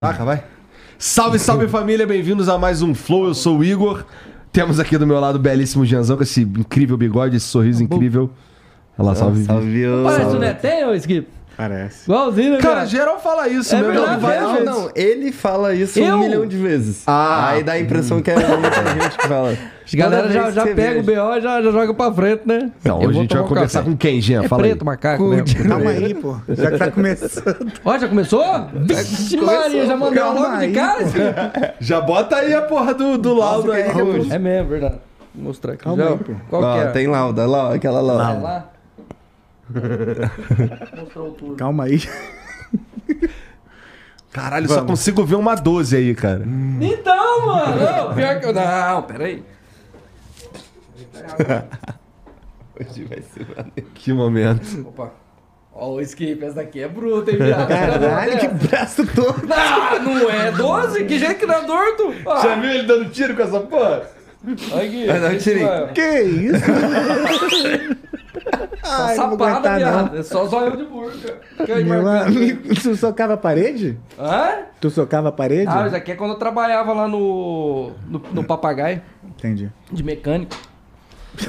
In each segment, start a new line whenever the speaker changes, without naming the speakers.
Paca, vai. Salve, salve família, bem-vindos a mais um Flow. Eu sou o Igor. Temos aqui do meu lado o belíssimo Gianzão com esse incrível bigode, esse sorriso incrível. Olha lá, salve.
Salve, ô.
Parece o Netanyahu, esse aqui.
Parece.
Igualzinho, né,
Cara, geral fala isso,
É
meu
verdade,
irmão, várias
não,
vezes.
não, ele fala isso
Eu?
um milhão de vezes.
Ah.
Aí dá a impressão que é muita gente que fala.
As galera
Toda
já,
vez
já
que você
pega o
vê,
BO e já, já joga pra frente, né?
Não, hoje
Eu vou
a gente vai
tomar um
conversar
café.
com quem, Jean?
É
Fala
preto,
aí.
macaco mesmo.
Calma aí, pô. Já que tá começando.
Ó, já começou? Vixe Maria, já mandou
Calma
logo de
aí,
cara, esse filho.
Já bota aí a porra do, do laudo aí.
carrega
Rude.
muito.
É mesmo, verdade. Vou mostrar aqui.
Calma
já.
aí, pô.
Qual que
Ó,
é?
tem lauda, lá, aquela
Tá
lauda.
lá?
Calma aí.
Caralho, só consigo ver uma 12 aí, cara.
Então, mano! Não, pior que eu. Não, peraí.
Hoje vai ser maneiro.
Que momento.
Opa. Ó, o skip, essa daqui é bruta, hein, viado?
Caralho, que braço todo.
Ah, não é 12? Que jeito que dá torto? Ah,
é
viu ele dando tiro com essa porra?
olha aqui.
Vai dar um
isso,
tirinho.
mano.
Que isso?
Só
Ai, não vou
sapada,
aguentar, não.
viado. É só zóio de burro, cara. Fica aí
Meu
marcando.
amigo, tu socava a parede?
Hã?
Tu socava a parede?
Ah, isso aqui é quando eu trabalhava lá no. no, no papagaio,
Entendi.
de mecânico.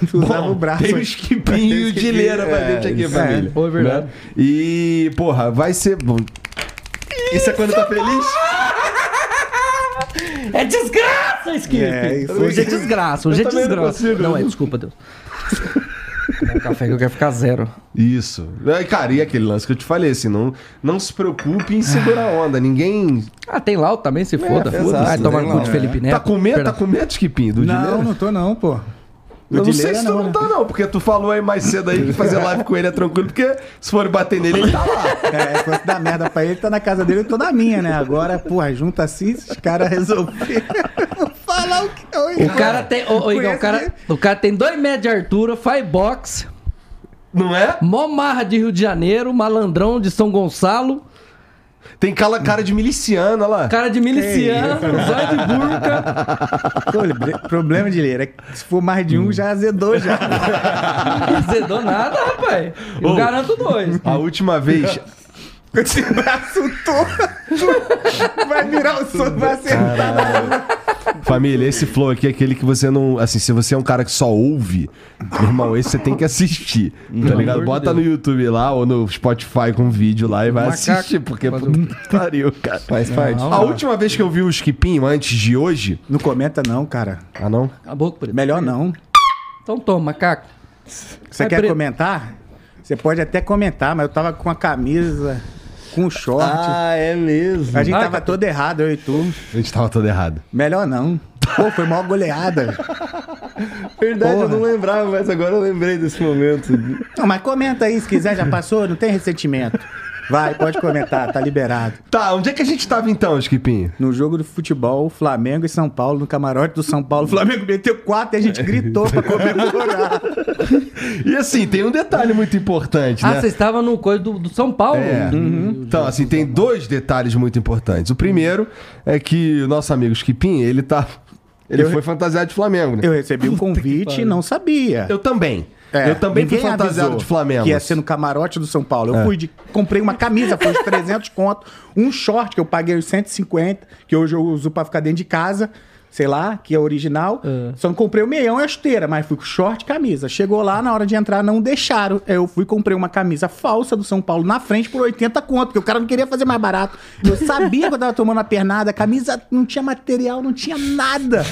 Tu usava o braço.
Tem o esquipinho de leira pra
É,
dentro aqui,
isso
família.
é. Oi, verdade.
Né? E, porra, vai ser. bom. Isso é quando tá feliz?
É desgraça, Skip!
É, isso
hoje é
aí.
desgraça, hoje
Eu
é
também não
desgraça.
consigo.
é, desculpa, Deus. Tomar um café que eu quero ficar zero.
Isso. É, Cara, e aquele lance que eu te falei, assim, não, não se preocupe em segurar a onda. Ninguém.
Ah, tem Lau também, se foda.
exato,
Vai tomar no cu
tem
de
laudo,
Felipe Neto.
tá com medo? Tá
É, Perdão.
com medo, Skipinho, do de
Não,
leira?
não tô não, pô.
Eu
É,
não
de
sei
leira
se tu não
né?
tá, não, porque tu falou aí mais cedo aí que fazer live com ele é tranquilo, porque se for bater nele, ele tá lá.
É, se fosse dar merda pra ele, tá na casa dele, eu tô na minha, né? Agora, porra, junta assim, esses caras resolveram falar o que... Oi,
O cara tem. ô, ô, Igor,
Conhece
o, cara, o cara tem dois metros de altura, faz boxe,
Não é?
mó marra de Rio de Janeiro, malandrão de São Gonçalo,
Tem cala cara de miliciano, olha lá.
cara de miliciano, zóio
né?
de burca.
Olha, problema de leira é que se for mais de um, já azedou já.
Não zedou nada, rapaz. Eu
Ô.
garanto dois.
A última vez.
Com esse braço todo. Vai virar o som, vai acertar na
Família, esse flow aqui é aquele que você não. Assim, se você é um cara que só ouve, meu irmão, esse você tem que assistir. Tá ligado?
amor de
Bota no YouTube lá ou no Spotify com vídeo lá e vai
Macaco.
assistir, porque
Fazer
puta que pariu, cara.
Faz parte.
A última vez que eu vi o Skipinho antes de hoje.
Não comenta não, cara.
Ah, não?
Acabou com ele.
Melhor não.
Então toma, macaco.
Você
Vai
quer
pre-
comentar? Você pode até comentar, mas eu tava com a camisa, com o short.
Ah, é mesmo.
a gente
Ah,
tava
cara.
todo errado, eu e tu.
A gente tava todo errado.
Melhor não. Pô, foi mó goleada.
Verdade, eu
Porra.
não lembrava, mas agora eu lembrei desse momento.
Não, mas comenta aí, se quiser, já passou, não tem ressentimento. Vai, pode comentar, tá liberado.
Tá, onde é que a gente tava então, Skipinho?
No jogo do futebol, Flamengo e São Paulo, no camarote do São Paulo, o Flamengo meteu quatro e a gente gritou pra comemorar.
E assim, tem um detalhe muito importante,
Ah,
né?
você estava no coisa do, do São Paulo?
É. Então, assim, tem dois detalhes muito importantes. O primeiro é que o nosso amigo Skipinho, ele tá. Ele foi fantasiado de Flamengo, né?
Eu recebi um convite e não sabia.
Eu também.
É,
eu também fui
ninguém
fantasiado
avisou
de Flamengo. É.
Que ia ser no camarote do São Paulo. Eu fui de, comprei uma camisa, foi uns 300 conto, um short que eu paguei os 150, que hoje eu uso pra ficar dentro de casa, sei lá, que é original. Só não comprei o meião e a esteira, mas fui com short e camisa. Chegou lá, na hora de entrar, não deixaram. Eu fui e comprei uma camisa falsa do São Paulo na frente por 80 conto, porque o cara não queria fazer mais barato. Eu sabia que eu tava tomando a pernada, a camisa não tinha material, não tinha nada.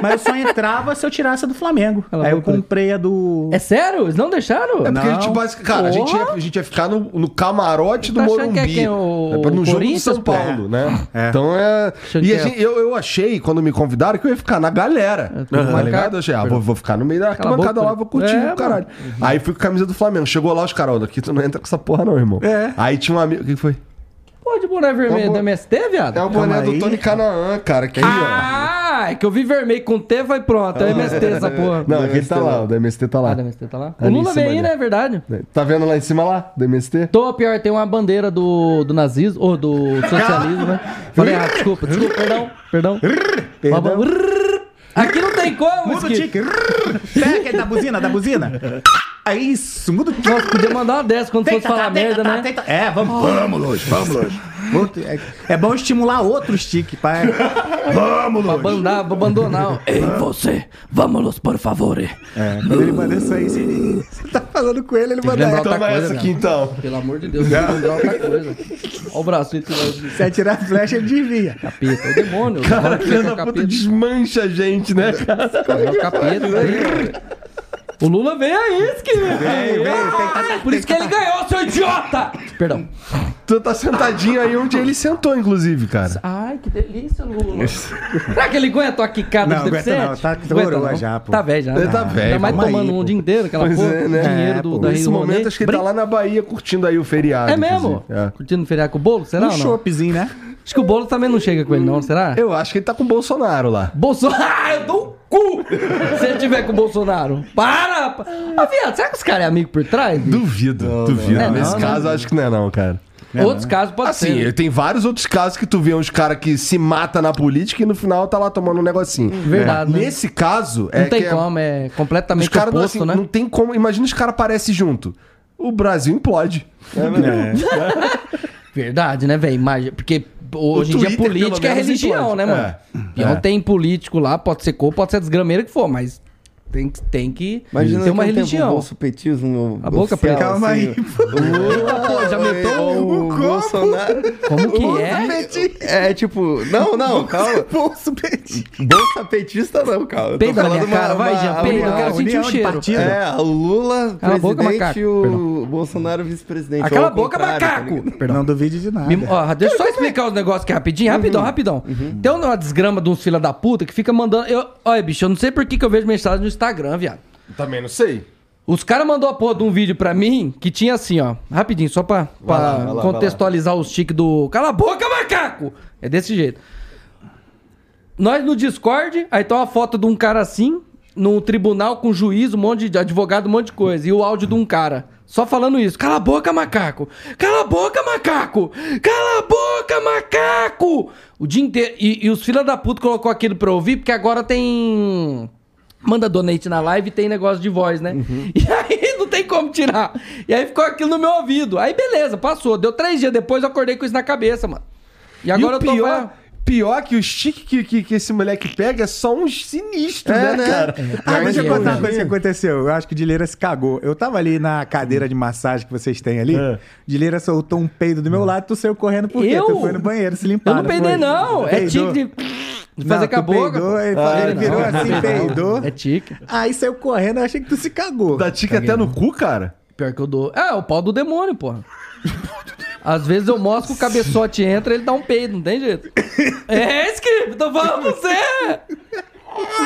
Mas eu só entrava se eu tirasse a do Flamengo.
Ela
Aí eu
comprou.
comprei a do...
É sério? Eles não deixaram?
É porque a gente
Não.
basic- Cara, a gente, ia, a gente ia ficar no, no camarote do
Tá achando
Morumbi.
que é quem? O-
né, pra- no jogo
o
do
Corinthians,
São
pô?
Paulo, né?
É.
Então é.
Achando
E a
que é.
gente- eu, eu achei, quando me convidaram, que eu ia ficar na galera.
Uhum.
Tá ligado? Eu achei, ah, vou, vou ficar no meio da
Cala a
arquibancada
boca.
lá, vou curtir,
É,
caralho. Aí fui com a camisa do Flamengo. Chegou lá os caras, ó, daqui tu não entra com essa porra, não, irmão.
É.
Aí tinha um amigo. O que que foi?
Pô, de boné vermelho
Vamos-
do MST, viado?
É o boné do
aí.
Tony Canaã, cara. Que aí, ó.
Ah, é que eu vi vermelho com T, vai pronto. É o MST essa porra.
Não, aquele tá lá, o da MST tá
Ah,
lá.
da MST tá lá. O
Ali em
Lula
cima
vem aí,
ali.
né? É verdade.
Tá vendo lá em cima lá, do MST?
Tô pior, tem uma bandeira do, do nazismo, ou do socialismo, né? Falei errado, desculpa, desculpa, perdão, perdão. Uma ba- Aqui não tem como,
Muda o
Skip.
tique. Pega aquele da buzina, da buzina. É isso, muda o tique.
Nós podia mandar uma dessa quando fosse falar merda, né?
É, vamos, vamos, Luz, vamos, Luz. Outro- é, é bom estimular outro stick, pai.
Pra abandonar, pra abandonar. Ei, você, vamos, por favor.
É, quando ele manda isso aí, você, você tá falando com ele, ele manda
lembrar
essa.
outra
Toma
coisa,
essa
né?
aqui então.
Pelo amor de Deus, não lembrar outra coisa. Olha o braço aí, tu vai-
Se atirar a flecha, ele desvia.
capeta. É o demônio.
Cara,
Agora que
filha
é o
da puta
capeta.
desmancha a gente, né, cara?
É o capeta. aí. O Lula veio aí, Skinner. Por isso que ele ganhou, seu idiota! Perdão.
Tu tá sentadinho aí onde ele sentou, inclusive, cara.
Ai, que delícia, Lula. Será que ele aguenta uma quicada
Não,
de
aguenta
deficiente?
não, tá
Aguenta
coroa
não.
já, pô.
Tá velho já. né?
Ele tá velho,
Ainda mais
calma aí,
tomando
pô.
um dia inteiro, aquela
Pois
porra,
é, né?
dinheiro do,
É, pô.
da
Nesse
Rio
momento,
Ronê.
acho que ele tá lá na Bahia curtindo aí o feriado.
É mesmo?
inclusive. É.
Curtindo feriado com o bolo, será
Um
ou não?
choppzinho, né?
Acho que o bolo também não chega com ele, não, será?
Eu acho que ele tá com o Bolsonaro lá.
Bolsonaro, Ah, eu dou um cu se ele tiver com o Bolsonaro. Para! pa- Ô, viado, será que os caras é amigo por trás? bicho?
Duvido, duvido.
não.
Nesse
Não,
caso, acho que não é não, cara.
Outros casos pode
Assim,
ser.
tem vários outros casos que tu vê uns caras que se mata na política e no final tá lá tomando um negocinho.
Verdade,
É.
né?
Nesse caso,
Não
é
tem
que é-
como, é
os
completamente
caras não,
oposto,
assim,
né?
não tem como. Imagina os caras aparecem junto. O Brasil implode.
Verdade, né, velho? Mas- Porque hoje
O
em dia
Twitter,
política
pelo
é
menos, É,
religião,
implode.
né, mano? E não tem político lá, pode ser cor, pode ser desgrameira que for, mas tem, que- tem que
Imagina
ter uma
que um tempo o
religião.
bolsopetismo.
A boca
oficial, assim.
preta.
Calma aí,
o Lula,
Pô, já meteu um-
o, o Bolsonaro.
Como que é?
É tipo, não, não, calma.
Bolso petismo.
Bolsa petista não, calma. Eu tô
Peida na minha
falando uma-
cara, vai,
uma-
Jean,
uma
peida, eu
união-
quero sentir o
união de
cheiro.
partido.
É, o Lula
Cala a boca,
presidente e
macaco.
o Bolsonaro vice-presidente.
Aquela
ou ao
boca,
contrário, tá
macaco!
ligado?
Não duvide de nada.
Me- ó, deixa eu só explicar os negócios aqui rapidinho,
Uhum.
rapidão, rapidão. Tem uma desgrama de uns filha da puta que fica mandando. Eu, olha, bicho, eu não sei por que, que eu vejo mensagem no Instagram, viado.
Também não sei.
Os caras mandou a porra de um vídeo pra mim que tinha assim, ó. Rapidinho, só pra, pra
lá, vai lá,
contextualizar os tiques do. Cala a boca, macaco! É desse jeito. Nós no Discord, aí tá uma foto de um cara assim, num tribunal com juiz, um monte de advogado, um monte de coisa. E o áudio de um cara. Só falando isso. Cala a boca, macaco! Cala a boca, macaco! Cala a boca, macaco! O dia inteiro. E, e os filha da puta colocou aquilo pra eu ouvir, porque agora tem. Manda donate na live e tem negócio de voz, né?
Uhum.
E aí não tem como tirar. E aí ficou aquilo no meu ouvido. Aí beleza, passou. Deu três dias depois, eu acordei com isso na cabeça, mano. E agora
Agora e o
eu tô.
pior,
vai-
pior que o stick que, que, que esse moleque pega é só uns sinistros,
É,
né,
né?
cara?
Ah, deixa eu
Pior que
contar
é.
uma coisa que aconteceu. Eu acho que o Dileira se cagou. Eu tava ali na cadeira de massagem que vocês têm ali.
É.
O Dileira soltou um peido do meu lado, tu saiu correndo por quê?
Eu?
Tu foi no banheiro se limpar.
Eu não peidei,
foi?
não. É
Peidou.
tique de, de fazer
Não,
com a
tu
boca.
peidou, ele
Ah,
falou, ele
não.
virou assim,
Não.
peidou.
É tique.
Aí saiu correndo, eu achei que tu se cagou.
Dá tique até no cu, cara.
Pior que eu dou. Ah, é o pau do demônio, porra. Às vezes eu mostro que o cabeçote entra ele dá um peido, não tem jeito. É, Script, tô falando pra você.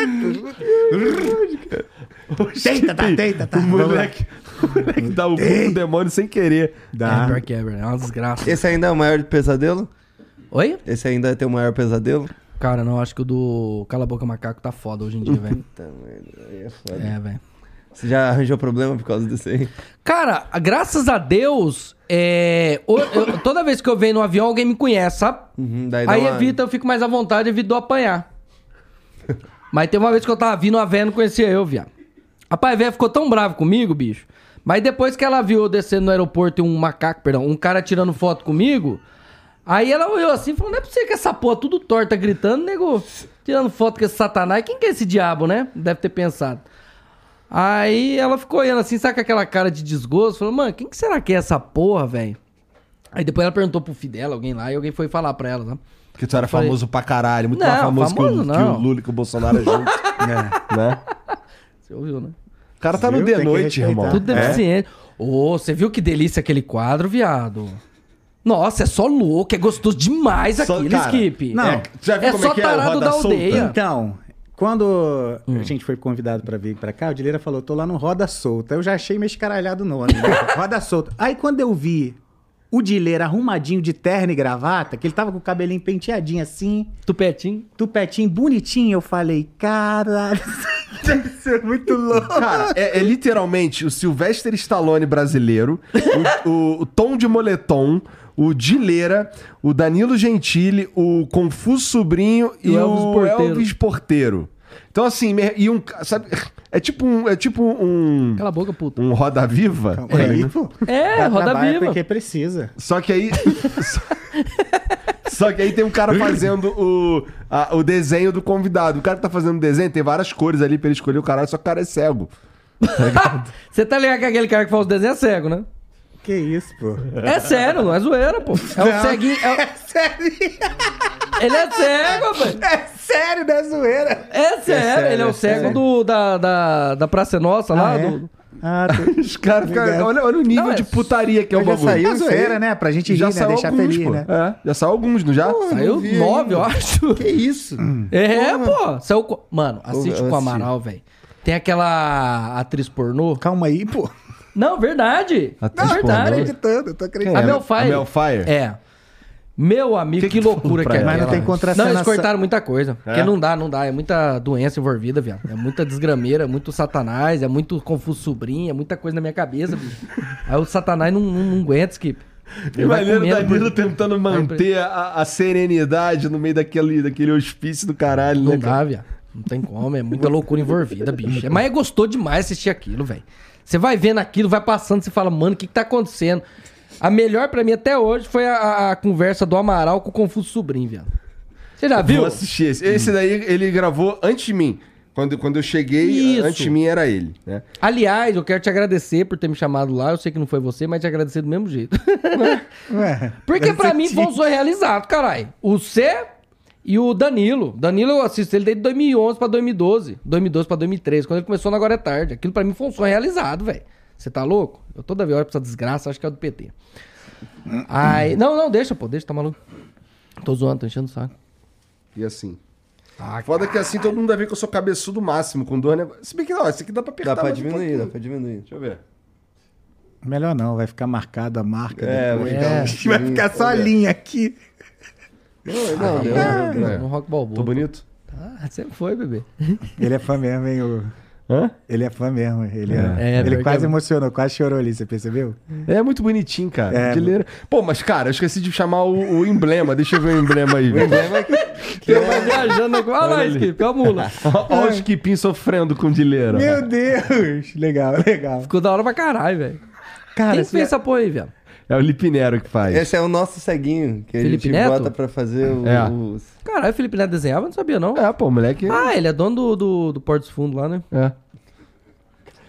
Tenta, tá, tenta, tá.
O moleque, o moleque dá o cu pro demônio sem querer.
É,
Dá.
pior que é, velho. É uma desgraça.
Esse ainda é o maior pesadelo?
Oi?
Esse ainda é teu maior pesadelo?
Cara, não, acho que o do Cala a Boca Macaco tá foda hoje em dia, velho.
Puta merda, aí é foda.
É, velho.
Você já arranjou problema por causa disso aí?
Cara, graças a Deus, é, o- eu- toda vez que eu venho no avião, alguém me conhece, sabe?
Uhum, daí dá
Aí é
uma-
evita, eu fico mais à vontade, evito do apanhar. Mas tem uma vez que eu tava vindo, a véia não conhecia eu, viado. Rapaz, a véia ficou tão brava comigo, bicho. Mas depois que ela viu eu descendo no aeroporto e um macaco, perdão, um cara tirando foto comigo, aí ela olhou assim e falou: não é possível que essa porra tudo torta gritando, nego, tirando foto com esse satanás. Quem que é esse diabo, né? Deve ter pensado. Aí ela ficou olhando assim, sabe com aquela cara de desgosto? Falou, mano, quem que será que é essa porra, velho? Aí depois ela perguntou pro Fidel, alguém lá, e alguém foi falar pra ela, né?
Porque tu era
Falei.
famoso pra caralho, muito
Não,
mais famoso,
famoso
que, o, que o
não. É.
Lula e que o Bolsonaro é junto. né?
Você ouviu, né?
O cara tá É? no
Viu?
The
Tem que
Noite,
respeitar.
irmão.
Tudo deficiente. Ô, você viu que delícia aquele quadro, viado? Nossa, é só louco, é gostoso demais
Só-
aquilo,
cara,
Skip.
não,
é,
já viu
é
como é
só
que é o
tarado
Roda
da
Solta?
aldeia.
Então, quando a gente foi convidado pra vir pra cá, o Dileira falou, tô lá no Roda Solta. Eu já achei meio escaralhado o nome. né? Roda Solta. Aí quando eu vi o Dileira arrumadinho de terno e gravata, que ele tava com o cabelinho penteadinho assim,
Tupetinho.
tupetinho bonitinho, eu falei, caralho, isso deve ser muito louco.
Cara, é, é literalmente o Sylvester Stallone brasileiro, o, o- o Tom de Moletom, o Dileira, o Danilo Gentili, o Confuso Sobrinho e,
E o
o
Elvis Porteiro.
Elvis Porteiro. Então, assim, me- e um. ca- Sabe, é tipo um. É tipo um.
Cala a boca, puta.
Um Roda Viva.
Olha aí, pô.
É,
Ela
roda
trabalha
viva.
Porque precisa.
Só que aí. só- Só que aí tem um cara fazendo o, a- o desenho do convidado. O cara que tá fazendo o desenho tem várias cores ali pra ele escolher o caralho, só que o cara é cego.
Você tá ligado que aquele cara que faz os desenhos é cego, né?
Que isso, pô.
É sério, não é zoeira, pô. É um
Não.
ceguinho. é
É sério,
um- Ele é cego, velho.
é sério, não é zoeira.
É sério, ele é o
é
cego
sério.
do, da, da, da Praça Nossa lá.
Ah, é?
do-
Ah, tu...
Os caras ficam.
Obrigado.
Olha, olha o nível
Não, é-
de putaria que é o
Mas já
bagulho.
saiu
É zoeira, né? Pra gente rir,
já
né?
saiu
Deixar
alguns,
feliz,
pô.
né?
É, já saiu alguns, não já?
Porra.
Saiu
não vi
nove,
ainda.
eu acho.
Que isso?
Hum.
É, pô. Saiu co- Mano, assiste
Eu- eu
com o
assisti.
Amaral, velho. Tem aquela atriz pornô.
Calma aí, pô.
Não, verdade.
Atriz
verdade.
pornô?
é Acreditando, eu tô
A
É,
acreditando.
Mel Fire.
a Mel Fire?
É. Meu amigo,
Que
que,
que tu falou
loucura que
pra
é.
ela?
aquela,
Mas não
tem
né?
contracenação.
Não, eles cortaram muita coisa. Porque
É?
não dá, não dá. É muita doença envolvida, viado. É muita desgrameira, é muito satanás, é muito confuso sobrinho, é muita coisa na minha cabeça, bicho. Aí o satanás não, não, não aguenta, Skip. Ele vai
Imagina o
comendo,
Danilo
mano.
tentando manter a, a serenidade no meio daquele, daquele hospício do caralho, né?
Não
cara?
dá, viado. Não tem como, é muita loucura envolvida, bicho. É, Mas é gostou demais assistir aquilo, velho. Você vai vendo aquilo, vai passando, você fala, mano, o que, que tá acontecendo? A melhor pra mim até hoje foi a, a conversa do Amaral com o Confuso Sobrinho, viado. Você já viu?
Vou assistir esse. Esse daí ele gravou antes de mim. Quando, quando eu cheguei,
Isso.
antes de mim era ele, né?
Aliás, eu quero te agradecer por ter me chamado lá. Eu sei que não foi você, mas te agradecer do mesmo jeito.
Ué,
Porque pra mim foi um sonho realizado, caralho. O C e o Danilo. Danilo eu assisto ele desde 2011 pra 2012. 2012 pra 2013, quando ele começou no Agora é Tarde. Aquilo pra mim foi um sonho realizado, velho. Você tá louco? Eu toda vez olho pra essa desgraça, acho que é o do PT. Aí, não, não, deixa, pô, deixa, tá maluco. Tô zoando, tô enchendo o saco.
E assim. Foda que assim todo mundo vai ver que eu sou cabeçudo máximo com dois negócios. Se bem que não, esse aqui dá pra apertar.
Dá pra
mais um
diminuir,
pouquinho.
dá pra diminuir.
Deixa eu ver.
melhor não, vai ficar marcada a marca.
É,
depois.
É.
vai ficar,
Vai ficar só a linha aqui. É,
Não, não, deu.
Não,
deu, deu.
no Rock
Tô
Balboa.
bonito?
Ah, você foi, bebê.
Ele é fã mesmo, hein? o-
Hã?
Ele é fã mesmo. Ele, é.
É,
ele
porque-
quase emocionou, quase chorou ali, você percebeu?
É muito bonitinho, cara.
É.
De leira. Pô, mas cara, eu esqueci de chamar o, o emblema. Deixa eu ver o emblema aí.
Eu vai viajando agora. Olha lá,
ali.
Skip, olha a mula.
Olha o Skipinho sofrendo com dileira.
Meu Deus! Legal, legal. um
Ficou da hora pra caralho, velho.
Cara,
Quem que
esse-
fez essa porra aí, velho?
É o Lipinero que faz.
Esse é o nosso ceguinho, que
Felipe
a gente
Neto?
bota pra fazer o...
É.
os-
Caralho, o Felipe Neto desenhava, não sabia não.
É, pô, o moleque.
Ah, ele é dono do, do, do Porto dos Fundos lá, né?
É.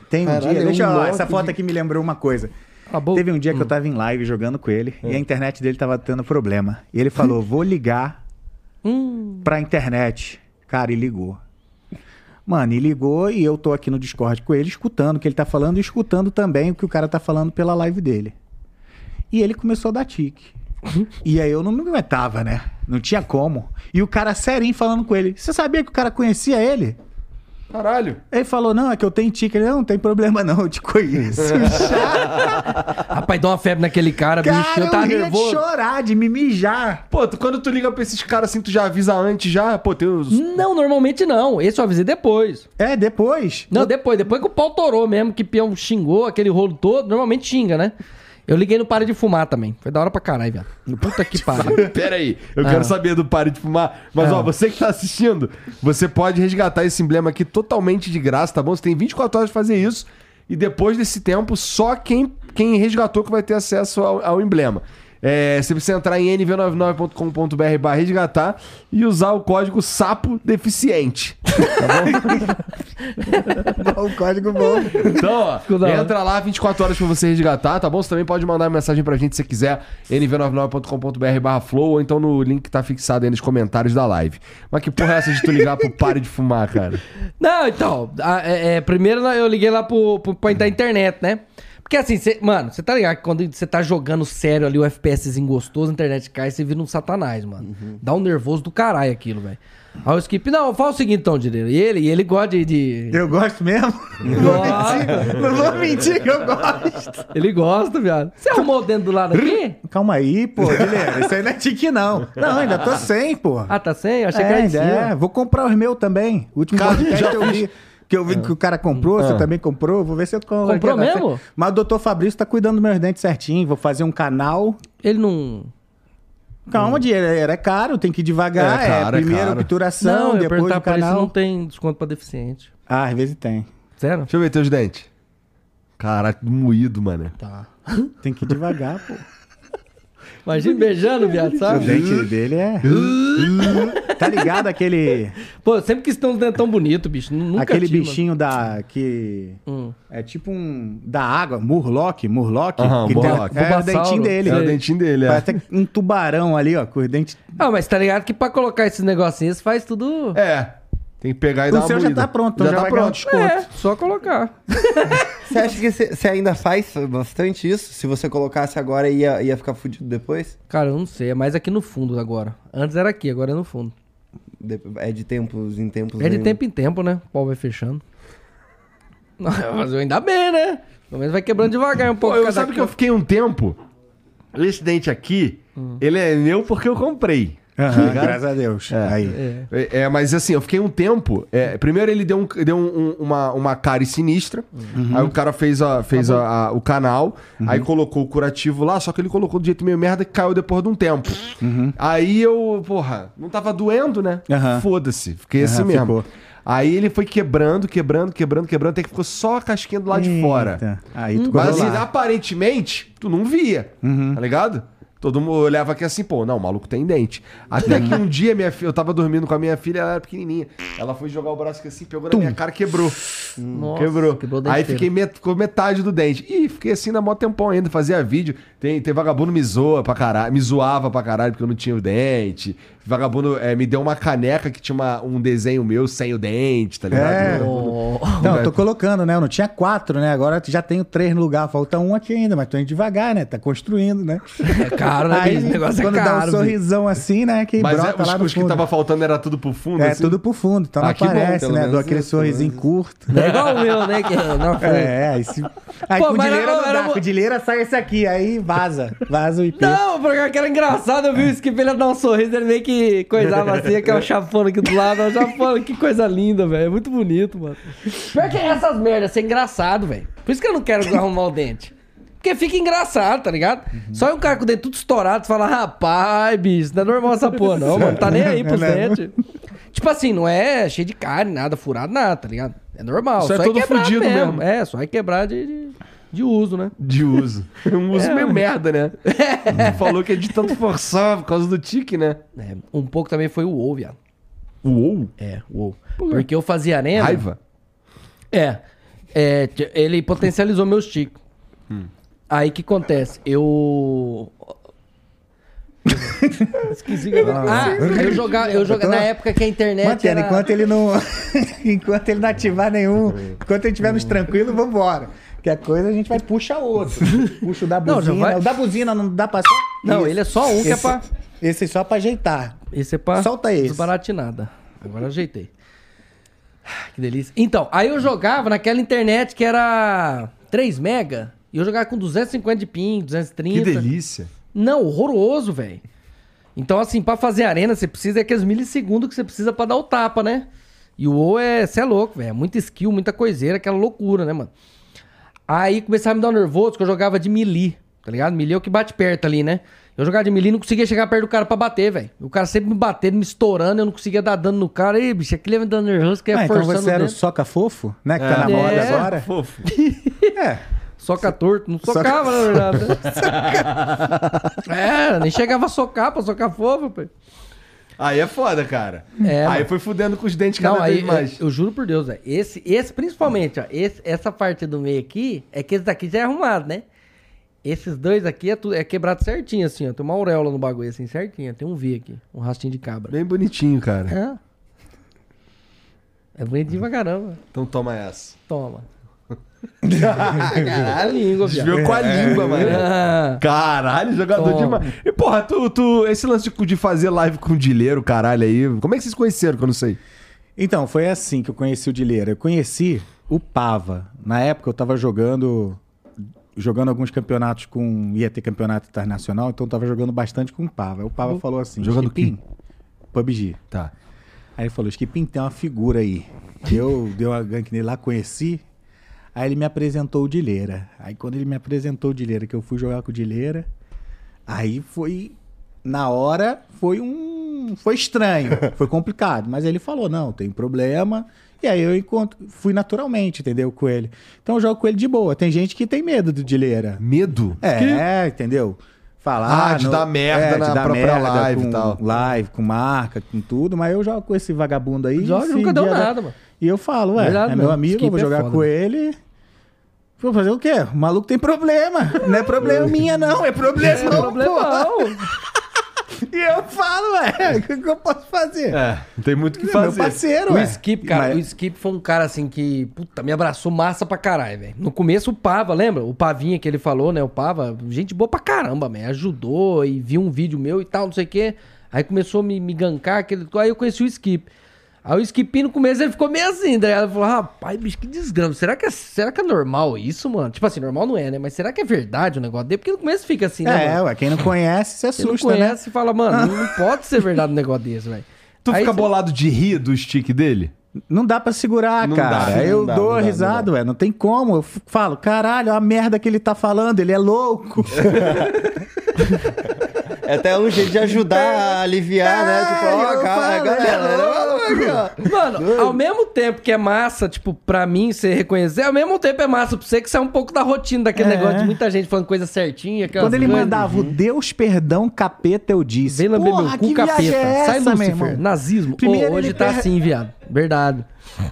Tem um
Caralho,
dia.
é um
Deixa eu. ó,
bloco
Essa foto aqui me lembrou uma coisa.
Acabou.
Teve um dia que eu tava em live jogando com ele e a internet dele tava tendo problema. E ele falou: vou ligar
Hum,
pra internet. Cara, e ligou. Mano, e ligou e eu tô aqui no Discord com ele, escutando o que ele tá falando e escutando também o que o cara tá falando pela live dele. E ele começou a dar tique. E aí eu não me aguentava, né? Não tinha como. E o cara serinho falando com ele. Você sabia que o cara conhecia ele?
Caralho.
Ele falou, não, é que eu tenho tique. Ele, não, não tem problema não, eu te conheço.
rapaz, dá uma febre naquele cara, bicho.
cara,
Eu tava
eu ria de
nervoso.
chorar, de me mijar.
Pô, tu- quando tu liga pra esses caras assim, tu já avisa antes já? Pô, tem os.
Não, normalmente não. Esse eu avisei depois.
É, depois.
Não, depois. Depois que o pau torou mesmo, que o peão xingou aquele rolo todo. Normalmente xinga, né? Eu liguei no Para de Fumar também. Foi da hora pra caralho, velho. Puta que pariu.
Pera aí, eu quero saber do Pare de Fumar. Mas, ó, você que tá assistindo, você pode resgatar esse emblema aqui totalmente de graça, tá bom? Você tem 24 horas pra fazer isso. E depois desse tempo, só quem, quem resgatou que vai ter acesso ao, ao emblema. É, você precisa entrar em nv99.com.br barra resgatar e usar o código SAPO DEFICIENTE.
o código bom.
Então,
Ficou da
ó,
hora.
entra lá, 24 horas pra você resgatar, tá bom? Você também pode mandar mensagem pra gente se quiser, nv99.com.br barra flow, ou então no link que tá fixado aí nos comentários da live. Mas que porra é essa de tu ligar pro pare de fumar, cara?
Não, então, a- é- é, primeiro eu liguei lá pro, pro, pra- da internet, né? Porque assim, cê- mano, você tá ligado que quando você tá jogando sério ali o FPSzinho gostoso, a internet cai, você vira um satanás, mano.
Uhum.
Dá um nervoso do caralho aquilo, velho. Aí o Skip, não, fala o seguinte então, Direiro. E ele, e ele gosta de... de-
Eu gosto mesmo. Não vou mentir, não vou mentir que eu gosto.
Ele gosta, viado. Você arrumou o dedo do lado aqui?
Calma aí, pô, Guilherme. Isso aí não é tique, não. Não, ainda tô sem, pô.
Ah, tá sem? Eu achei que era
É,
em cima.
é, vou comprar os meus também. O último podcast que eu vi. Que eu vi que o cara comprou,
Ah.
você também comprou, vou ver se eu compro.
Comprou
aqui, tá
mesmo?
certo. Mas o doutor Fabrício tá cuidando dos meus dentes certinho, vou fazer um canal.
Ele não...
Calma, dinheiro era caro, tem que ir devagar.
Hum. É
É,
caro, é
primeiro
caro.
obturação,
eu ia
depois
perguntar
o
pra ele se
canal.
não tem desconto pra deficiente.
Ah, às vezes tem.
Sério?
Deixa eu ver teus dentes. Caralho, tudo moído, mano.
Tá. Tem que ir devagar, pô.
Imagina beijando, viado,
Ah,
O
sabe?
dente dele é. tá ligado aquele.
Pô, sempre quis ter uns dentão bonito, bicho. Nu- Nunca
aquele
tive,
bichinho da. que.
mano. Hum.
É tipo um. da água, murloc, murloc.
Aham,
que tem-
murloc.
É o
Bulbasauro.
dentinho dele.
É o dentinho dele, é.
Parece um tubarão ali, ó, com os dentes.
Ah, mas tá ligado que pra colocar esses negocinhos faz tudo.
É. Tem que pegar e dar
O
uma
seu já
moída.
tá pronto, então já, vai ganhar um desconto.
É, só colocar.
Você acha que você você ainda faz bastante isso? Se você colocasse agora, ia, ia ficar fudido depois?
Cara, eu não sei, é mais aqui no fundo agora. Antes era aqui, agora é no fundo.
De- é de tempos em tempos.
É de
né?
tempo em tempo, né? O pau vai fechando. Mas ainda bem, né? Pelo menos vai quebrando devagar um
Pô,
pouco.
eu
cada
sabe que eu
canto.
fiquei um tempo. Esse dente aqui,
Hum.
ele é meu porque eu comprei.
Aham, graças a Deus. Aí.
É.
É, é, mas assim, eu fiquei um tempo. é, primeiro ele deu, um- deu um- um- uma, uma cara sinistra.
Uhum.
Aí o cara fez, a,
Tá
fez a- a- o canal, aí colocou o curativo lá, só que ele colocou do jeito meio merda que caiu depois de um tempo. Aí eu, porra, não tava doendo, né?
Uhum. Aham.
Foda-se, fiquei assim
Aham,
mesmo.
ficou.
Aí ele foi quebrando, quebrando, quebrando, quebrando, até que ficou só a casquinha do lado de fora.
Eita. Aí tu
Mas
colou
assim,
lá.
aparentemente, tu não via,
Uhum.
tá ligado? Todo mundo olhava aqui assim, pô, não, o maluco tem dente. Até
Uhum.
que um dia minha filha, eu tava dormindo com a minha filha, ela era pequenininha. Ela foi jogar o braço aqui assim, pegou na minha cara e quebrou.
Nossa,
quebrou.
quebrou o dente
Aí
inteiro.
fiquei met- ficou metade do dente. Ih, fiquei assim na mó tempão ainda, fazia vídeo. Tem, tem vagabundo me zoa pra caralho, me zoava pra caralho porque eu não tinha o dente. Vagabundo eh, me deu uma caneca que tinha uma- um desenho meu sem o dente, tá ligado?
É. Não, eu tô colocando, né? Eu não tinha quatro, né? Agora já tenho três no lugar, falta um aqui ainda, mas tô indo devagar, né? Tá construindo, né?
É caro, né?
Aí,
Esse negócio é
quando dá um
caro. bicho.
sorrisão assim, né? Que
Mas é,
brota
os,
lá no
os que
fundo.
tava faltando era tudo pro fundo,
É,
assim?
tudo pro fundo, então
Ah,
não
que bom,
aparece,
pelo
né?
menos
Dou aquele
isso,
sorrisinho
pelo
curto.
Não é igual o meu, né? Que não foi.
É, aí, se... aí
Pô,
com
mas
dileira
era-
não dá,
era mo-
com dileira sai esse aqui, aí vaza, vaza o IP.
Não, porque era engraçado, eu vi o Skip ele dar um sorriso, ele meio que coisava assim, que é o chafona aqui do lado, é o chafona, que coisa linda, velho, é muito bonito, mano. Pior que essas merdas, isso é engraçado, velho. Por isso que eu não quero arrumar o dente. Porque fica engraçado, tá ligado?
Uhum.
Só um cara com o dente tudo estourado, você fala, rapaz, bicho, não é normal essa porra não, mano, tá nem aí pros
É,
Não,
né?
não.
dentes. Tipo assim, não é cheio de carne, nada, furado, nada, tá ligado? É normal,
Isso é
só
todo
quebrar
fudido mesmo.
É, só é quebrar de- de, de uso, né? É,
De uso. Um uso meio merda, né? Tu falou que é de tanto forçar por causa do tique, né?
É, um pouco também foi o WoW, viado.
Uou!
É, uou. Porque eu fazia arena.
Raiva.
É. É, t- ele potencializou meus ticos.
Hum.
Aí o que acontece? Eu. Esqueci o que eu ia falar. Ah, eu jogava. Eu jogava na época que a internet.
Mantendo,
era...
enquanto ele não. enquanto ele não ativar nenhum. Enquanto ele estivermos tranquilo, vambora. Que a coisa a gente vai puxa outro. Puxa o da
Não, já
buzina.
vai-
O da buzina não dá pra só.
Não, ele é só um que é
Esse-
pra.
Esse é só pra ajeitar.
Esse é pra.
Solta esse.
Desbaratinada. Agora eu ajeitei. Que delícia. Então, aí eu jogava naquela internet que era 3 mega. E eu jogava com 250 de ping,
Que
230.
delícia.
Não, horroroso, velho. Então, assim, pra fazer arena, você precisa daqueles milissegundos que você precisa pra dar o tapa, né? E o O é, você é louco, velho. É muita skill, muita coiseira, aquela loucura, né, mano? Aí começava a me dar um nervoso que eu jogava de melee, tá ligado? Melee é o que bate perto ali, né? Eu jogava de melee e não conseguia chegar perto do cara pra bater, velho. O cara sempre me batendo, me estourando, eu não conseguia dar dano no cara. Ei, bicho, aquele me dando nervoso que é
Ah, então
forçando
você
o
era o
dedo.
soca fofo, né? Que tá na
É.
moda
É.
agora.
Fofo.
É.
Soca torto, não socava, na verdade. né? é, nem chegava a socar pra socar fofo, pai.
Aí é foda, cara.
É,
aí
mano.
foi fudendo com os dentes cada
Não,
vez
aí,
mais.
eu, eu juro por Deus, velho. Esse, esse principalmente, ó. esse- essa parte do meio aqui, é que esse daqui já é arrumado, né? Esses dois aqui é, tu- é quebrado certinho, assim, ó. Tem uma auréola no bagulho, assim, certinho. Tem um V aqui, um rastinho de cabra.
Bem bonitinho, cara.
É, é bonitinho pra caramba.
Então toma essa.
Toma. Caralho, língua, viado.
Desviou com a né? língua, mano.
Ah,
É. Caralho, jogador
Toma.
demais. E porra, tu, tu, esse lance de, de fazer live com o Dileiro, caralho, aí. Como é que vocês conheceram, que eu não sei?
Então, foi assim que eu conheci o Dileira. Eu conheci o Pava. Na época eu tava jogando jogando alguns campeonatos com ia ter campeonato internacional, então eu tava jogando bastante com o Pava. Aí O Pava falou assim:
Jogando
"Skipim, PUBG.
Tá.
Aí ele falou: Skipim, tem uma figura aí. Eu dei uma gank nele lá, conheci. Aí ele me apresentou o Dileira. Aí quando ele me apresentou o Dileira, que eu fui jogar com o Dileira, aí foi. na hora foi um. Foi estranho, foi complicado. Mas ele falou: não, tem problema. E aí eu encontro, fui naturalmente, entendeu? Com ele. Então eu jogo com ele de boa. Tem gente que tem medo do Dileira.
Medo?
É, entendeu? Falar. é,
Ah, de dar merda na
de dar
própria live e
com
tal.
Live, com marca, com tudo, mas eu jogo com esse vagabundo aí.
Jorge
se
nunca deu
dia da-
nada, mano.
E eu falo, ué,
Verdade
é meu
mesmo.
amigo, eu vou
Skip é
jogar
foda,
com
né?
ele. Vou fazer o quê? O maluco tem problema. Não é problema minha, não. É problema.
Não tem problema, não.
E eu falo, ué, o que, que eu posso fazer?
É, não tem muito o que
Meu
fazer.
parceiro,
O
ué.
Skip, cara,
é. Mas-
o Skip foi um cara assim que, puta, me abraçou massa pra caralho, velho. No começo o Pava, lembra? O Pavinha que ele falou, né? O Pava, gente boa pra caramba, velho. Ajudou e viu um vídeo meu e tal, não sei o quê. Aí começou a me, me gankar, aquele... aí eu conheci o Skip. Aí o Skip no começo ele ficou meio assim, daí ela falou, rapaz, bicho, que desgrama. Será que, é, será que é normal isso, mano? Tipo assim, normal não é, né? Mas será que é verdade o negócio dele? Porque no começo fica assim, né,
É,
mano?
ué, quem não conhece se
Você não
assusta, né?
conhece e fala, mano, não pode ser verdade um negócio desse, velho.
Tu
Aí
fica
você-
bolado de rir do stick dele?
Não dá pra segurar,
Não
cara.
dá,
eu
não dá,
dou
não dá,
risada,
não
ué. Não tem como. Eu f- falo, caralho, a merda que ele tá falando, ele é louco.
É até um jeito de ajudar a aliviar, né? Tipo, ó,
eu
cara,
falo,
galera.
né?
Mano, ao mesmo tempo que é massa, tipo, pra mim, você reconhecer, ao mesmo tempo é massa pra você que sai um pouco da rotina daquele
É.
negócio de muita gente falando coisa certinha. aquelas
Quando ele
coisas.
mandava o Deus perdão, capeta, eu disse.
Uhum. Vem lamber meu
"Porra,
cu,
que
capeta.
viagem é
Sai,
essa, meu
Lúcifer.
irmão?"
Nazismo.
Primeiro
Ô, hoje
ele
tá
perde-
assim, viado. Verdade.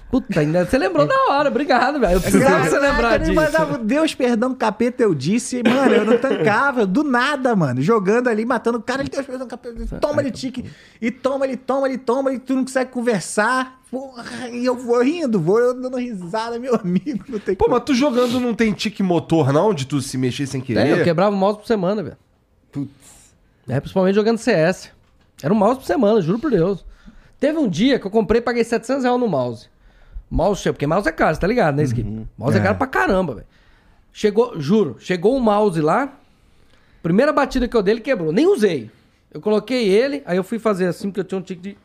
Puta, ainda... você lembrou
É.
na hora. Obrigado, velho. Eu precisava você lembrar
ele
disso.
mandava o Deus perdão, capeta, eu disse. Mano, eu não tancava, eu do nada, mano. Jogando ali, matando o cara, ele Deus perdão, capeta,
Tá,
eu disse, toma ele tique. E toma ele, toma ele, toma ele, tu não consegue conversar. Porra, e eu vou rindo, vou eu dando risada, meu amigo. Não tem
Pô,
como.
mas tu jogando não tem tique motor, não? De tu se mexer sem
É, eu
querer?
quebrava um mouse por semana, velho. É, principalmente jogando CS. Era um mouse por semana, juro por Deus. Teve um dia que eu comprei e paguei 700 reais no mouse. Mouse, porque mouse é caro, você tá ligado, né, Skip? Mouse é. caro pra caramba, velho. Chegou, juro, chegou um mouse lá, primeira batida que eu dei, ele quebrou. Nem usei. Eu coloquei ele, aí eu fui fazer assim, porque eu tinha um tique de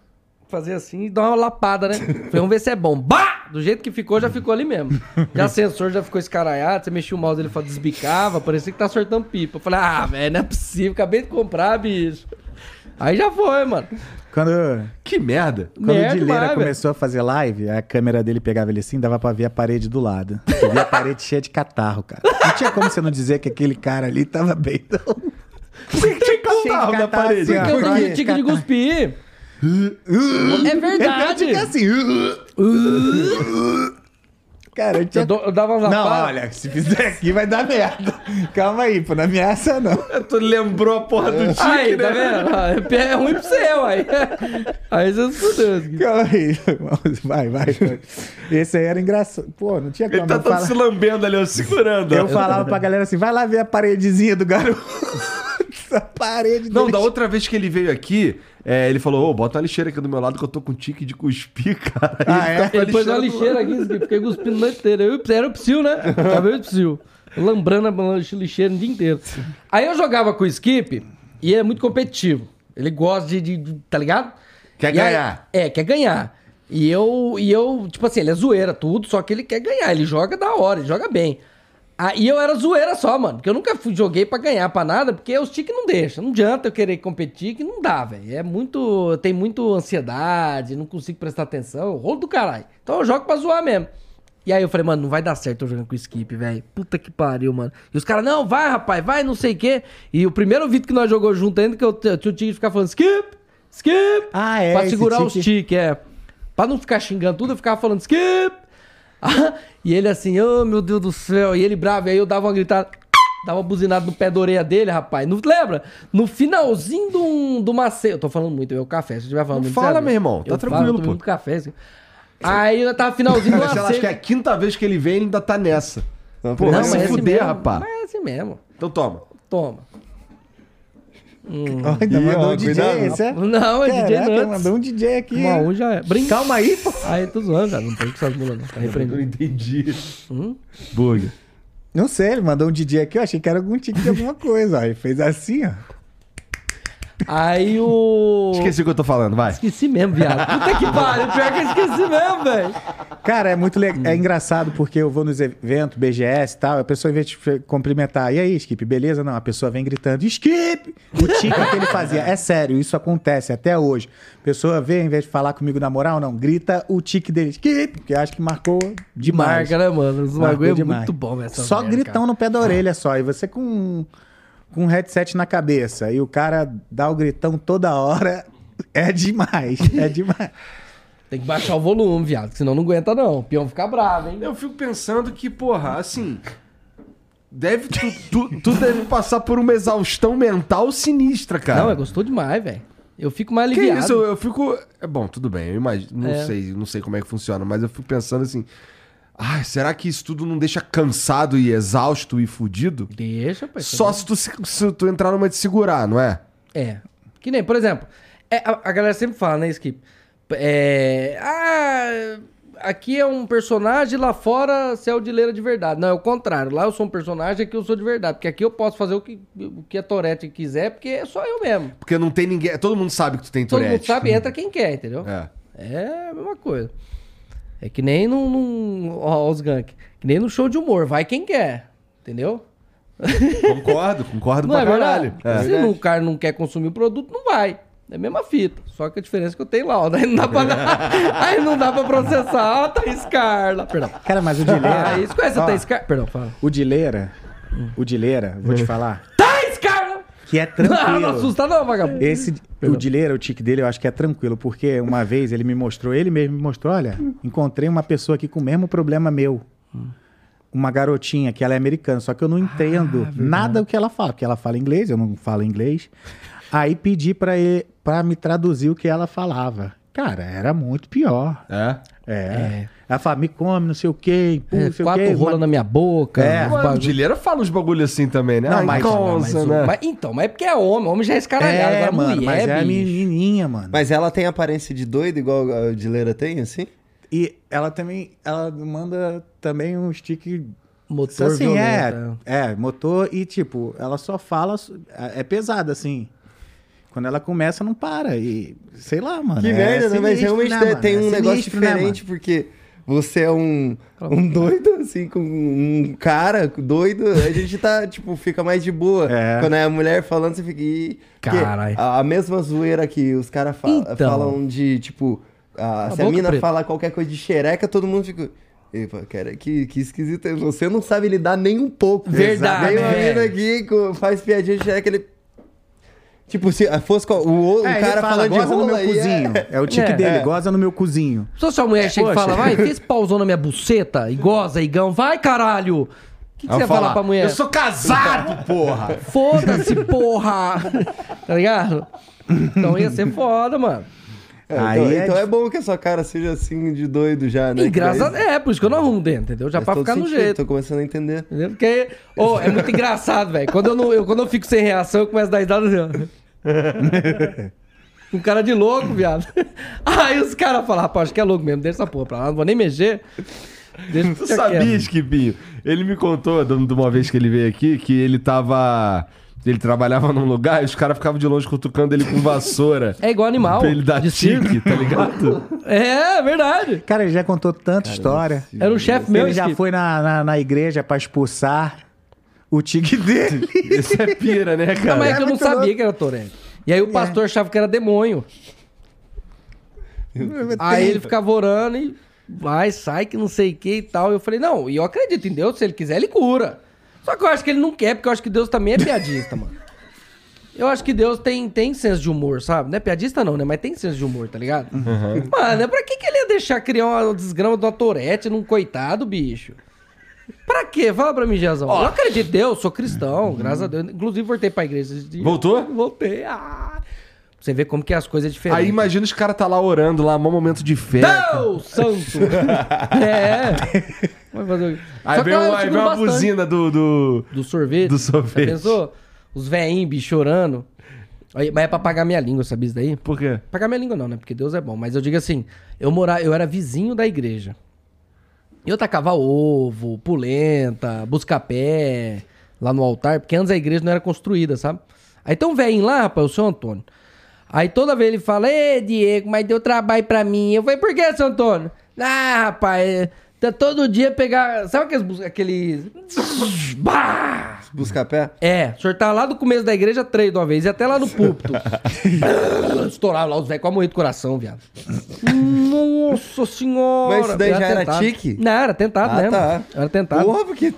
fazer assim e dar uma lapada, né? Falei, vamos ver se é bom. Bah! Do jeito que ficou, já ficou ali mesmo. Já sensor já ficou escaraiado, você mexia o mouse, ele fa- desbicava, parecia que tá soltando pipa. Eu falei, ah, velho, não é possível, acabei de comprar, bicho. Aí já foi, mano.
Quando.
Que merda.
Quando
Merda
o Dileira
demais,
começou a fazer live, a câmera dele pegava ele assim, dava pra ver a parede do lado. Você via a parede cheia de catarro, cara. Não tinha como você não dizer que aquele cara ali tava bem, não.
Por que que
Sem
catarro na
catarro,
parede?
sem
Porque eu
Agora
tenho um
é
tique de
catar-
cuspir. é verdade.
Ele assim. uh, Cara, eu tinha...
Eu, dou- eu dava uma
Não, olha, se fizer aqui vai dar merda. Calma aí, pô, não é ameaça não.
É, Tu lembrou a porra do tique,
Aí, tá
né?
vendo? Ah, é- É ruim pro seu, aí. Aí você se fudeu. Skip.
Calma aí. Vai, vai. vai. Esse aí era engraçado. Pô, não tinha como
Ele tá
eu
todo
falar.
se lambendo ali, ó, segurando.
Eu falava pra galera assim, vai lá ver a paredezinha do garoto. Essa parede
Não,
dele
um
da outra vez que ele veio aqui, é, ele falou, ô, bota uma lixeira aqui do meu lado que eu tô com tique de cuspir, cara.
Ah, é?
tá com a
Ele pôs uma
do
lixeira aqui, Skip, fiquei cuspindo a noite inteira. Eu, e o Psy- era o psil, né? Tava eu e o psil. Lambrando a lixeira o dia inteiro. Aí eu jogava com o Skip e ele é muito competitivo. Ele gosta de. de- de- tá ligado?
Quer
E aí-
ganhar.
é, quer ganhar. E eu, e eu, tipo assim, ele é zoeira, tudo, só que ele quer ganhar. Ele joga da hora, ele joga bem. Ah, e eu era zoeira só, mano. Porque eu nunca fui, joguei pra ganhar pra nada, porque os tiques não deixam. Não adianta eu querer competir, que não dá, velho. É muito. Tem muito ansiedade, não consigo prestar atenção. eu Rolo do caralho. Então eu jogo pra zoar mesmo. E aí eu falei, mano, não vai dar certo eu jogando com o skip, velho. Puta que pariu, mano. E os caras, não, vai, rapaz, vai, não sei o quê. E o primeiro vídeo que nós jogamos junto ainda, que eu, t- eu tinha o tique de ficar falando, skip, skip.
Ah, é,
Pra
esse
segurar
tique.
os tiques, é. Pra não ficar xingando tudo, eu ficava falando, skip. e ele assim, oh, meu Deus do céu. E ele bravo, e aí eu dava uma gritada. Dava uma buzinada no pé da orelha dele, rapaz. Não lembra? No finalzinho de um- de uma ceia. Eu tô falando muito, eu o café. Se eu tiver falando
Não
muito.
fala,
sabe?
meu irmão, tá
eu
tranquilo,
falo, eu
pô.
tomo muito café. assim. Aí eu tava finalzinho de
Cara, sei
uma
lá, acho que é a
ceia.
quinta vez que ele vem e ele ainda tá nessa.
Não,
Pô, vai
mas é
se
assim
fuder,
mesmo,
rapaz.
Mas é assim mesmo.
Então toma.
Toma.
Ó, Ainda
Ih,
mandou
ó,
um DJ,
cuidado.
esse é?
Não, é DJ
Caraca,
Nuts.
mandou um DJ aqui.
Uma um já é. Brinca.
Calma aí, pô.
Aí tô zoando, cara. Não pode com essas mulas, não. Tá
Eu
repreendido.
entendi.
Hum?
Bug.
Não sei, ele mandou um DJ aqui, eu achei que era algum tique de alguma coisa. Aí fez assim, ó.
Aí o.
Esqueci o que eu tô falando, vai.
Esqueci mesmo, viado. Puta que pariu. Pior que eu esqueci mesmo, velho.
Cara, é muito legal. É engraçado porque eu vou nos eventos, BGS e tal, a pessoa, em vez de fe- cumprimentar, e aí, Skip, beleza? Não, a pessoa vem gritando, Skip! O tico que ele fazia. É sério, isso acontece até hoje. A pessoa vem, em vez de falar comigo na moral, não, grita o tique dele, Skip! Que eu acho que marcou demais.
Marca, né, mano? Os
Marcou
bagulho é
demais.
muito bom essa
Só
merda,
gritão
cara.
no pé da orelha só. E você com, com um headset na cabeça. E o cara dá o gritão toda hora. É demais. É demais.
Tem que baixar o volume, viado, senão não aguenta não. O peão fica bravo, hein?
Eu fico pensando que, porra, assim. Deve, tu, tu, tu deve passar por uma exaustão mental sinistra, cara.
Não, é gostou demais, velho. Eu fico mais
Que
aliviado.
isso, eu, eu fico. É bom, tudo bem, eu imagino. Não
É.
sei, não sei como é que funciona, mas eu fico pensando assim. Ai, será que isso tudo não deixa cansado e exausto e fudido?
Deixa, pai.
Só se tu, se, se tu entrar numa de segurar, não é?
É. Que nem, por exemplo, é, a, a galera sempre fala, né, Skip? É. Ah, aqui é um personagem, lá fora você é o de leira de verdade. Não, é o contrário. Lá eu sou um personagem, aqui eu sou de verdade. Porque aqui eu posso fazer o que, o que a Torete quiser, porque é só eu mesmo.
Porque não tem ninguém. Todo mundo sabe que tu tem
Todo
Tourette.
mundo
né?
sabe, entra quem quer, entendeu?
É.
É a mesma coisa. É que nem num. num ó, os gank. Que nem no show de humor, vai quem quer. Entendeu?
Concordo, concordo
Não
pra
é
caralho.
verdade? Se o cara não quer consumir o produto, não vai. É a mesma fita. Só que a diferença é que eu tenho lá, ó. Daí não dá pra, aí não dá pra processar. Ó, tá Thaís Carla. Perdão.
Cara, mas o Dileira.
Aí, você Ah, conhece a
Ó,
Thaís Carla? Perdão, fala.
O Dileira. O Dileira, vou te falar.
Thaís Carla!
Que é
Não, não
tranquilo.
assusta não, vagabundo.
Esse, o Dileira, o tique dele, eu acho que é tranquilo, porque uma vez ele me mostrou, ele mesmo me mostrou, olha, encontrei uma pessoa aqui com o mesmo problema meu. Uma garotinha que ela é americana, só que eu não
Ah,
entendo nada do que ela fala, porque ela fala inglês, eu não falo inglês. Aí pedi pra ele para me traduzir o que ela falava. Cara, era muito pior.
É.
É. Ela fala, me come, não sei o quê, pô,
É,
não sei o
quatro
quê.
rolas na minha boca.
É.
uns
Ué, o
bagulho.
Dileira fala uns bagulho assim também, né?
Não,
Ai,
mas-
consa,
Mas o-
né?
mas- então, mas é porque é homem. Homem já é escaralhado.
É,
Agora
mano,
mulher,
mas é a
bicho.
menininha, mano.
Mas ela tem aparência de doida igual a Dileira tem, assim?
E ela também, ela manda também um stick
Motor
assim,
violento,
é,
né?
é, motor e tipo, ela só fala, é é pesada assim. Quando ela começa, não para e sei lá, mano.
Que
é
merda, né? Mas
sinistro,
realmente
né,
tem-
mano?
tem
É
um negócio
sinistro, né, mano?
diferente, porque você é um, um doido, assim, com um cara doido, a gente tá, tipo, fica mais de boa.
É.
Quando é a mulher falando, você fica. "Ih", porque
Caralho.
A, a mesma zoeira que os caras fa-
Então.
falam de, tipo, a,
Tá
se a
boca,
mina
preto.
falar qualquer coisa de xereca, todo mundo fica. Epa, cara, que, que esquisito. Você não sabe lidar nem um pouco.
Verdade,
Tem uma
é.
velho.
mina aqui, co- faz piadinha de xereca, ele. Tipo, se fosse com- o, o
É,
cara
ele fala,
falando de
goza no
rola
meu
aí, é-
cozinho. É, o tique
É.
dele,
É.
goza no meu cozinho.
Só se a mulher chega e
Poxa.
fala, vai, fez pauzão na minha buceta e goza, igão, vai, caralho. O que, que
Ela
você vai
fala,
falar pra mulher? Então,
Eu sou casado, porra!
Foda-se, porra! tá ligado? Então ia ser foda, mano.
É,
Aí
então,
é
então é
dif-
bom que a sua cara seja assim de doido já, né?
E graças a
Deus.
É, por isso que eu não arrumo dentro, entendeu?
É
Já pra ficar no jeito.
Tô começando a entender.
Entendeu? Porque. Ô, é muito engraçado, velho. Quando, eu não- eu, quando eu fico sem reação, eu começo a dar risada assim, ó. Um cara de louco, viado. Aí os caras falam, rapaz, acho que é louco mesmo, deixa essa porra pra lá, não vou nem mexer. Deixa
Tu
ficar
sabia,
quieto.
Esquipinho? Ele me contou de de uma vez que ele veio aqui que ele tava. Ele trabalhava num lugar e os caras ficavam de longe cutucando ele com vassoura.
É igual animal.
pra ele dar
de circo.
tique, tá ligado?
É, verdade.
Cara, ele já contou tanta história.
Era um chefe meu.
Ele já
Skip.
foi na, na, na igreja pra expulsar o tique dele.
Isso é pira, né, cara?
Não, mas é
É
que eu não
muito É.
sabia
louco.
que era Tourette. E aí o pastor achava que era demônio. Aí ele ficava orando e vai, sai, que não sei o que e tal. Eu falei, não, e eu acredito em Deus, se ele quiser, ele cura. Só que eu acho que ele não quer, porque eu acho que Deus também é piadista, mano. Eu acho que Deus tem, tem senso de humor, sabe? Não é piadista não, né? Mas tem senso de humor, tá ligado?
Uhum.
Mano, pra que, que ele ia deixar criar uma desgrama de uma Tourette num coitado, bicho? Pra quê? Fala pra mim, Jezão. Eu acredito em Deus, sou cristão, graças a Deus. Inclusive, voltei pra igreja. esses dias.
Voltou?
Voltei. Ah. Pra Você vê como que as coisas é diferente.
Aí imagina os caras tá lá orando, lá, mó momento de fé.
Deus santo! é. Vai fazer o quê?
Aí
Só que
vem,
eu
uma, aí
seguro
vem uma
bastante
buzina do. do...
Do sorvete.
do sorvete.
Já pensou? Os veinhos, bicho, chorando. Aí, Mas é pra pagar minha língua, sabia isso daí?
Por quê?
Pagar minha língua não, né? Porque Deus é bom. Mas eu digo assim, eu morar, eu era vizinho da igreja. Eu tacava ovo, polenta, buscapé lá no altar, porque antes a igreja não era construída, sabe? Aí tem um velhinho lá, rapaz, o seu Antônio. Aí toda vez ele fala, Ê, Diego, mas deu trabalho pra mim. Eu falei, por que, seu Antônio? Ah, rapaz, é, tá todo dia pegar... Sabe aqueles... bus- aqueles... Bah!
Buscar pé?
É, o senhor tá lá do começo da igreja três de uma vez e até lá no púlpito. Estourava lá os velhos com a moeda do coração, viado. Nossa senhora!
Mas isso daí já era tique?
Não, era tentado
Ah,
mesmo.
tá.
Era tentado.
Porra, porque.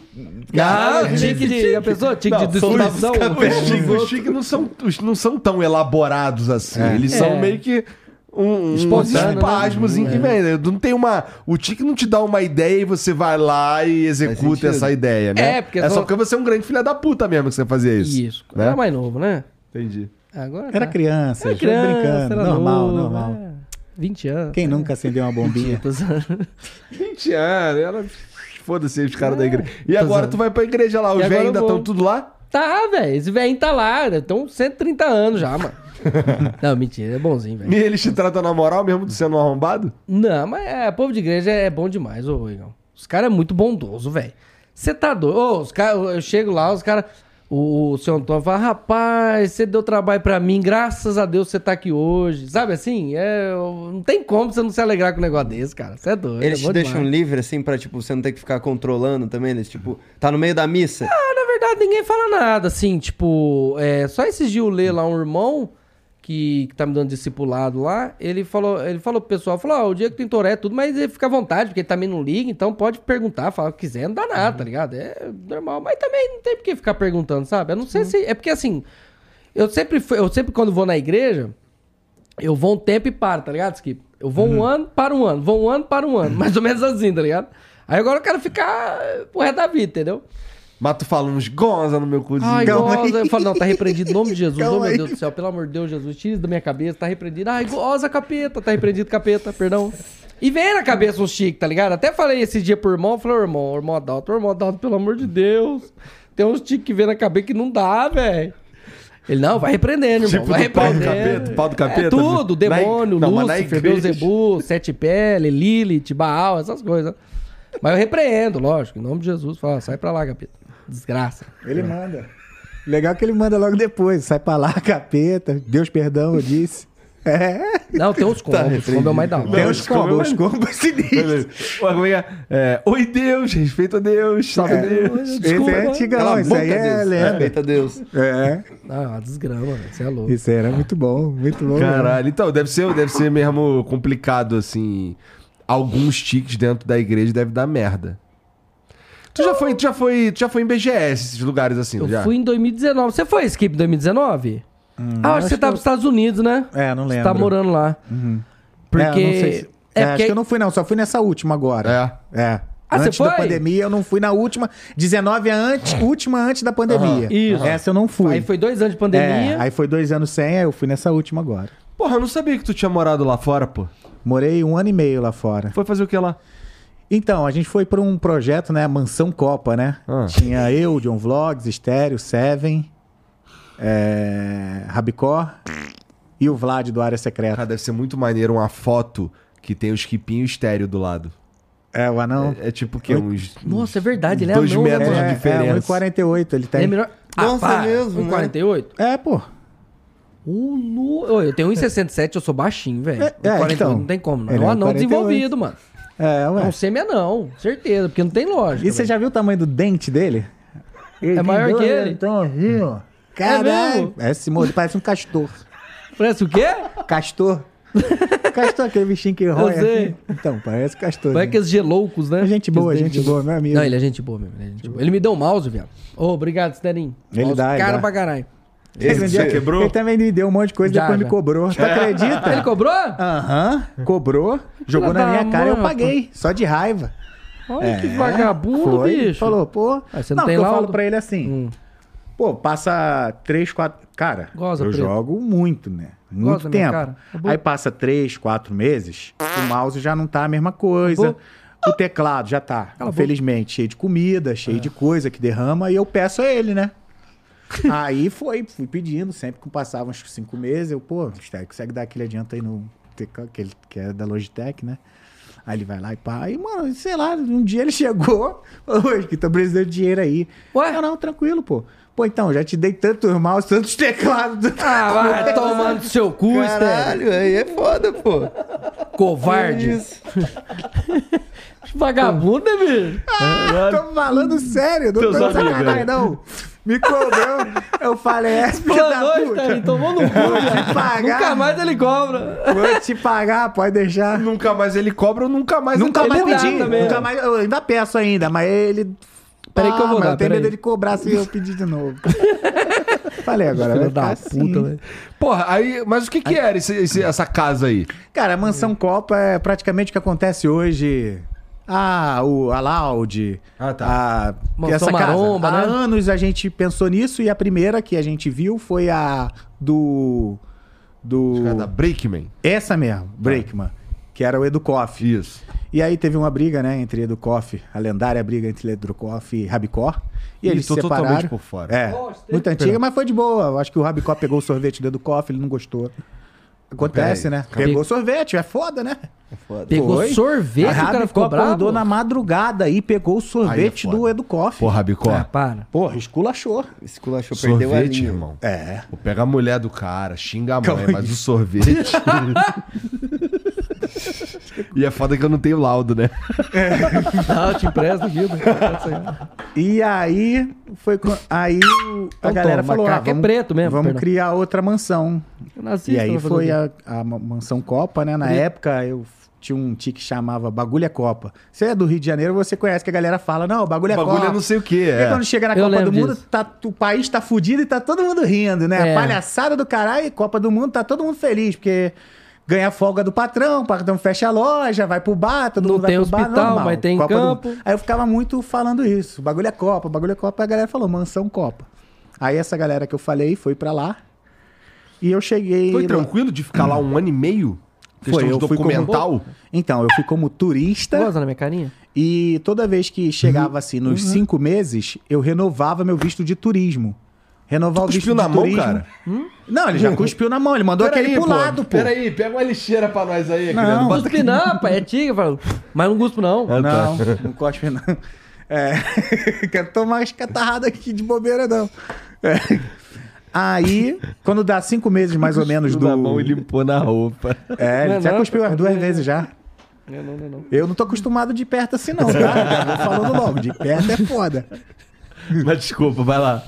Ah,
Caralho,
tique de. Já pensou? Tique de
soltava
destruição.
os cabelos.
Os chiques, os chiques não, são, os- não são tão elaborados assim. Eles
É.
são meio que um, uns
Espontâneo, né?
espasmos em que vem. né? Não tem uma. O tique não te dá uma ideia e você vai lá e executa
sentido.
essa ideia, né?
É, porque
só
só-
porque você é um grande filho da puta mesmo que você fazia isso.
Isso.
Né?
Era mais novo, né?
Entendi.
Agora.
Era
tá.
criança,
Era
era
criança,
brincando.
era
normal,
novo,
normal.
é. 20 anos.
Quem nunca acendeu uma bombinha?
Tô zoando.
20 anos, era. Foda-se os caras da igreja.
Ah,
E agora tu vai pra igreja lá, os
agora
velhos
eu
ainda
vou.
estão tudo lá?
Tá, velho. Esse velhinho tá lá. Estão 130 anos já, mano. Não, mentira. Ele é bonzinho, velho.
E eles te tratam na moral mesmo tu sendo um arrombado?
Não, mas é, povo de igreja é bom demais, ô Igão. Os caras é muito bondoso, velho. Você tá doido. Ô, os caras, eu chego lá, os caras. O, o seu Antônio fala, rapaz, você deu trabalho pra mim, graças a Deus você tá aqui hoje. Sabe assim? É, eu- não tem como você não se alegrar com um negócio desse, cara. Você é doido.
Eles
é
te
bom
deixam
demais.
livre, assim, pra, tipo, você não ter que ficar controlando também? Eles, tipo, tá no meio da missa?
Ah, na verdade, ninguém fala nada, assim, tipo, é, só esses dias eu lê lá um irmão que, que tá me dando discipulado lá, ele falou, ele falou pro pessoal, falou, ó, o Diego tem toré, tudo, mas ele fica à vontade, porque ele também não liga, então pode perguntar, falar o que quiser, não dá nada, tá ligado? É normal, mas também não tem por que ficar perguntando, sabe? Eu não sei se, é porque assim, eu sempre, fui- eu sempre quando vou na igreja, eu vou um tempo e paro, tá ligado, Skip? Eu vou um ano, para um ano, vou um ano, para um ano, mais ou menos assim, tá ligado? Aí agora eu quero ficar eh, pro resto da vida, entendeu?
Mas tu fala uns goza no meu cozinho.
Ai,
Calma
goza.
aí.
Eu falo, não, tá repreendido em nome de Jesus.
Então,
Calma
oh, meu
aí.
Deus do céu, pelo amor de Deus, Jesus, tira isso da minha cabeça, tá repreendido. Ai, goza, capeta, tá repreendido, capeta, perdão. E vem na cabeça um chique, tá ligado? Até falei esse dia pro irmão, eu falei, ô, irmão, ô, irmão Adalto, ô, irmão Adalto, pelo amor de Deus. Tem uns tiques que vem na cabeça que não dá, velho. Ele, não, vai repreendendo, irmão.
Tipo
vai
do pau do
repreendendo.
capeta, pau do capeta. né?
É tudo,
Na ig-
demônio,
não, mas na
Lúcifer,
igreja-
Beuzebu, Sete Pele, Lilith, Baal, essas coisas. Mas eu repreendo, lógico, em nome de Jesus. Fala, sai pra lá, capeta. Desgraça.
Ele manda. Legal que ele manda logo depois. Sai pra lá, capeta. Deus perdão, eu disse. É.
Não, tem os combos. os combos é o mais da hora.
Tem
Não,
os
isso como eu-
combos, os combos sinistros.
Beleza. Ué, como é que é? É, Oi, Deus, respeita Deus, salve Deus.
Esse é antigão,
Cala a
isso aí
boca,
é
Deus.
lenda.
Respeita Deus.
É,
Ah, uma desgrama, velho. Você é louco.
isso era muito bom, muito bom.
Caralho, então, deve ser, deve ser mesmo complicado, assim. Alguns tiques dentro da igreja deve dar merda. Tu já foi, tu já foi, tu já foi em BGS, esses lugares assim,
Eu
já?
fui em 2019. Você foi, Skip, em 2019?
Hum,
ah, acho que você tá nos Estados Unidos, né?
É, não
Você
lembro.
tá morando lá.
É, eu
Porque...
não sei se-
É,
É,
porque...
acho que eu não fui não, só fui nessa última agora. É. É.
Ah, você
antes da
foi?
pandemia, eu não fui na última. 19 é antes, última antes da pandemia.
Isso.
Essa eu não fui.
Aí foi dois anos de
É,
pandemia.
aí foi dois anos sem, aí eu fui nessa última agora.
Porra, eu não sabia que tu tinha morado lá fora, pô.
Morei um ano e meio lá fora.
Foi fazer o que lá?
Então, a gente foi pra um projeto, né? Mansão Copa, né?
Ah.
Tinha eu, John Vlogs, Estéreo, Seven, é, Rabicó e o Vlad do Área Secreta.
Cara, deve ser muito maneiro uma foto que tem o esquipinho estéreo do lado.
É, o anão.
É tipo o quê? Uns.
Nossa, é verdade. Ele é
Dois
anão,
metros
né? mano?
de
É,
diferença.
é 1,48 ele tem.
Ele é melhor...
Nossa, é mesmo, né?
1,48?
É, pô.
O Lu... Ô, Eu tenho 1,67, eu sou baixinho, velho.
É, é,
1,48,
então.
não tem como. Não. É
Ele
um
é
anão
48.
desenvolvido, mano.
É, ué.
É um semi-anão, certeza, porque não tem lógica.
E você
velho.
já viu o tamanho do dente dele? Ele tem
É maior
dois
que ele. É
dentão, assim, ó. Caralho. É, esse molho parece um castor.
Parece o quê?
Castor? castor, aquele bichinho que roia.
sei.
aqui. Então, parece castor.
Parece
né?
aqueles geloucos, né?
É gente boa,
Aqueles
gente
dentes-
boa, meu amigo.
Não, ele é gente boa mesmo. Ele, é gente boa. Ele me deu um mouse, viado. Ô, obrigado, Sterinho.
Ele
Mouse
dá, ele
Cara
dá.
pra caralho.
Esse dia-
quebrou?
Ele também me deu um monte de coisa,
Já,
depois
já.
me cobrou. Tu acredita?
Ele cobrou?
Aham, cobrou, jogou
Filha
na minha
da
cara e eu
mãe,
paguei, só de raiva.
Olha que
É,
vagabundo,
foi,
bicho.
Falou, pô.
Ah, você não tem
porque eu
laudo?
falo pra ele assim,
Hum.
pô, passa três, quatro. Cara,
Goza,
eu
preto.
jogo muito, né? Muito
Goza, minha
tempo.
cara. É bom.
Aí passa três, quatro meses, o mouse já não tá a mesma coisa.
bom.
o teclado já tá,
Cala a
infelizmente, cheio de comida,
É.
cheio de coisa que derrama, e eu peço a ele, né? aí foi, fui pedindo, sempre que passava uns cinco meses, eu, pô, consegue, consegue dar aquele adianto aí no. teclado, aquele que é da Logitech, né? Aí ele vai lá e pá. E, mano, sei lá, um dia ele chegou. Hoje que tô precisando de dinheiro aí.
Ué?
Não, não, tranquilo, pô. Pô, então, já te dei tantos maus, tantos teclados.
Ah, vai tomando seu cu, Estélio.
Caralho, aí é foda, pô.
Covarde.
Isso.
Vagabundo, né, bicho?
Ah, tô falando sério, não tô
Teus
de
olhos,
sacanagem, não. Me cobrou, eu falei, é filho da
Planou,
puta.
Estélio. Tomou no cu,
Vou te
já.
pagar.
Nunca mais ele cobra.
Vou te pagar, pode deixar.
Nunca mais ele cobra ou nunca mais
Nunca
ele é
mais
cobra.
dá
pedi,
também.
nunca mais, eu ainda peço ainda, mas ele... Ah,
Peraí que eu vou
mas tenho
dar, peraí.
medo dele cobrar se eu pedir de novo. falei agora, vai
Filho
ficar
da
assim.
puta, velho.
Porra, aí. Mas o que que era esse- esse- essa casa aí?
Cara, a Mansão Copa é praticamente o que acontece hoje. Ah, o, a Loud.
Ah, tá.
a-
Mansão
essa casa.
Maromba,
Há
né?
anos a gente pensou nisso e a primeira que a gente viu foi a do. Do.
Cada Breakman.
Essa mesmo, Breakman. Que era o Edu Koff.
Isso.
E aí teve uma briga, né, entre Edu Koff, a lendária briga entre Edu Koff e Rabicó. E
Ih,
eles
tô
se
totalmente
separaram.
por fora.
É,
Gostei.
muito antiga, mas foi de boa. Eu Acho que o Rabicó pegou o sorvete do Edu Koff, ele não gostou. Acontece,
Peraí.
né? Pegou sorvete, é foda, né?
Pegou
Foi.
sorvete,
a
o cara
Rabicó
ficou bravo.
acordou na madrugada e pegou o sorvete
Aí é foda.
do Edu Koff.
Porra, Bicó.
Ah, para.
Porra, esculachou.
Esse culachou perdeu a
sorvete,
linha.
irmão.
É.
Pô, Pega a mulher do cara, xinga a mãe,
Calma aí.
mas o sorvete. e é foda que eu não tenho laudo, né?
Ah, eu te empresto aqui. mano.
E aí foi co- aí o- a
Então
galera
toma,
falou, ah,
macaco é
vamos,
preto mesmo,
vamos
perdão.
criar outra mansão.
Eu nasci,
e aí
pra fazer
foi
o quê? Uhum.
a, a ma- mansão Copa, né? Na
Ele-
época eu f- tinha um tique que chamava Bagulho é Copa. Você é do Rio de Janeiro, você conhece que a galera fala, não, bagulho é
bagulho
Copa.
é não sei o que,
Porque
é.
quando chega na
Eu
Copa
lembro
do Mundo,
disso.
tá- o país tá fudido e tá todo mundo rindo, né?
É.
Palhaçada do caralho, Copa do Mundo, tá todo mundo feliz, porque ganha folga do patrão, o patrão fecha a loja, vai pro bar, todo
Não
mundo
tem
vai pro bar,
hospital,
normal.
mas tem
do
campo.
Mundo. Aí eu ficava muito falando isso, bagulho é Copa, bagulho é Copa, a galera falou, mansão Copa. Aí essa galera que eu falei foi pra lá, e eu cheguei...
Foi
lá-
tranquilo de ficar lá um ano e meio?
Foi, eu
de
fui como-
documental?
Então, eu fui como turista...
Gosta na minha carinha?
E toda vez que chegava assim, nos
Uhum.
cinco meses, eu renovava meu visto de turismo. Renovar o visto
cuspiu
de
na mão,
turismo. Hum?
cara?
Não, ele já cuspiu na mão, ele mandou aquele pro lado, pô.
Peraí, pega uma lixeira pra nós aí, querido. Bota
Cuspe não, pai. É tigre, falo. Mas não cuspo, não.
É.
Ah, tá.
Não, não cospe não. É, quero tomar umas catarradas aqui de bobeira, não. É. Aí, quando dá cinco meses mais ou menos do.
na mão e limpou na roupa.
É, ele
Não,
já
não,
tá
cuspiu as duas vezes já.
Não, não, não, não.
Eu não tô acostumado de perto assim, não, tá? Já vou falando logo, de perto é foda.
Mas desculpa, vai lá.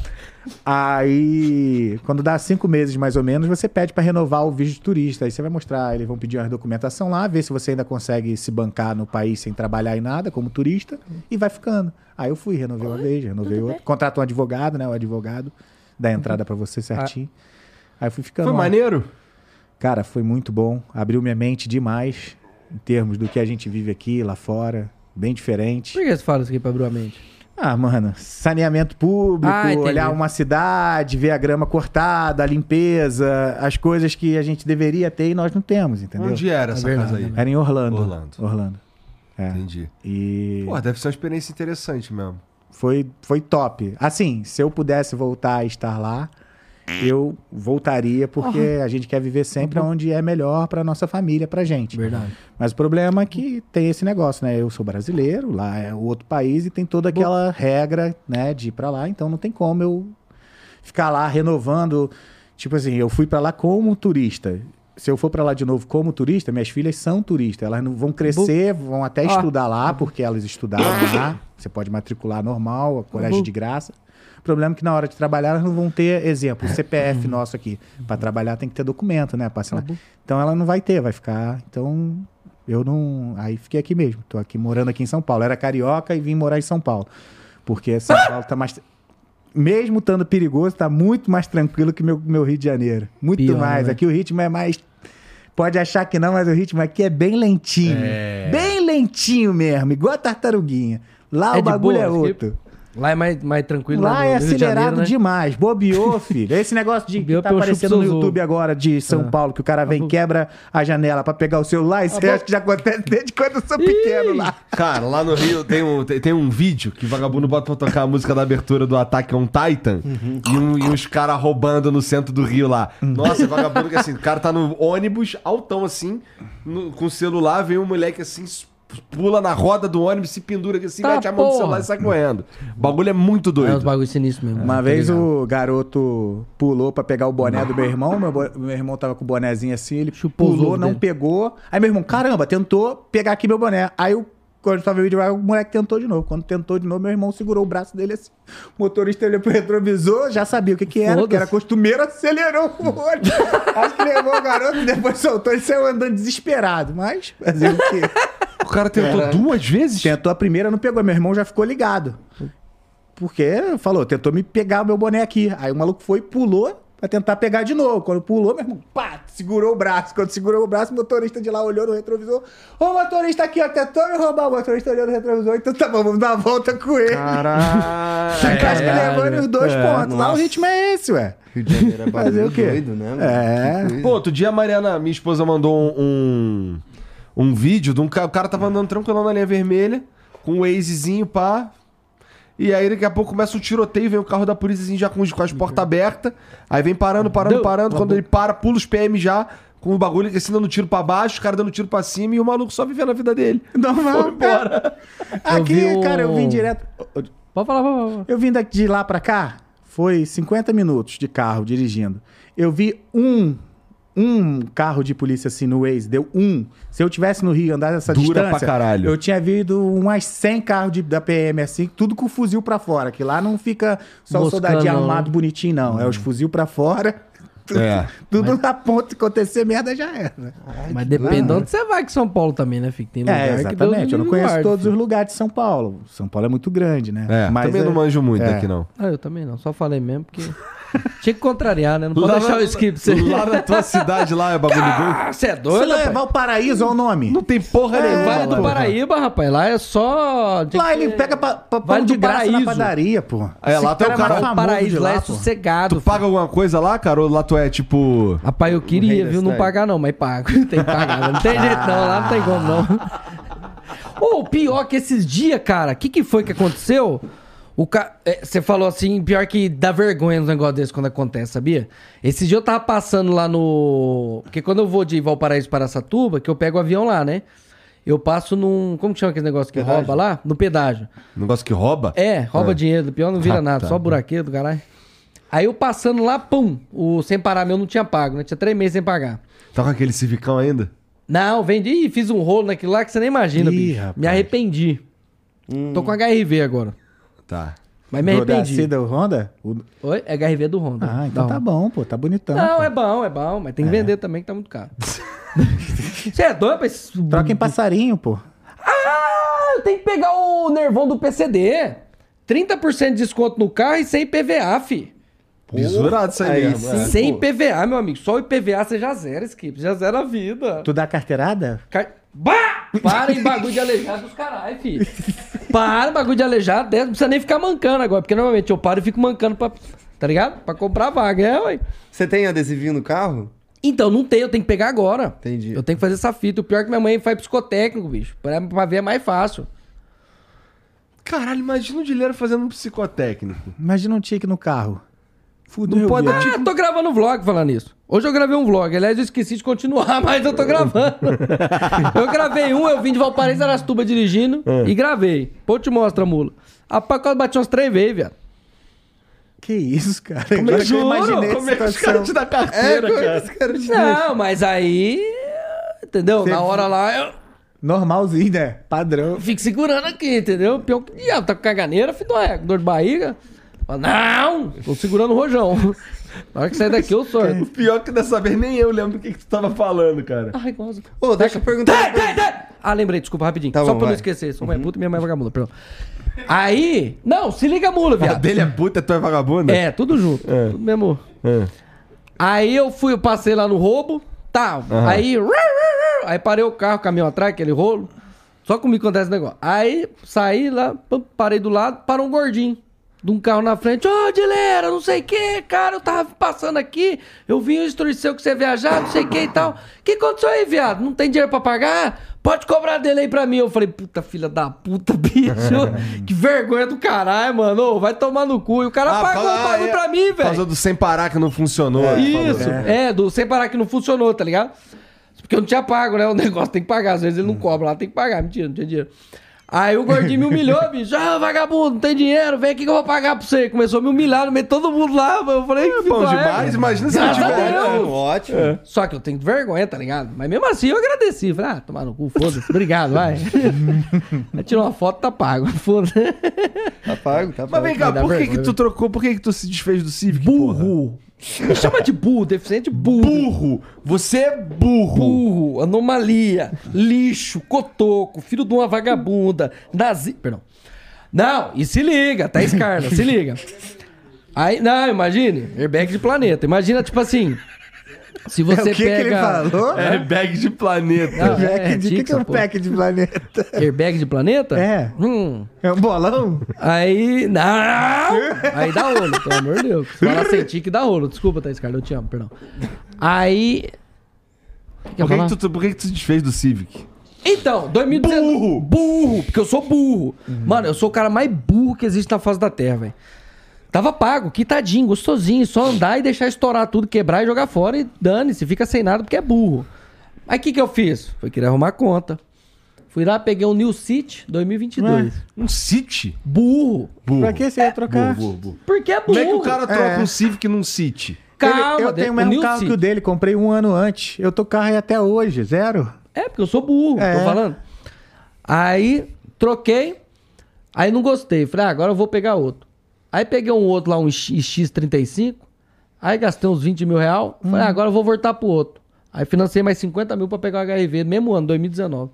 Aí, quando dá cinco meses mais ou menos, você pede pra renovar o visto de turista. Aí você vai mostrar, eles vão pedir uma documentação lá, ver se você ainda consegue se bancar no país sem trabalhar em nada, como turista, e vai ficando. Aí eu fui, renovei uma vez, renovei outra. Contrata um advogado, né? O advogado dá a entrada pra você certinho. Aí eu fui ficando.
Foi
lá.
maneiro?
Cara, foi muito bom. Abriu minha mente demais em termos do que a gente vive aqui, lá fora. Bem diferente.
Por que você fala isso aqui pra abrir a mente?
Ah, mano, saneamento público,
Ah, entendi.
olhar uma cidade, ver a grama cortada, a limpeza, as coisas que a gente deveria ter e nós não temos, entendeu?
Onde era essa
verdade,
casa aí?
Era em Orlando.
Orlando.
Orlando. É.
Entendi.
E
Pô, deve ser uma experiência interessante mesmo.
foi, foi top. Assim, se eu pudesse voltar a estar lá, eu voltaria, porque a gente quer viver sempre
Uhum.
onde é melhor pra nossa família, pra gente.
Verdade.
Mas o problema é que tem esse negócio, né? Eu sou brasileiro, lá é outro país e tem toda aquela regra, né, de ir pra lá, então não tem como eu ficar lá renovando. Tipo assim, eu fui pra lá como turista. Se eu for pra lá de novo como turista, minhas filhas são turistas. Elas não vão crescer, vão até estudar lá, porque elas estudaram lá. Você pode matricular normal, a colégio de graça. O problema é que na hora de trabalhar elas não vão ter exemplo. O CPF nosso aqui, Pra trabalhar tem que ter documento, né? Pra assinar. Então ela não vai ter, vai ficar. Então eu não. Aí fiquei aqui mesmo. Tô aqui morando aqui em São Paulo. Era carioca e vim morar em São Paulo. Porque São Paulo tá mais. Mesmo estando perigoso, tá muito mais tranquilo que meu, meu Rio de Janeiro. Muito
Pior,
mais.
né?
Aqui o ritmo é mais. Pode achar que não, mas o ritmo aqui é bem lentinho.
É.
Bem lentinho mesmo, igual a tartaruguinha. Lá
É
o
de
bagulho
boa,
é
acho que-
outro.
Lá é mais, mais tranquilo.
Lá
no
é
Rio de
acelerado
Janeiro, né?
demais. Bobeou, filho. Esse negócio de que
Bobeou
tá
pelo
aparecendo no
chupa-suzou.
YouTube agora de São
É.
Paulo, que o cara vem e quebra a janela pra pegar o celular. Isso eu acho que já acontece desde quando eu sou pequeno lá.
Cara, lá no Rio tem um, tem, tem um vídeo que vagabundo bota pra tocar a música da abertura do Ataque on Titan
Uhum.
e, um- e uns caras roubando no centro do Rio lá. Nossa, vagabundo que assim, o cara tá no ônibus, altão assim, no- com o celular, vem um moleque assim, pula na roda do ônibus, se pendura aqui assim,
Tá,
mete a mão do
porra.
celular e sai correndo. O bagulho é muito
É uns
doido.
bagulho sinistro mesmo.
Uma
Tá
vez
ligado?
o garoto pulou pra pegar o boné do meu irmão. Meu, bo- meu irmão tava com o bonézinho assim, ele
Chupou os
pulou,
ovos
não
dele.
pegou. Aí meu irmão, caramba, tentou pegar aqui meu boné. Aí o quando tava vídeo, o moleque tentou de novo. Quando tentou de novo, meu irmão segurou o braço dele assim. O motorista olhou pro retrovisor, já sabia o que que era,
Foda-se.
que era costumeiro, acelerou o ônibus. Acho que levou o garoto, depois soltou e saiu andando desesperado. Mas fazer o quê?
O cara tentou duas vezes?
Tentou a primeira, não pegou. Meu irmão já ficou ligado. Porque falou, tentou me pegar o meu boné aqui. Aí o maluco foi e pulou pra tentar pegar de novo. Quando pulou, meu irmão, pá, segurou o braço. Quando segurou o braço, o motorista de lá olhou no retrovisor. Ô, motorista aqui, ó, tentou me roubar. O motorista olhou no retrovisor. Então tá bom, vamos dar uma volta com ele.
Caralho.
Tá quase que levando os dois pontos. Lá o
nossa.
ritmo é esse, ué.
Rio de Janeiro é
Fazer
bagulho
o quê?
doido, né? mano?
É.
Que coisa.
Pô, outro dia a Mariana, minha esposa, mandou um, um, um vídeo de um cara. O cara tava andando tranquilão na linha vermelha, com um Wazezinho, pá. E aí daqui a pouco começa um tiroteio, vem o carro da polícia assim, já com, os- com as portas abertas. Aí vem parando, parando,
Deu.
parando.
Uma
Quando
boa.
ele para, pula os PM já, com o bagulho assim, dando tiro pra baixo, os caras dando tiro pra cima e o maluco só vivendo a vida dele.
Normal.
Foi embora.
Então cara.
Eu
Aqui,
vi um-
cara, eu vim direto.
Pode falar, pode falar, pode falar.
Eu vim daqui de lá pra cá, foi 50 minutos de carro dirigindo. Eu vi um um carro de polícia assim no Waze, deu um. Se eu tivesse no Rio andar essa
Dura
distância,
pra caralho.
eu tinha visto umas 100 carros de- da PM assim, tudo com fuzil pra fora, que lá não fica só o
Moscando, né?
soldadinho
não.
armado bonitinho não, é os fuzil pra fora. Tudo,
É.
tudo na ponta, acontecer merda já era. né?
Mas depende de onde você vai, que São Paulo também, né, Fico? Tem lugar
É,
que Deus
exatamente. Eu não
me
conheço
guarde,
todos
filho.
os lugares de São Paulo. São Paulo é muito grande, né?
É, também não manjo muito
é.
aqui, não.
Ah, eu também não. Só falei mesmo porque... Tinha que contrariar, né? Não pode
Lá
deixar
na-
o script. Você...
Lá na tua cidade lá é bagulho doido.
Ah, você é
Se
doido, rapaz?
levar o paraíso é o nome.
Não tem porra
Ele
nenhuma.
né? vai do
lá.
Paraíba, rapaz. Lá é só. é tinha
Lá
que
ele
ser-
pega pa, pa,
Vale
pão de
do
graça na
Paraíso.
padaria, pô.
É, lá
Esse
tem o cara-
é
O
famoso de
paraíso lá é
pô.
Tu
sossegado.
paga alguma coisa lá, cara? Ou lá tu é tipo.
Rapaz, eu
rei
queria,
da
viu? Não
cidade.
pagar não, mas pago. Tem que pagar. Não tem jeito não, lá não tem como não. Ou pior que esses dias, cara, o que, que foi que aconteceu? O ca... é, Você falou assim, pior que dá vergonha nos negócios desse quando acontece, sabia? Esse dia eu tava passando lá no. Porque quando eu vou de Valparaíso para Satuba, que eu pego o avião lá, né? Eu passo num. Como que chama aquele negócio que rouba lá? No pedágio.
Um Negócio que rouba?
É, rouba dinheiro do pior, não vira
Ah,
nada,
tá.
só buraqueiro do caralho. Aí eu passando lá, pum, o sem parar meu não tinha pago, né? Tinha três meses sem pagar.
Tá com aquele civicão ainda?
Não, vendi e fiz um rolo naquilo lá que você nem imagina,
Ih,
bicho.
rapaz.
Me arrependi. Tô com HRV agora.
Tá.
Mas me
Do- da
arrependi.
Cida Honda? O-
Oi? É HRV do Honda.
Ah, então
Da
tá
Honda.
bom, pô. Tá bonitão.
Não,
pô.
é bom, é bom, mas tem que vender também que tá muito caro. você é doido pra esse...
Troca em passarinho, pô.
Ah, tem que pegar o nervão do PCD. 30% de desconto no carro e sem IPVA, fi.
Bisurado isso aí,
Aí
mesmo,
sim.
é.
Sem
pô.
IPVA, meu amigo. Só o IPVA você já zera, Skip. Já zera a vida.
Tu dá carteirada?
Car... Bah! Para em bagulho de aleijado dos caralho, filho. Para bagulho de aleijado. dessa. Não precisa nem ficar mancando agora, porque normalmente eu paro e fico mancando pra... Tá ligado? Pra comprar vaga, é, ué.
Você tem adesivinho no carro?
Então, não tem, eu tenho que pegar agora.
Entendi.
Eu tenho que fazer essa fita. O pior é que minha mãe faz psicotécnico, bicho. Pra, pra ver é mais fácil.
Caralho, imagina o Dileiro fazendo um psicotécnico.
Imagina um tique no carro. Fudeu.
Não pode
viado.
dar
Ah, tô gravando vlog falando isso. Hoje eu gravei um vlog. Aliás, eu esqueci de continuar, mas eu tô gravando. eu gravei um, eu vim de Valparaíso, Arastuba dirigindo e gravei. Pô, te mostra, mula. A pacote bati umas três vezes, viado.
Que isso, cara.
Como é
Agora
que
que eu
juro?
imaginei
Como é que
essa
os caras te
situação. É,
dão
É,
carteira, cara?
esse cara te
Não, mas aí. Entendeu? Na hora lá eu
Normalzinho, né? Padrão.
fico segurando aqui, entendeu? Pior que diabo, tá com caganeira, filho do é, dor de barriga. Fala, Não! Tô segurando o rojão. Na hora que sair daqui eu
O
sorto.
pior é que dessa vez nem eu lembro do que, que tu tava falando, cara.
Ai, gosto.
Ô, deixa eu perguntar. uma
Tem, tem,
coisa.
tem! Ah, lembrei, desculpa, rapidinho.
Tá
Só
bom,
pra eu não
vai.
esquecer. Sou mãe puta e minha mãe é vagabunda, perdão. Aí. Não, se liga, mula,
A
viado.
dele é puta, tu é vagabunda?
É, tudo junto. Tudo mesmo.
É.
Aí eu fui, eu passei lá no roubo, tá. Aí. ru, ru, ru, Aí parei o carro, caminhão atrás, aquele rolo. Só comigo acontece esse negócio. Aí saí lá, pam, parei do lado, parou um gordinho. De um carro na frente, ô Dileira, não sei o que, cara, eu tava passando aqui, eu vi um instruir seu que você viajar, não sei o que e tal. O que aconteceu aí, viado? Não tem dinheiro pra pagar? Pode cobrar dele aí pra mim. Eu falei, puta filha da puta, bicho, que vergonha do caralho, mano, Ô, vai tomar no cu. E o cara pagou o
fala-
bagulho
é,
pra mim,
Por causa
velho.
É, do sem parar que não funcionou.
É, Isso, é. do sem parar que não funcionou, tá ligado? Porque eu não tinha pago, né? O negócio tem que pagar. Às vezes ele não cobra lá, tem que pagar. Mentira, não tinha dinheiro. Aí o gordinho me humilhou, bicho. Ah, vagabundo, não tem dinheiro, vem aqui que eu vou pagar pra você. Começou a me humilhar no meio de todo mundo lá. Eu falei, é,
Bom demais, imagina se eu
Graças a
tiver.
Deus.
Ótimo, Tipo, é, ótimo.
É.
Só que eu tenho vergonha, tá ligado? Mas mesmo assim eu agradeci. Falei, ah, tomar no cu, foda-se. Obrigado, vai. Aí tirou uma foto, tá pago. Foda-se.
Tá pago, tá pago.
Mas vem cá,
Vai dar
por que, que
vergonha.
tu trocou? Por que, que tu se desfez do Civic? porra?
Burro. Me chama de burro, deficiente burro.
Burro! Você é burro!
Burro, anomalia, lixo, cotoco, filho de uma vagabunda, nazi... Perdão. Não, e se liga, Thaís Carla, se liga. Aí, não, imagine, airbag de planeta. Imagina, tipo assim, se
É,
você
o que,
pega...
que ele falou?
É bag de planeta.
Não, é,
Pack de- O que, que é
Dixon,
um
pô.
pack de planeta?
Airbag de planeta?
É.
Hum...
É um bolão?
Aí. Não! Aí dá rolo, pelo amor de Deus. Se falar sentir que dá rolo. Desculpa, Thaís Carla, eu te amo, perdão. Aí. o que
Por,
eu ia
que,
falar?
que tu, por que, que tu se desfez do Civic?
Então, 2019.
Burro!
Burro! Porque eu sou burro. Mano, eu sou o cara mais burro que existe na face da Terra, velho. Tava pago, quitadinho, gostosinho. Só andar e deixar estourar tudo, quebrar e jogar fora. E dane-se, fica sem nada porque é burro. Aí o que, que eu fiz? Foi querer arrumar conta. Fui lá, peguei um New City 2022.
Um City?
Burro!
Burro.
Pra que você ia trocar?
Burro, burro, burro.
Porque é burro.
Como é que o cara troca
É.
um Civic num City?
Ele-
Calma,
eu tenho o mesmo carro que o dele, comprei um ano antes. Eu tô com o carro aí até hoje, zero.
É, porque eu sou burro,
É.
tô falando. Aí, troquei. Aí não gostei. Falei, ah, agora eu vou pegar outro. Aí peguei um outro lá, um X- X35. Aí gastei uns 20 mil reais. Falei,
Uhum.
ah, agora eu vou voltar pro outro. Aí financei mais 50 mil pra pegar o HRV, mesmo ano, 2019.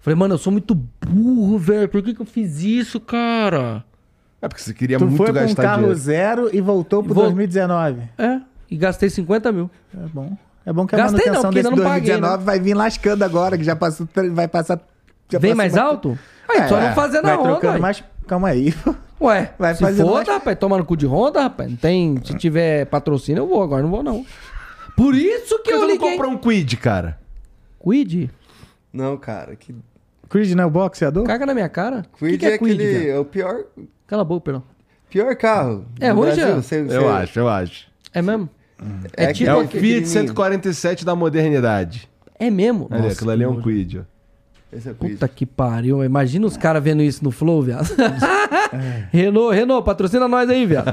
Falei, mano, eu sou muito burro, velho. Por que, que eu fiz isso, cara?
É porque você queria
tu
muito
foi com um
gastar
carro
dinheiro.
zero e voltou pro
Vol-
2019.
É, e gastei 50 mil.
É bom. É bom que a
Gastei não,
manutenção
porque
desse
ainda não paguei, né?
2019 vai vir lascando agora, que já passou, tre- vai passar... já
Vem
passou
mais
bastante-
alto? Aí,
É,
só não fazer na
vai
onda.
trocando
aí.
mais... Calma aí.
Ué,
Vai
se
fazendo
foda,
mais-
rapaz. Toma no cu de Honda, rapaz. Não tem... Se tiver patrocínio, eu vou. Agora não vou, não. Por isso
Por
que
que
eu
tu não
liguei.
comprou um Quid, cara?
Quid?
Não, cara, que
Creed não é o boxeador?
Caga na minha cara. O que,
Quid
que
é,
é Quid,
aquele.
velho?
É o pior,
Cala a boca, perdão.
pior carro.
É,
do
hoje
Brasil,
é.
sei- sei-
Eu acho, eu acho.
É mesmo? É,
É que-
tipo...
É o
aquele
Fiat
pequenininho.
147 da modernidade.
É mesmo?
Olha,
Nossa,
aquilo ali é um
que
Quid, ó.
Esse é o Quid.
Puta que pariu. Imagina os caras vendo isso no Flow, viado. Renault, Renault, patrocina nós aí, viado.
É.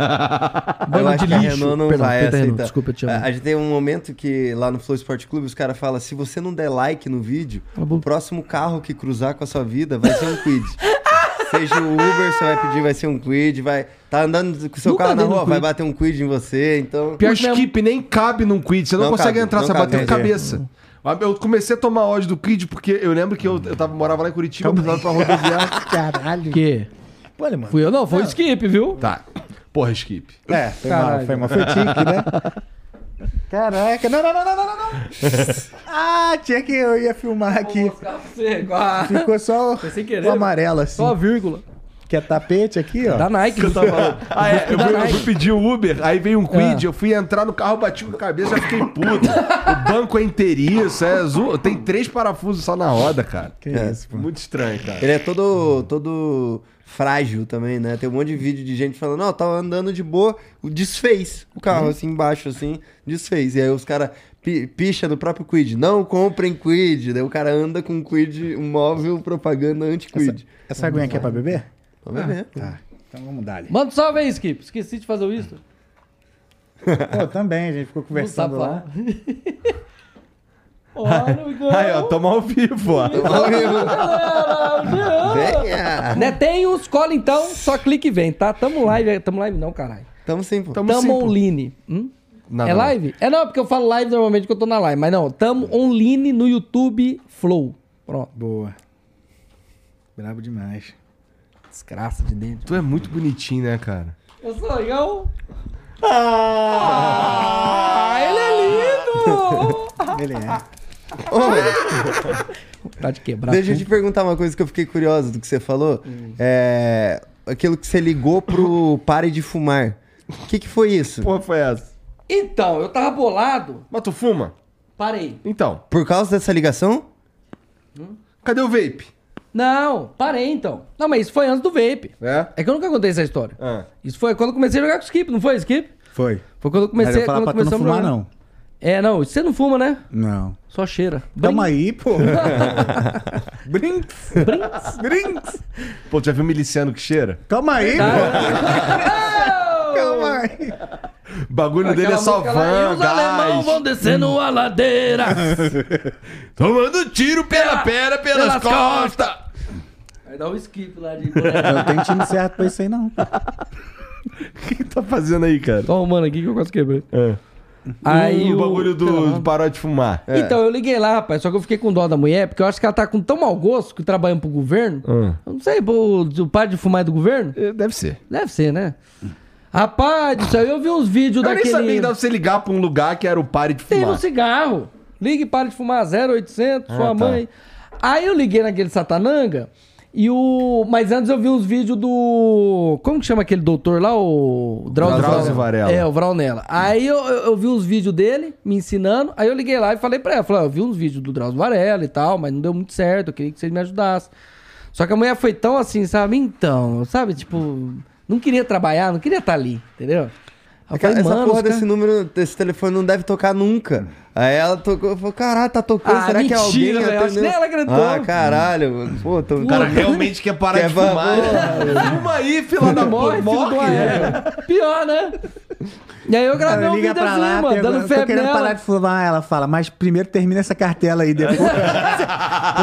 Eu
Bando
acho
de
que a
lixo.
Renault não
Perdão,
vai
Peter
aceitar.
Renault, desculpa, eu te amo.
A, a gente tem um momento que lá no Flow Sport Clube os caras falam: se você não der like no vídeo,
a boca.
o próximo carro que cruzar com a sua vida vai ser um Quid. Seja o Uber, você vai pedir, vai ser um Quid. Vai... Tá andando com o seu
Nunca
carro na
andei num
rua, vai
Kwid.
bater um Quid em você. Então.
Pior
o
que minha-
skip nem cabe num quid, você não,
Não
consegue
cabe,
entrar,
não
você
cabe,
bateu
é.
cabeça. Mas Eu comecei a tomar ódio do quid porque eu lembro que eu, eu tava, morava lá em Curitiba, eu precisava ir pra rodoviária.
Caralho.
Que?
Olha, mano.
Fui eu não, foi o Skip, viu?
tá. Porra, skip.
É, foi
Caralho.
mal, foi mal. Foi tique, né? Caraca, não, não, não, não, não, não, não. Ah, tinha que eu ia filmar aqui. Ficou só o-
Foi sem querer,
o amarelo, assim.
Só a vírgula.
Que é tapete aqui, ó.
Da Nike.
Eu tava- Ah, é, eu, fui, eu fui pedir o Uber, aí veio um quid,
É.
eu fui entrar no carro, bati com a cabeça, já fiquei puto. o banco é inteiriço, é azul, tem três parafusos só na roda, cara.
Que isso, pô.
Muito estranho, cara.
Ele é todo, todo frágil também, né? Tem um monte de vídeo de gente falando, ó, tava andando de boa, o- desfez o carro,
Uhum.
assim, embaixo, assim, desfez. E aí os caras pi picha no próprio Quid. Não comprem Quid. Daí o cara anda com um Quid, um móvel propaganda anti-Quid.
Essa aguinha aqui é pra beber?
Ah,
Vamos ver. né?
Tá. Então vamos dar ali.
Manda um salve aí, Skip. Esqueci de fazer isso.
Pô, também, a gente ficou conversando lá.
Olha, amigão.
Aí, ó, um toma ao vivo, ó.
Venha!
Né, tem uns cola então, só clique e vem, tá? Tamo live, tamo live não, caralho.
Tamo sem pô.
Tamo
Tamo
sim, pô.
online. Hum?
Não,
é
não.
live? É não, porque eu falo live normalmente que eu tô na live, mas não, tamo online no YouTube Flow. Pronto.
Boa. Brabo demais.
Desgraça de dentro.
Tu é muito bonitinho, né, cara?
Eu sou legal. Ah, ele é lindo!
Ele é.
Ô, mano,
tá de quebrar.
Deixa eu te perguntar uma coisa que eu fiquei curiosa do que você falou.
Hum.
É. Aquilo que você ligou pro Pare de Fumar. O que, que foi isso?
Porra, foi essa?
Então, eu tava bolado.
Mas tu fuma?
Parei.
Então,
Por causa dessa ligação?
cadê o vape?
Não, parei então. Não, mas isso foi antes do vape.
É?
É que eu nunca contei essa história.
Ah.
Isso foi quando eu comecei a jogar com o Skip, não foi, Skip?
Foi.
Foi quando eu
Mas
comecei
eu falar
quando
pra tu não
começamos a
fumar,
jogar.
não.
É, não, você não fuma, né?
Não.
Só cheira.
Tamo aí, pô. Brinks. Brinks. Brinks.
Pô, tu já viu miliciano que cheira?
Tamo aí, pô. Calma aí.
O bagulho dele é
Aquela
só
música lá, e
van,
os alemão
gás.
vão descendo a ladeira.
Tomando tiro pela pera, pelas,
pelas
costas.
Aí dá um skip lá de...
Não tem time certo pra isso aí, não.
O que que tá fazendo aí, cara?
Tô arrumando aqui que eu quase quebrei.
É.
Aí
o bagulho É. do, do parar de fumar.
Então, eu liguei lá, rapaz, só que eu fiquei com dó da mulher, porque eu acho que ela tá com tão mau gosto que trabalhando pro governo.
Hum.
Eu não sei, pô, o pai de fumar é do governo?
É, Deve ser.
Deve ser, né? Rapaz do céu, eu vi uns vídeos
Eu
daquele...
nem sabia que dava pra você ligar pra um lugar que era o pare de
Tem
fumar.
um cigarro. Ligue e pare de fumar 0800,
Ah,
sua
tá.
mãe. Aí eu liguei naquele satananga e o... Mas antes eu vi uns vídeos do... Como que chama aquele doutor lá? O...
Drauzio Varela.
É, o Vraunella. Aí eu, eu, eu vi uns vídeos dele me ensinando. Aí eu liguei lá e falei pra ela. Falei, ó, eu vi uns vídeos do Drauzio Varela e tal, mas não deu muito certo. Eu queria que vocês me ajudassem. Só que a mulher foi tão assim, sabe? Então, sabe? Tipo... Não queria trabalhar, não queria estar ali, entendeu? Aí eu
Cara,
falei,
essa
mano,
porra
os
desse número, desse telefone não deve tocar nunca. Aí ela tocou, falou, caralho, tá tocando,
Ah,
será que é alguém
mentira, velho, acho que nem ela gritou.
Ah, caralho, mano. pô, tô... um
O cara realmente quer parar
Quer
de fumar.
fumar.
Fuma aí, fila da
Ainda morre,
morte.
filho do Aéreo. Pior, né? E aí eu gravei um
liga pra lá,
videozinho, mano,
pergunta,
dando
tô
febre
querendo
nela.
parar de fumar. Ela fala, mas primeiro termina essa cartela aí, depois,
Foi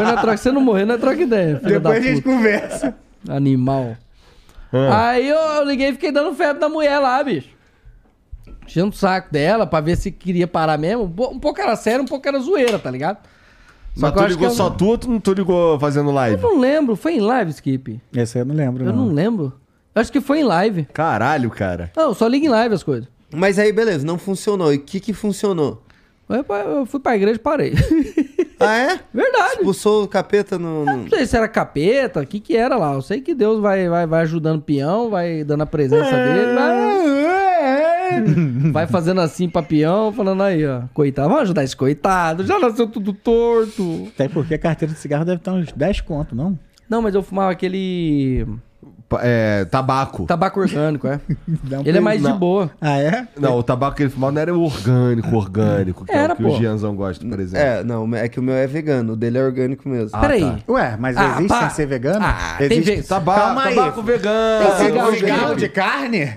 na troca, você não morrer, não é troca ideia,
depois
filho
a
da puta.
gente conversa.
Animal.
Ah.
Aí eu, eu liguei e fiquei dando febre na mulher lá, bicho. Enchendo o saco dela pra ver se queria parar mesmo. Um po- Um pouco era sério, um pouco era zoeira, tá ligado? Só
Mas
que eu
tu
acho
ligou
que eu-
só tu ou tu não tu ligou fazendo live?
Eu não lembro, foi em live, Skip?
Essa eu não lembro,
Eu não lembro. Eu acho que foi em live.
Caralho, cara.
Não, eu só liga em live as coisas.
Mas aí, beleza, não funcionou. E o que que funcionou?
Eu- Eu fui pra igreja e parei.
Ah, é?
Verdade.
Expulsou o capeta no... no-
Não sei se era capeta, o que que era lá. Eu sei que Deus vai, vai, vai ajudando o peão, vai dando a presença
É,
dele, vai, vai fazendo assim pra peão, falando aí, ó, coitado, vamos ajudar esse coitado, já nasceu tudo torto.
Até porque a carteira de cigarro deve estar uns 10 conto, não?
Não, mas eu fumava aquele
Pa- É, tabaco.
tabaco orgânico, é.
Dá um
Ele é
preço.
mais de
não.
boa.
Ah, é?
Não, o tabaco que ele fumava não era o orgânico, orgânico, que é
Era,
o que
pô.
o Gianzão gosta, por exemplo.
É, não, é que o meu é vegano, o dele é orgânico mesmo.
Peraí.
Ué, mas
Ah,
existe
pá.
sem ser vegano?
Ah, tem
existe...
jeito.
Tabaco,
Calma aí.
tabaco
Tem
vegano.
cigarro,
Felipe.
é
cigarro de carne?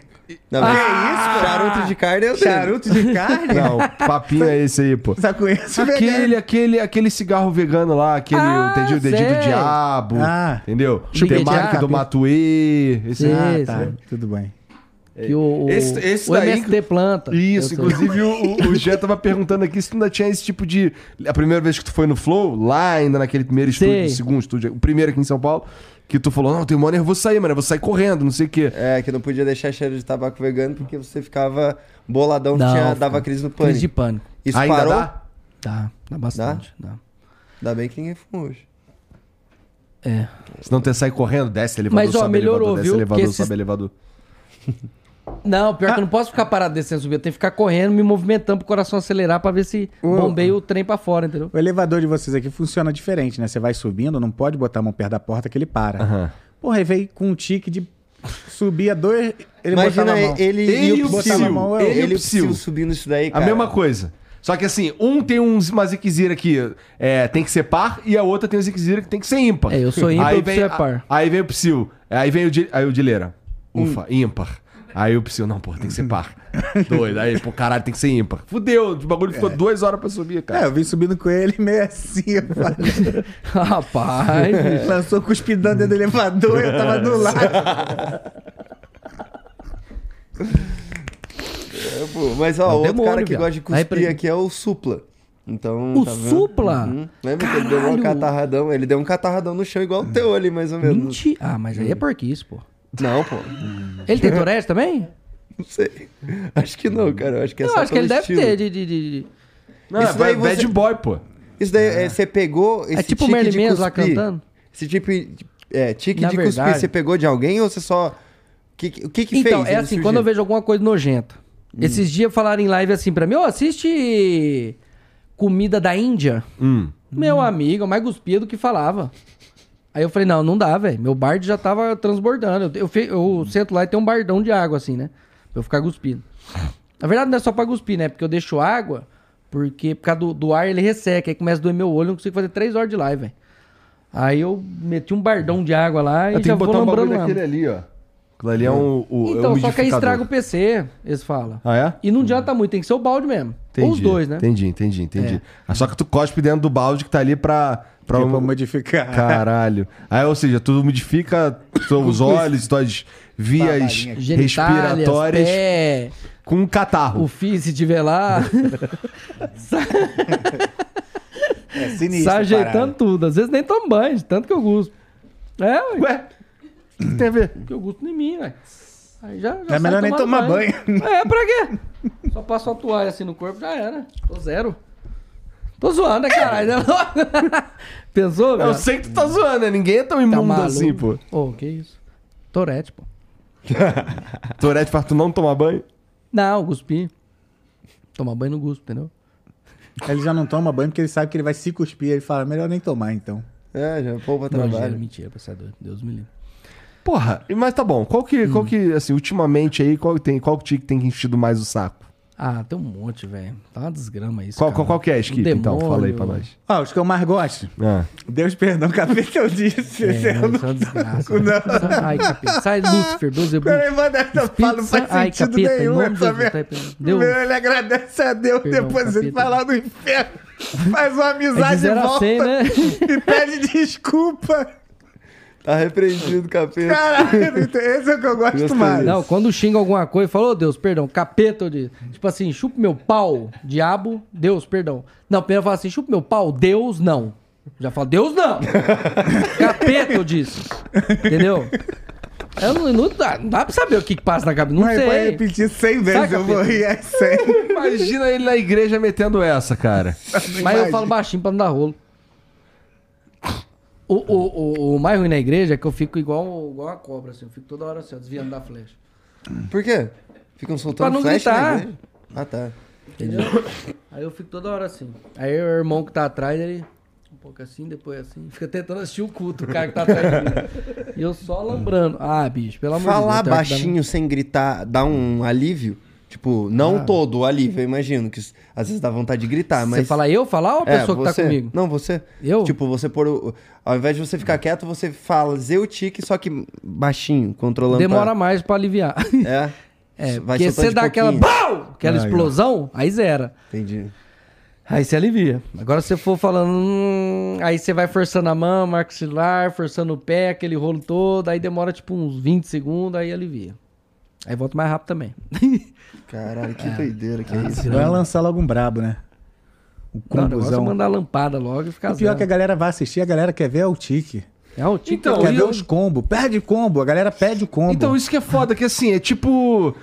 Não,
Ah!
que isso, charuto de carne é o dele.
Charuto de carne?
Não, papinho é esse aí, pô.
Só conheço
Aquele,
vegano.
aquele, aquele cigarro vegano lá, aquele,
Ah,
entendi, o dedinho
sei.
do diabo,
Ah.
entendeu?
Chique
Tem
de
marca
diabo.
do Matuê, esse
Sim.
Ah,
Esse,
tá.
né?
Tudo bem.
Que o, o-
Esse- esse
o
daí,
MST planta.
Isso,
Eu sei.
inclusive o, o- o Jean tava perguntando aqui se tu ainda tinha esse tipo de. A primeira vez que tu foi no Flow, lá ainda naquele primeiro
Sei.
estúdio, segundo estúdio, o primeiro aqui em São Paulo, que tu falou, não, tem uma hora eu vou sair, mano, eu vou sair correndo, não sei o quê.
É, que não podia deixar cheiro de tabaco vegano porque você ficava boladão,
Não,
tinha,
fica-
dava crise no pânico.
Crise de pânico.
Isso
Ainda
parou?
dá?
Dá, dá bastante, dá.
Ainda bem que ninguém fuma hoje.
É.
Se não tu ia sair correndo, desce elevador,
Mas, ó,
sobe
melhorou,
elevador,
viu?
desce elevador,
Porque
sobe
esses-
elevador.
Não,
Ah.
pior que eu não posso ficar parado descendo subir. Eu tenho que ficar correndo, me movimentando pro coração acelerar pra ver se bombeia o trem pra fora, entendeu?
O elevador de vocês aqui funciona diferente, né? Você vai subindo, não pode botar a mão perto da porta que ele para.
Aham.
Porra, aí veio com um tique de subir a dois, ele
Imagina
botava a mão.
ele,
Ele
e
e o
o
Psyll.
Psyll.
Ele
e o
Ele, e o
Psyll.
Psyll subindo isso daí,
A
cara.
mesma coisa. Só que assim, um tem uns, uma ziquezira que é, tem que ser par e a outra tem uma ziquezira que tem que ser ímpar.
É, eu sou ímpar,
aí
o
vem,
Psyll é par. Hum.
a- Aí vem o psil, aí vem o, di, aí o Dileira. Ufa, ímpar. Aí o psil, não, pô, tem que ser par. Doido, aí, pô, caralho, tem que ser ímpar. Fudeu, o bagulho ficou duas horas pra subir,
É,
cara.
eu vim subindo com ele meio assim, eu falei.
Rapaz,
É.
bicho.
Lançou cuspidão dentro do elevador, eu tava do lado.
É, pô. Mas, ó, o outro
demônio,
cara que
viado.
gosta de
Aí, peraí.
cuspir aqui é o Supla. Então,
O
tá vendo?
Supla?
Uhum. Lembra que ele deu um
Caralho!
catarradão? Ele deu um catarradão no chão igual o teu ali, mais ou menos.
Mentira. Ah, mas aí é porquês, pô.
Não, pô.
Ele
É.
tem Tourette também?
Não sei. Acho que não, cara. Eu Acho que é
eu
só
acho que ele
pelo
deve
estilo.
ter. De, de- de- de-
Não,
Isso
é
daí
bad
você-
boy, pô.
Isso daí, é, você pegou esse
É tipo o
tique
Merlin
de
Mendes lá
cuspir?
cantando?
Esse tipo de- é, tique
Na
de
verdade-
cuspir, você pegou de alguém ou você só... Que, que- o que que
Então,
fez?
é
ele
assim,
surgir?
quando eu vejo alguma coisa nojenta.
Hum.
Esses dias falaram em live assim pra mim, ô, assiste comida da Índia.
Hum.
Meu amigo, eu mais cuspia do que falava. Aí eu falei, não, não dá, velho. Meu bard já tava transbordando. Eu, eu, fe-
Hum.
eu sento lá e tem um bardão de água, assim, né? Pra eu ficar cuspindo. Na verdade, não é só pra cuspir, né? Porque eu deixo água Porque por causa do, do ar ele resseca, aí começa a doer meu olho, eu não consigo fazer três horas de live, velho. Aí eu meti um bardão de água lá e
Eu
já
tenho que
vou
botar um
lambrando
bagulho
lá.
daquele ali, ó. Aquilo ali é um. O, é um
Então, só que aí
umidificador.
estraga o PC, eles falam.
Ah, é?
E não adianta muito, tem que ser o balde mesmo. Ou
Entendi,
os dois, né? É.
Entendi, entendi, entendi. Ah, só que tu cospe dentro do balde que tá ali pra. pra
Tipo,
um-
modificar.
Caralho. Aí, ou seja, tu modifica os olhos, tuas vias
Babarinha.
Genitálias,
respiratórias
pé,
com um catarro.
o FI se tiver lá,
É sinistro.
se ajeitando
parada.
tudo. Às vezes nem tão banho, de tanto que eu gosto. É, ué,
Ué, o que tem a ver?
que eu gosto em mim, velho. Aí já, já
É
sai
melhor nem tomar
tomando
banho.
É, pra quê? Só passo uma toalha assim no corpo, já era. Tô zero. Tô zoando, né, caralho? Pensou, velho?
Eu sei que tu tá zoando, né? Ninguém é tão
Tá
imundo
maluco.
assim, pô.
Ô, que isso? Torete, pô.
Tourette pra tu não tomar banho?
Não, cuspi. Tomar banho no guspo, entendeu?
Ele já não toma banho porque ele sabe que ele vai se cuspir. Ele fala, melhor nem tomar, então.
É, já poupa
Trabalho.
trabalho.
Mentira, você é doido. Deus me livre.
Porra, e- mas tá bom. Qual que,
Hum.
qual que assim, ultimamente aí, qual que tem, qual que tem enchido mais o saco?
Ah, tem um monte, velho. Tá uma desgrama isso.
Qual,
cara.
qual, qual que é a skip,
O
então? Fala aí pra
demônio.
nós.
Ó, os que eu mais gosto.
Ah.
Deus perdão, capeta, eu disse.
É,
esse eu não
isso é uma desgraça.
tô com nada.
Ai, capeta. Sai, Lúcifer, Beuzebu.
Peraí, manda essa fala, não faz
Ai,
sentido
capeta, em
nenhum
nome de
essa
Deus,
merda.
tá, perdão.
Meu, Ele agradece a Deus
Perdão,
depois ele
capeta.
falar do inferno. Faz uma
É de
amizade e
zero a
volta.
100, né?
E pede desculpa.
Tá repreendido, capeta.
Caralho, esse é o que eu gosto
Gostei.
mais.
Ah, Não, quando xinga alguma coisa, fala, ô Deus, perdão, capeta, eu disse. Tipo assim, chupa meu pau, diabo, Deus, perdão. Não, primeiro fala assim, chupa meu pau, Deus, não. Já fala, Deus, não. capeta, eu disse. Entendeu? Eu não, não dá, não dá pra saber o que, que passa na cabeça, não
Mas vai
sei.
repetir 100 vezes,
Saca,
eu vou
Pedro?
rir é as 100.
Imagina ele na igreja metendo essa, cara.
Mas eu falo baixinho pra não dar rolo. O, o, o, o mais ruim na igreja é que eu fico igual, igual uma cobra, assim. Eu fico toda hora assim, ó, desviando da flecha.
Por quê? Ficam
Pra
soltando
não
flash na
gritar.
igreja? Ah, tá.
Entendeu? Aí eu fico toda hora assim. Aí o irmão que tá atrás, ele. Um pouco assim, depois assim. Fica tentando assistir o culto, o cara que tá atrás de mim. E eu só lambrando. Ah, bicho, pelo amor
Falar
de Deus. tem hora que
baixinho sem gritar dá um alívio? Tipo, não todo o alívio, eu imagino, que s- às vezes dá vontade de gritar,
dá-
mas...
Ah. Você fala eu falar ou a
É,
pessoa que
você-
tá comigo?
Não, você.
Eu?
Tipo, você pôr o... Ao invés de você ficar quieto, você fazer o tique, só que baixinho, controlando
Demora mais pra aliviar.
pra... É.
É,
Vai
porque
soltando
você
de
dá aquela.
pouquinho.
BAU! Aquela
Aí, ó.
explosão, aí zera.
Entendi.
Aí você alivia. Agora se você for falando. hum, aí você vai forçando a mão, maxilar, forçando o pé, aquele rolo todo. Aí demora tipo uns 20 segundos, aí alivia. Aí volta mais rápido também.
Caralho, que doideira que é isso.
Vai lançar logo um brabo, né? Um
Não, o negócio é
combusão.
mandar a lampada logo e ficar
O pior é
zero.
que a galera vai assistir, a galera quer ver é o tique.
É o tique.
Então,
Quer
e
ver
eu-
os combos. Perde combo, a galera pede o combo.
Então isso que é foda, que assim, é tipo.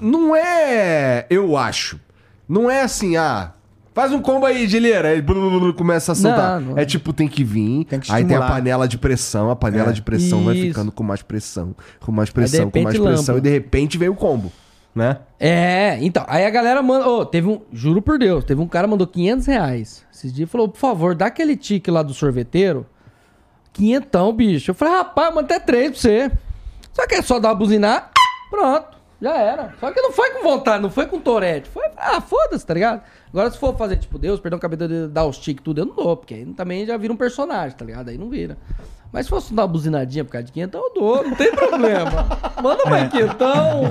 Não é. Eu acho. Não é assim, ah. Faz um combo aí, Gileira. Aí blu, blu, blu, começa a soltar.
Não, não.
É tipo, tem que vir.
Tem que
aí tem a
estimular.
panela de pressão. A panela
É.
de pressão vai
Isso.
ficando com mais pressão. Com mais pressão, com
repente,
mais pressão.
lampa.
E de repente vem o combo. Né?
É, então. Aí a galera manda. Ô, teve um. Juro por Deus, teve um cara que mandou 500 reais. Esses dias falou, por favor, dá aquele tique lá do sorveteiro. Quinhentão, bicho. Eu falei, rapaz, manda até três pra você. Só que é só dar uma buzinar. Pronto. Já era. Só que não foi com vontade, não foi com torete. Foi, ah, foda-se, tá ligado? Agora, se for fazer, tipo, Deus, perdão, cabelo de dar os tiques, tudo, eu não dou, porque aí também já vira um personagem, tá ligado? Aí não vira. Mas se fosse dar uma buzinadinha por causa de quinhentão, eu dou, não tem problema. Manda
É.
mais quinhentão,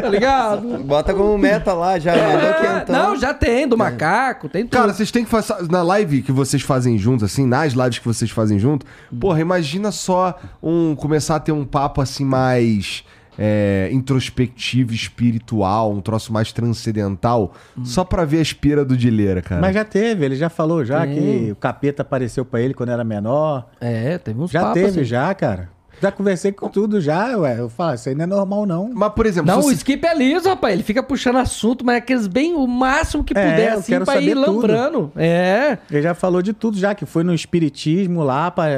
tá ligado?
Bota como meta lá, já mandou
É,
quentão.
não, já tem, do macaco, tem tudo.
Cara, vocês têm que fazer. Na live que vocês fazem juntos, assim, nas lives que vocês fazem junto, porra, imagina só um. Começar a ter um papo assim mais. é, introspectivo, espiritual, um troço mais transcendental, só pra ver a espira do Dileira, cara.
Mas já teve, ele já falou já
Tem.
que o capeta apareceu pra ele quando era menor.
É, teve uns
Já
papos,
teve,
assim.
já, cara. Já conversei com tudo já, ué. Eu falo, isso aí não é normal, não.
Mas, por exemplo,
Não,
se
o
você-
Skip é liso, rapaz. Ele fica puxando assunto, mas é aqueles bem o máximo que
É,
puder,
eu
assim,
quero
pra ir
saber tudo.
lambrando. É,
Ele já falou de tudo já, que foi no espiritismo lá, pra,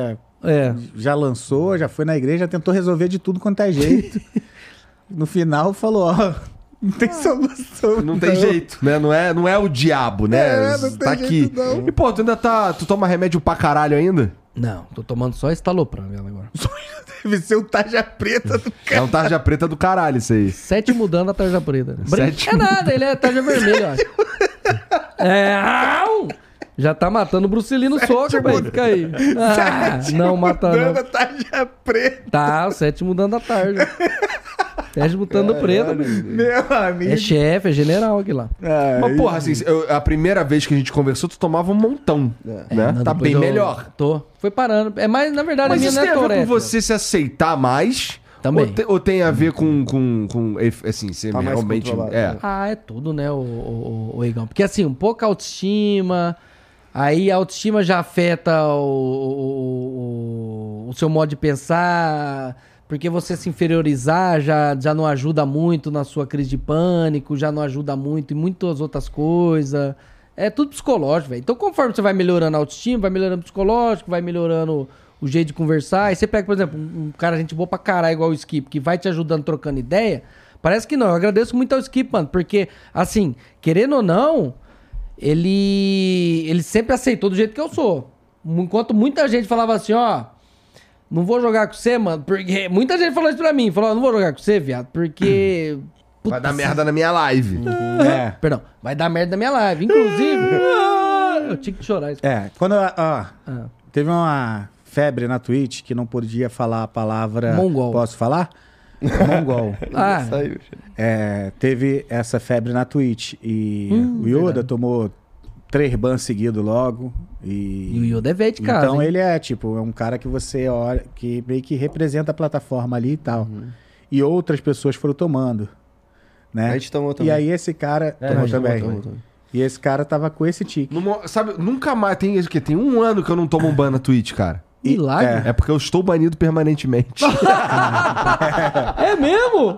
é.
já lançou, já foi na igreja, já tentou resolver de tudo quanto é jeito. no final falou, ó, não tem
Ah.
solução.
não tem jeito, né? Não é, não é o diabo, né?
É, não tem
tá
jeito,
aqui.
não.
E pô, tu ainda tá, tu toma remédio pra caralho ainda?
Não, tô tomando só estalopram ela agora.
Deve ser o tarja preta do
É um tarja preta do caralho isso aí.
Sete mudando a tarja preta.
Sete
É nada, ele é tarja vermelha, eu acho. É, au! Já tá matando o Bruce Lee no soco, velho. Fica aí. Ah, não mata
Danda
não.
tá já preto,
Tá, o sétimo dando a tarde. Sétimo dando preto, velho.
meu amigo.
É chefe, é general aqui lá.
Ah,
Mas, porra, assim, eu- a primeira vez que a gente conversou, tu tomava um montão.
É.
Né?
É, Não,
tá
depois
bem
eu-
melhor.
Tô. Foi parando. É mais, na verdade, a
Mas
minha
isso
não
tem
é
a ver com
Tourette.
você se aceitar mais?
Também.
Ou, te- ou tem a ver com, com, com ef- assim, ser
Tá mais
realmente...
controlado,
É.
né?
Ah, é tudo, né, o, o, o- o Igão? Porque assim, um pouco autoestima, aí a autoestima já afeta o, o, o- o seu modo de pensar, porque você se inferiorizar já, já não ajuda muito na sua crise de pânico, já não ajuda muito em muitas outras coisas. É tudo psicológico, velho. Então, conforme você vai melhorando a autoestima, vai melhorando o psicológico, vai melhorando o jeito de conversar. Aí você pega, por exemplo, um um cara, gente boa pra caralho, igual o Skip, que vai te ajudando trocando ideia. Parece que não. Eu agradeço muito ao Skip, mano, porque, assim, querendo ou não, ele, ele sempre aceitou do jeito que eu sou. Enquanto muita gente falava assim, ó, não vou jogar com você, mano, porque. Muita gente falou isso pra mim, falou, ó, não vou jogar com você, viado, porque.
Vai dar merda na minha live.
É.
Perdão, vai dar merda na minha live. Inclusive, eu tinha que chorar isso.
É, quando. eu- Ó,
Ah.
teve uma febre na Twitch que não podia falar a palavra.
Mongol.
Posso falar? Mongol.
Ah,
Saiu.
É, teve essa febre na Twitch. E
Hum,
o Yoda tomou três bans seguidos logo. E,
e o Yoda é velho de casa.
Então
hein?
ele é, tipo, é um cara que você olha, que meio que representa a plataforma ali e tal.
Uhum.
E outras pessoas foram tomando. Né?
A gente tomou
E
também.
aí esse cara
É, a
tomou
gente tomou,
também.
tomou,
Tá,
tomou.
E esse cara tava com esse tique.
Numa- sabe, nunca mais... Tem isso que Tem um ano que eu não tomo um ban na Twitch, cara.
Milagre.
É porque eu estou banido permanentemente.
É, mesmo?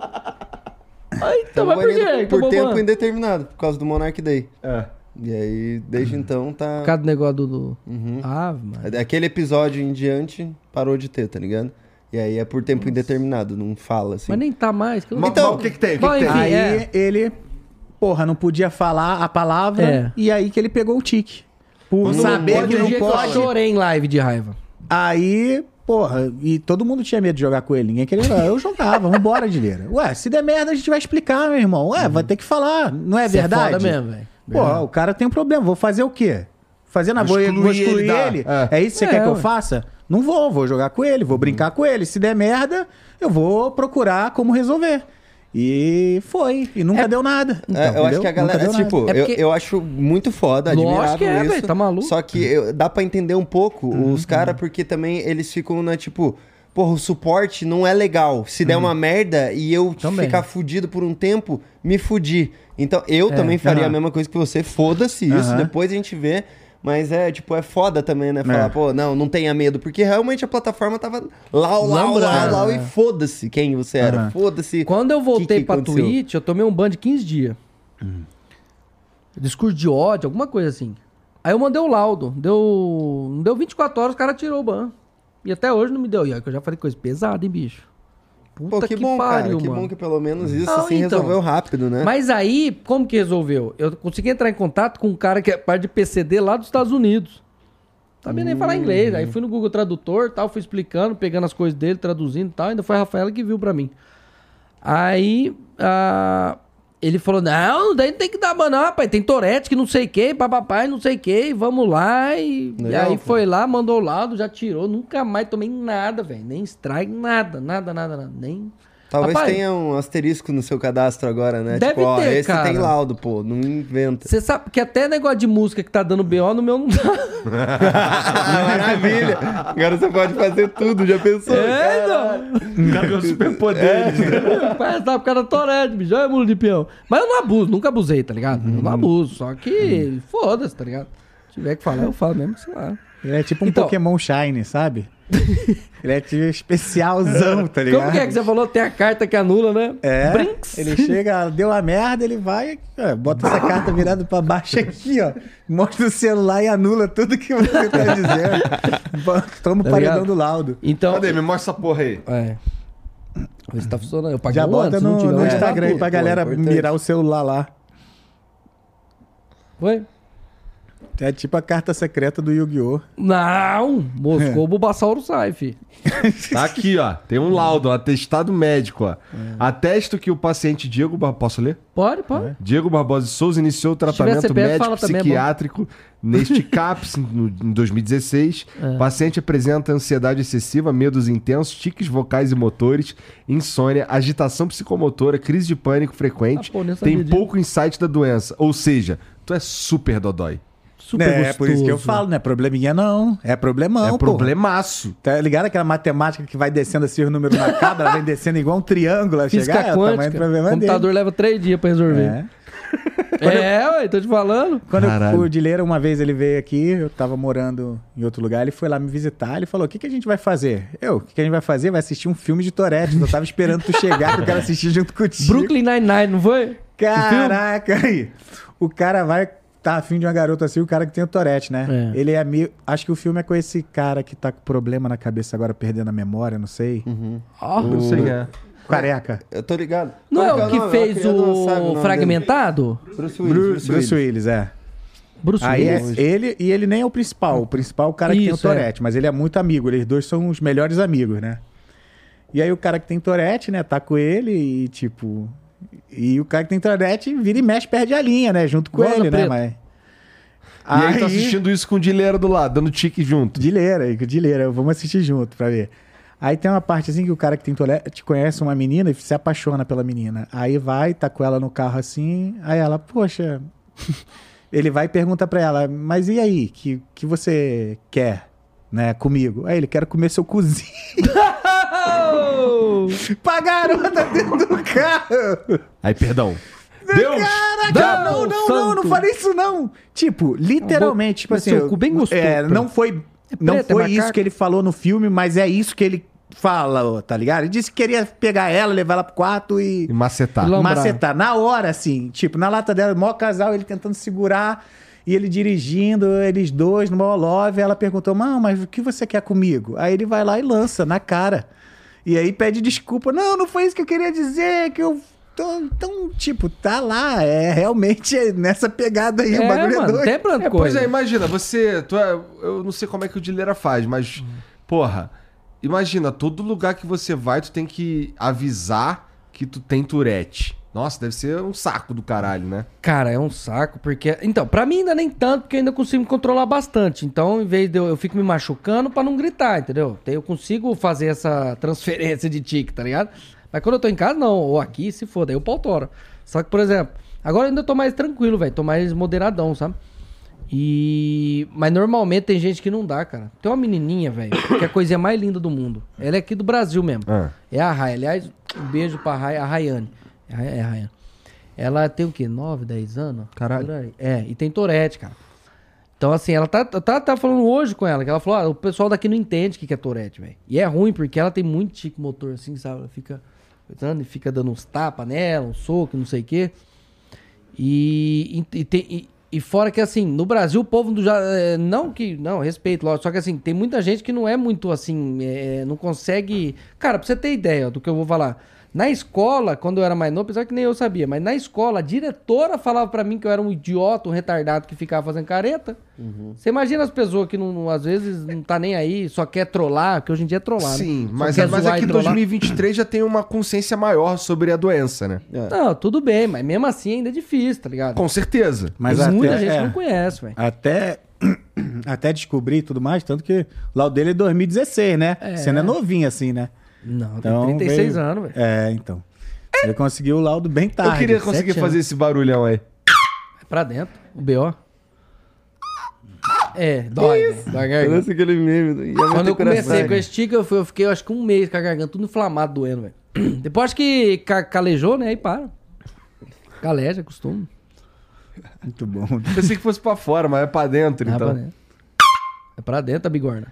Ai, então, mas por
banido
quê?
Por
Tomou
tempo
ban?
indeterminado, por causa do Monarch Day.
É.
E aí, desde então, tá.
Por causa do negócio do. do... Ah, mano.
Aquele episódio em diante parou de ter, tá ligado? E aí é por tempo indeterminado, não fala assim.
Mas nem tá mais. que eu-
Mas- mas o que que tem? O que
Bom,
que tem?
enfim,
aí
é.
ele, porra, não podia falar a palavra.
É.
E aí que ele pegou o tique. Por
Quando não
saber
pode,
que
um
não
dia
pode.
eu chorei em live de raiva.
Aí, porra, e todo mundo tinha medo de jogar com ele. Ninguém queria jogar. Eu jogava, vambora, Dileira. Ué, se der merda, a gente vai explicar, meu irmão. Ué, vai ter que falar. Não é
Isso
verdade?
É foda mesmo, velho.
Pô, o cara tem um problema. Vou fazer o quê? Fazer na
Vou
boa,
excluir
vou excluir
ele
ele?
da-
É. isso que você
É,
quer que eu
ué.
faça? Não vou, vou jogar com ele, vou brincar com ele. Se der merda, eu vou procurar como resolver. E foi. E nunca deu nada. Então,
É, eu acho que a galera, tipo,
nada. É
eu-
porque-
eu, acho muito foda,
Lógico
admirável
que é,
isso.
velho, tá maluco?
Só que eu- dá pra entender um pouco
Uhum,
os caras, porque também eles ficam na, tipo... Porra, o suporte não é legal. Se der
Uhum.
uma merda e eu
Também.
ficar fudido por um tempo, me fudi. Então, eu também faria a
É, aham.
mesma coisa que você. Foda-se isso,
Aham.
depois a gente vê. Mas é, tipo, é foda também, né? Falar,
É.
pô, não, não tenha medo. Porque realmente a plataforma tava lau, lau, lau,
Lambrando,
lau.
é.
E foda-se quem você era.
Aham.
Foda-se.
Quando eu voltei
que
pra
aconteceu?
Twitch, eu tomei um ban de 15 dias.
Hum.
Discurso de ódio, alguma coisa assim. Aí eu mandei o laudo. Deu. Não deu 24 horas, o cara tirou o ban. E até hoje não me deu. E olha que eu já falei coisa pesada, hein, bicho? Puta
Pô, que, bom, cara. Que bom que pelo menos isso
Não,
assim
então.
resolveu rápido, né?
Mas aí, como que resolveu? Eu consegui entrar em contato com um cara que é parte de PCD lá dos Estados Unidos. Sabia nem falar inglês. Aí fui no Google Tradutor tal, fui explicando, pegando as coisas dele, traduzindo e tal. Ainda foi a Rafaela que viu pra mim. Aí ah, ele falou: não, daí não tem que dar ban, não, rapaz. Tem Torete que não sei o que, papapai, não sei o que, vamos lá. E, e
Legal,
aí
pô.
foi lá, mandou o laudo, já tirou. Nunca mais tomei nada, velho. Nem strike, nada, nada, nada, nada. Nem.
Talvez
Rapaz,
tenha um asterisco no seu cadastro agora, né?
Deve
tipo, ó,
ter,
esse
cara.
tem laudo, pô. Não inventa.
Você sabe que até negócio de música que tá dando BO no meu não tá.
Maravilha! Agora você pode fazer tudo, já pensou?
É, não.
Cadê os superpoderes?
É.
Parece que tá por causa da Torete, bicho. Olha, mulo de peão. Mas eu não abuso, nunca abusei, tá ligado? Eu não abuso, só que foda-se, tá ligado? Se tiver que falar, eu falo mesmo, sei lá.
Ele é tipo um
Então.
Pokémon Shine, sabe? ele é tipo especialzão, tá ligado?
Como que é que você falou? Tem a carta que anula, né?
É,
Brinks.
ele chega, deu a merda, ele vai, ó, bota essa carta virada pra baixo aqui, ó. Mostra o celular e anula tudo que você tá dizendo. Bom, Toma o
Tá
paredão
ligado?
do laudo.
Então.
Cadê? Me mostra essa porra aí.
É. Vê se tá funcionando. Eu paguei
Já
um
bota
antes,
no,
não tiver,
no
eu
Instagram aí
vou dar
pra
tudo.
galera
importante.
mirar o celular lá.
Foi?
É tipo a carta secreta do Yu-Gi-Oh!
Não,
É.
moscou, o Bulbasauro sai, fi.
Tá aqui, ó. Tem um laudo, um atestado médico, ó.
É.
Atesto que o paciente Diego... Bar- Posso ler?
Pode,
Né,
pode.
é
Diego Barbosa de Souza iniciou o tratamento
tiver CPF,
médico
fala também, é bom.
psiquiátrico neste CAPS no- em 2016.
É.
O paciente apresenta ansiedade excessiva, medos intensos, tiques vocais e motores, insônia, agitação psicomotora, crise de pânico frequente.
Ah, pô, nem sabia
tem
disso.
pouco insight da doença. Ou seja, tu é super dodói.
Super
é, por isso que eu
gostoso.
falo, não é probleminha não. É problemão,
é
pô.
problemaço.
Tá ligado aquela matemática que vai descendo assim o número na cabra, ela vem descendo igual um triângulo, vai
Física
chegar, é o tamanho do
quântica.
problema
O computador leva três dias pra
dele.
resolver.
É.
É, ué, tô te falando.
Quando
Caralho.
eu, o Dileira, uma vez ele veio aqui, eu tava morando em outro lugar, ele foi lá me visitar, ele falou, o que, que a gente vai fazer? Eu, o que, que a gente vai fazer? Vai assistir um filme de Toretti, eu tava esperando tu chegar, que eu quero assistir junto contigo.
Brooklyn Nine-Nine, não foi?
Caraca, aí. O cara vai. Tá afim de uma garota assim, o cara que tem o Torete, né?
É.
Ele é amigo. Acho que o filme é com esse cara que tá com problema na cabeça agora, perdendo a memória, não sei.
Ó,
Não sei quem é.
Careca.
Eu tô ligado.
Não
Como
é o
nome? Eu
Ah, que fez
queria- não sabe
o
nome
fragmentado?
dele. Bruce Willis.
Bruce, Bruce Willis, é.
Bruce
Aí é
Willis.
ele e ele nem é o principal. O principal é o cara que tem o
Isso, é.
Torete, mas ele é muito amigo. Eles dois são os melhores amigos, né? E aí o cara que tem Torete, né, tá com ele e tipo. E o cara que tem Torete vira e mexe, perde a linha, né? Junto com
Goza
ele, né?
preto.
Mas...
E aí tá assistindo isso com o Dileira do lado, dando tique junto.
Dileira, Dileira, vamos assistir junto pra ver. Aí tem uma parte assim que o cara que tem tolete conhece uma menina e se apaixona pela menina. Aí vai, tá com ela no carro assim, aí ela, poxa. ele vai e pergunta pra ela, mas e aí, que, que você quer, né, comigo? Aí ele, quero comer seu cozinho.
Oh!
pra garota dentro do carro!
Aí, perdão. Deus!
Caraca, não,
Deus
não, não, não
santo.
falei isso não. Tipo, literalmente, tipo
Mas
assim,
seu
eu-
cu bem gostoso,
é,
preto.
não foi
É
não
preto, é
foi isso
macaco.
que ele falou no filme, mas é isso que ele fala, ó, tá ligado? Ele disse que queria pegar ela, levar ela pro quarto e
E macetar.
Lá- Lombrar.
macetar na hora assim, tipo, na lata dela, o maior casal, ele tentando segurar e ele dirigindo, eles dois no maior love, ela perguntou: "Mãe, mas o que você quer comigo?" Aí ele vai lá e lança na cara. E aí pede desculpa. Não, não foi isso que eu queria dizer, que eu tô- Então, tipo, tá lá, é realmente é nessa pegada aí, o
É,
bagulho é
mano,
doido.
tem planta
É, pois
coisa.
é, imagina, você. Tu é, eu não sei como é que o Dileira faz, mas.
Uhum.
Porra, imagina, todo lugar que você vai, tu tem que avisar que tu tem Tourette. Nossa, deve ser um saco do caralho, né?
Cara, é um saco, porque. Então, pra mim ainda nem tanto, porque eu ainda consigo me controlar bastante. Então, em vez de eu, eu fico me machucando pra não gritar, entendeu? Então, Eu consigo fazer essa transferência de tique, tá ligado? Mas quando eu tô em casa, não, ou aqui, se foda, aí eu pau tora. Só que, por exemplo, agora eu ainda tô mais tranquilo, velho. Tô mais moderadão, sabe? E. Mas normalmente tem gente que não dá, cara. Tem uma menininha, velho, que é a coisinha mais linda do mundo. Ela é aqui do Brasil mesmo.
Ah.
É a Rai. Aliás, um beijo pra Rai, a Rayane. É, Ray- é a Rayane. Ela tem o quê? 9, 10 anos?
Caralho.
Por aí. É, e tem Torete, cara. Então, assim, ela tá, tá, tá falando hoje com ela, que ela falou, ah, o pessoal daqui não entende o que que é Torete, velho. E é ruim, porque ela tem muito tique motor, assim, sabe? Ela fica coisando e fica dando uns tapas nela, um soco, não sei o quê. E, e, e tem- e- e fora que, assim, no Brasil o povo do já. é, Não que. Não, respeito, lógico. Só que, assim, tem muita gente que não é muito assim. é, não consegue. Cara, pra você ter ideia do que eu vou falar. Na escola, quando eu era mais novo, apesar que nem eu sabia, mas na escola, a diretora falava pra mim que eu era um idiota, um retardado que ficava fazendo careta.
Uhum.
Você imagina as pessoas que não, não- às vezes não tá nem aí, só quer trollar, que hoje em dia é trollar. né?
Sim,
Só
mas,
quer
mas
zoar
é
e
que em
trollar.
2023 já tem uma consciência maior sobre a doença, né?
Não, tudo bem, mas mesmo assim ainda é difícil, tá ligado?
Com certeza.
Mas
muita
até-
gente
é.
não conhece, velho.
Até, até descobrir e tudo mais, tanto que lá o dele é 2016, né?
É.
Você não é novinho assim, né?
Não,
Então,
tem 36
veio-
anos, velho.
É, então. Ele conseguiu o laudo bem tarde.
Ah,
eu queria conseguir
sete anos.
fazer esse barulhão aí.
É pra dentro, o BO. É, dói, velho, dói a garganta.
Parece aquele meme. do- é Ia
Quando
matar
eu
o coração.
comecei com esse tique, eu, fui- eu fiquei, eu acho que um mês com a garganta tudo inflamado, doendo, velho. Depois acho que ca- calejou, né, aí para. Caleja, costume.
Muito bom.
Pensei que fosse pra fora, mas é pra dentro,
Ah,
então.
pra dentro. É pra dentro a bigorna.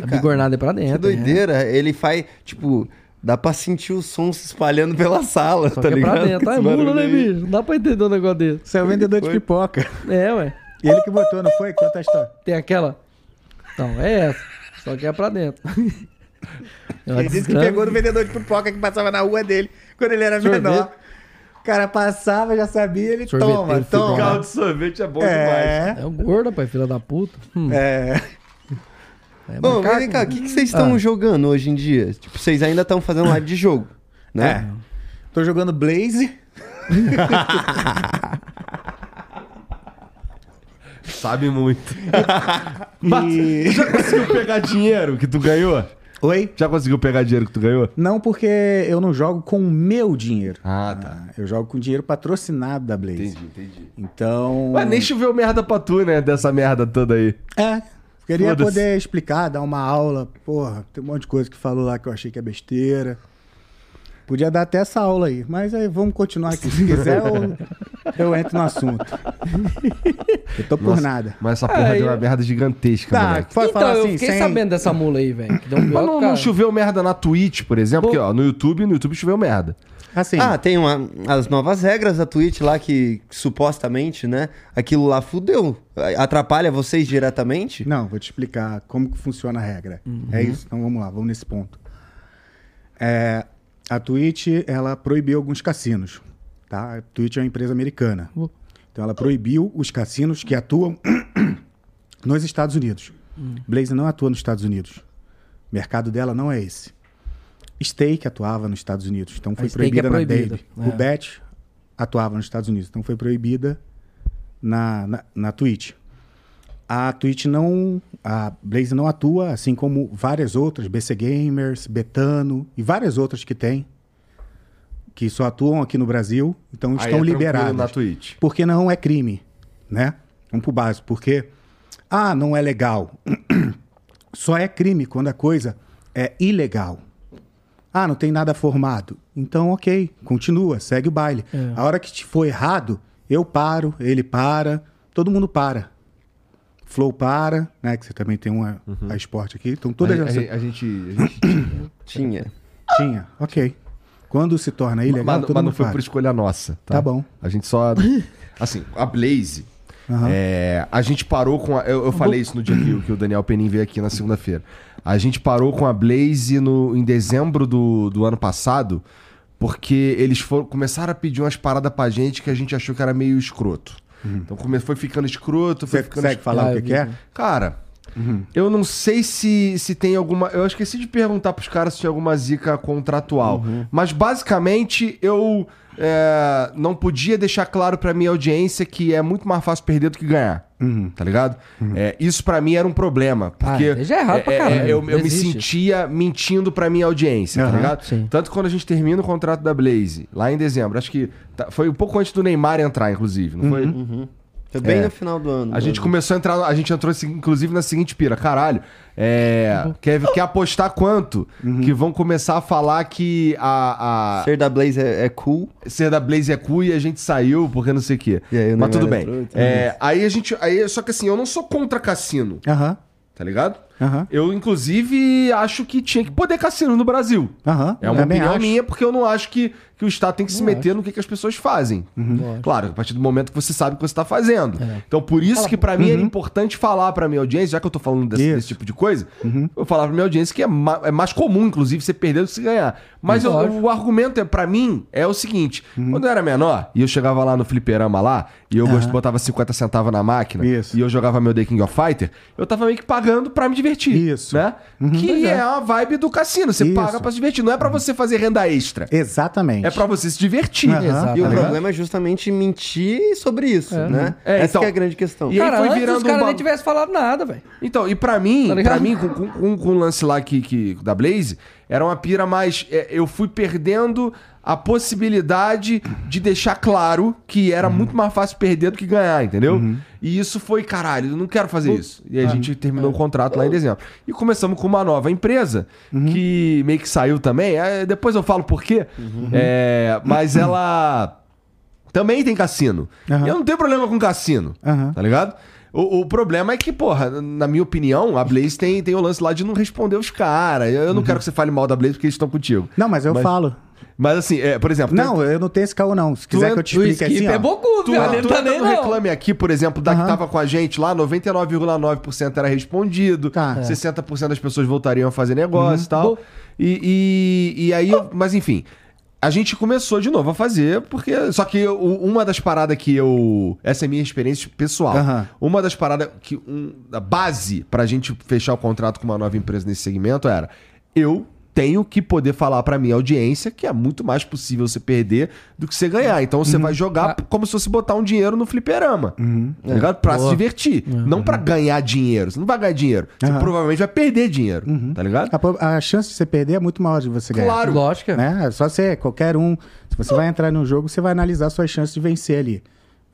A
cara.
bigornada é pra dentro. né?
Que doideira. Ele faz, tipo, dá pra sentir o som se espalhando pela sala,
Só
tá
que é
ligado?
pra dentro. Ah, é
Esse
mula,
barulho
né,
aí.
bicho? Não dá pra entender um negócio desse.
Você é o vendedor de pipoca.
É, ué.
Ele que botou, não foi? Conta a história.
Tem aquela. Não, é essa. Só que é pra dentro. É Tá
Ele disse que pegou no vendedor de pipoca que passava na rua dele quando ele era
Sorvete.
menor. O cara passava, já sabia, ele
Sorveteiro
toma,
figurão.
toma.
Caldo de sorvete é bom demais.
É,
É um gordo, pai, filha da puta. Hum,
é.
é
Bom, mas
macaco.
vem cá, o que, que vocês estão
Ah.
jogando hoje em dia? Tipo, vocês ainda estão fazendo live de jogo, né?
É. Tô jogando Blaze.
Sabe muito. Mas tu já conseguiu pegar dinheiro que tu ganhou?
Oi?
Já conseguiu pegar dinheiro que tu ganhou?
Não, porque eu não jogo com o meu dinheiro.
Ah, tá.
Eu jogo com dinheiro patrocinado da Blaze.
entendi.
Então.
Mas nem choveu merda pra tu, né? Dessa merda toda aí.
É. Queria
Foda-se.
poder explicar, dar uma aula. Porra, tem um monte de coisa que falou lá que eu achei que é besteira. Podia dar até essa aula aí, mas aí vamos continuar aqui. Se quiser, eu, eu entro no assunto. Eu tô por
Nossa,
nada.
Mas essa porra
Ah,
deu
eu-
uma merda gigantesca,
Tá,
moleque.
pode
então,
falar
eu
assim,
fiquei
sem...
sabendo dessa mula aí, velho. que deu um
Mas
belo,
não, não
cara.
choveu merda na Twitch, por exemplo? Porque, ó, no YouTube, no YouTube choveu merda. É,
Assim,
Ah, tem uma- as novas regras da Twitch lá que, que supostamente, né? Aquilo lá fudeu. Atrapalha vocês diretamente?
Não, vou te explicar como que funciona a regra. É
Uhum.
isso? Então vamos lá, vamos nesse ponto. É, a Twitch, ela proibiu alguns cassinos, tá? A Twitch é uma empresa americana.
Uh.
Então ela proibiu os cassinos que atuam nos Estados Unidos.
Hum.
Blaze não atua nos Estados Unidos. O mercado dela não é esse. Stake atuava nos Estados Unidos, então foi
Stake é
proibida,
proibida,
na Dave.
é.
O Bet atuava nos Estados Unidos, então foi proibida na, na, na Twitch. A Twitch não. A Blaze não atua, assim como várias outras, BC Gamers, Betano e várias outras que tem, que só atuam aqui no Brasil, então
Aí é
estão
tranquilo
liberadas.
Na Twitch.
Porque não é crime, né? Vamos pro básico, porque ah, não é legal. Só é crime quando a coisa é ilegal. Ah, não tem nada formado. Então, ok, continua, segue o baile. A hora que te for errado, eu paro, ele para, todo mundo para. Flow para, né? Que você também tem uma
Uhum.
a esporte aqui. Então todas
a,
as
a- a gente. A gente...
Tinha.
tinha, ok. Quando se torna ilegal,
mas,
é todo
mas não
mundo
foi
para.
por escolha nossa. Tá,
Tá bom.
A gente só. Assim, a Blaze.
Aham.
é, a gente parou com. a- eu, eu falei isso no dia que, o- que o Daniel Penin veio aqui na segunda-feira. A gente parou com a Blaze no, em dezembro do, do ano passado, porque eles foram, começaram a pedir umas paradas pra gente que a gente achou que era meio escroto. Então come, foi ficando escroto, foi
Você
ficando
consegue falar
Ah,
o
eu
que,
vi.
que é?
Cara, eu não sei se, se tem alguma. Eu esqueci de perguntar pros caras se tinha alguma zica contratual.
Uhum.
Mas basicamente eu é, não podia deixar claro pra minha audiência que é muito mais fácil perder do que ganhar. Tá ligado? É, isso pra mim era um problema. Porque
Uhum. Ah, já é errado pra
é, é,
caralho,
eu,
não
eu me
existe.
sentia mentindo pra minha audiência, tá
Aham,
ligado?
sim.
Tanto que quando a gente termina o contrato da Blaze, lá em dezembro, acho que tá- foi um pouco antes do Neymar entrar, inclusive, não
Uhum.
foi?
Foi bem
É.
no final do ano.
A gente começou a entrar. A gente entrou, assim, inclusive, na seguinte pira. Caralho, é, quer, quer apostar quanto?
Uhum.
Que vão começar a falar que a, a
Ser da Blaze é, é cool.
ser da Blaze é cu e a gente saiu porque não sei o quê.
E aí o
Mas tudo
Neymar
bem.
entrou, então
É, aí a gente. Aí, só que assim, eu não sou contra cassino,
Aham,
tá ligado?
aham,
Eu, inclusive, acho que tinha que poder cassino no Brasil.
aham.
É uma
Também
opinião
acho.
minha, porque eu não acho que, que o Estado tem que se
Não
meter no que, que as pessoas fazem.
Uhum.
Lógico.
Claro, a partir do momento que você sabe o que você tá fazendo.
É.
Então, por isso que pra mim era importante falar pra minha audiência, já que eu tô falando desse,
Uhum. Isso. Uhum.
desse tipo de coisa, eu falar pra minha audiência que é, ma- é mais comum, inclusive, você perder do que você ganhar. Mas eu-
Lógico.
o argumento é para mim é o seguinte:
Uhum.
quando eu era menor e eu chegava lá no fliperama lá, e eu gosto- botava 50 centavos na máquina,
Isso.
e eu jogava meu The King of Fighter, eu tava meio que pagando pra me divertir.
Isso. Uhum,
Né? Que é. a vibe do cassino. Você
Isso.
paga pra se divertir. Não é pra você fazer renda extra.
Exatamente.
É pra você se divertir.
Aham.
Exato.
E o
Tá ligado?
problema é justamente mentir sobre isso,
Uhum.
né?
É,
Essa
então-
que é a grande questão.
E aí
cara,
foi
antes
virando
os caras
um
nem
ba-
tivessem falado nada, velho.
Então, e pra mim,
Tá ligado?
pra mim, com, com, com- com o lance lá que, que- da Blaze, era uma pira mais. é, eu fui perdendo a possibilidade de deixar claro que
Uhum.
era muito mais fácil perder do que ganhar, entendeu? E isso foi, caralho, eu não quero fazer isso. E
é.
a gente terminou o contrato lá em dezembro. E começamos com uma nova empresa,
Uhum.
que meio que saiu também. é, depois eu falo por quê.
Uhum.
É, mas ela. Também tem cassino.
Aham.
E Eu não tenho problema com cassino.
Aham.
Tá ligado? O, o problema é que, porra, na minha opinião, a Blaze tem, tem o lance lá de não responder os caras. Eu, eu não quero que você fale mal da Blaze porque eles estão contigo.
Não, mas eu
Mas-
falo.
Mas assim, é, por exemplo.
Não, eu não tenho esse caô, não. Se quiser que eu te
O
explique assim, ó.
é bocu,
Tu, tu
velho. Não tá
entra
nem
no
não.
reclame aqui, por exemplo, da que
Aham.
tava com a gente lá, 99,9% era respondido,
Tá.
60% das pessoas voltariam a fazer negócio e tal.
Bom.
E, e, e aí, eu- mas enfim, a gente começou de novo a fazer, porque. Só que eu- uma das paradas que eu. Essa é a minha experiência pessoal.
Aham.
Uma das paradas que. Um, a base pra gente fechar o contrato com uma nova empresa nesse segmento era. Eu tenho que poder falar pra minha audiência que é muito mais possível você perder do que você ganhar. Então você
Uhum.
vai jogar
Ah.
p- como se fosse botar um dinheiro no fliperama.
É.
tá ligado? Pra se divertir. Não pra ganhar dinheiro. Você não vai ganhar dinheiro. Você
Uhum. Aham. Uhum.
provavelmente vai perder dinheiro. Tá ligado?
A, pro- a chance de você perder é muito maior de você ganhar.
Claro.
Lógico. é.
Né? É Só você, qualquer um. Se você vai entrar no jogo, você vai analisar suas chances de vencer ali.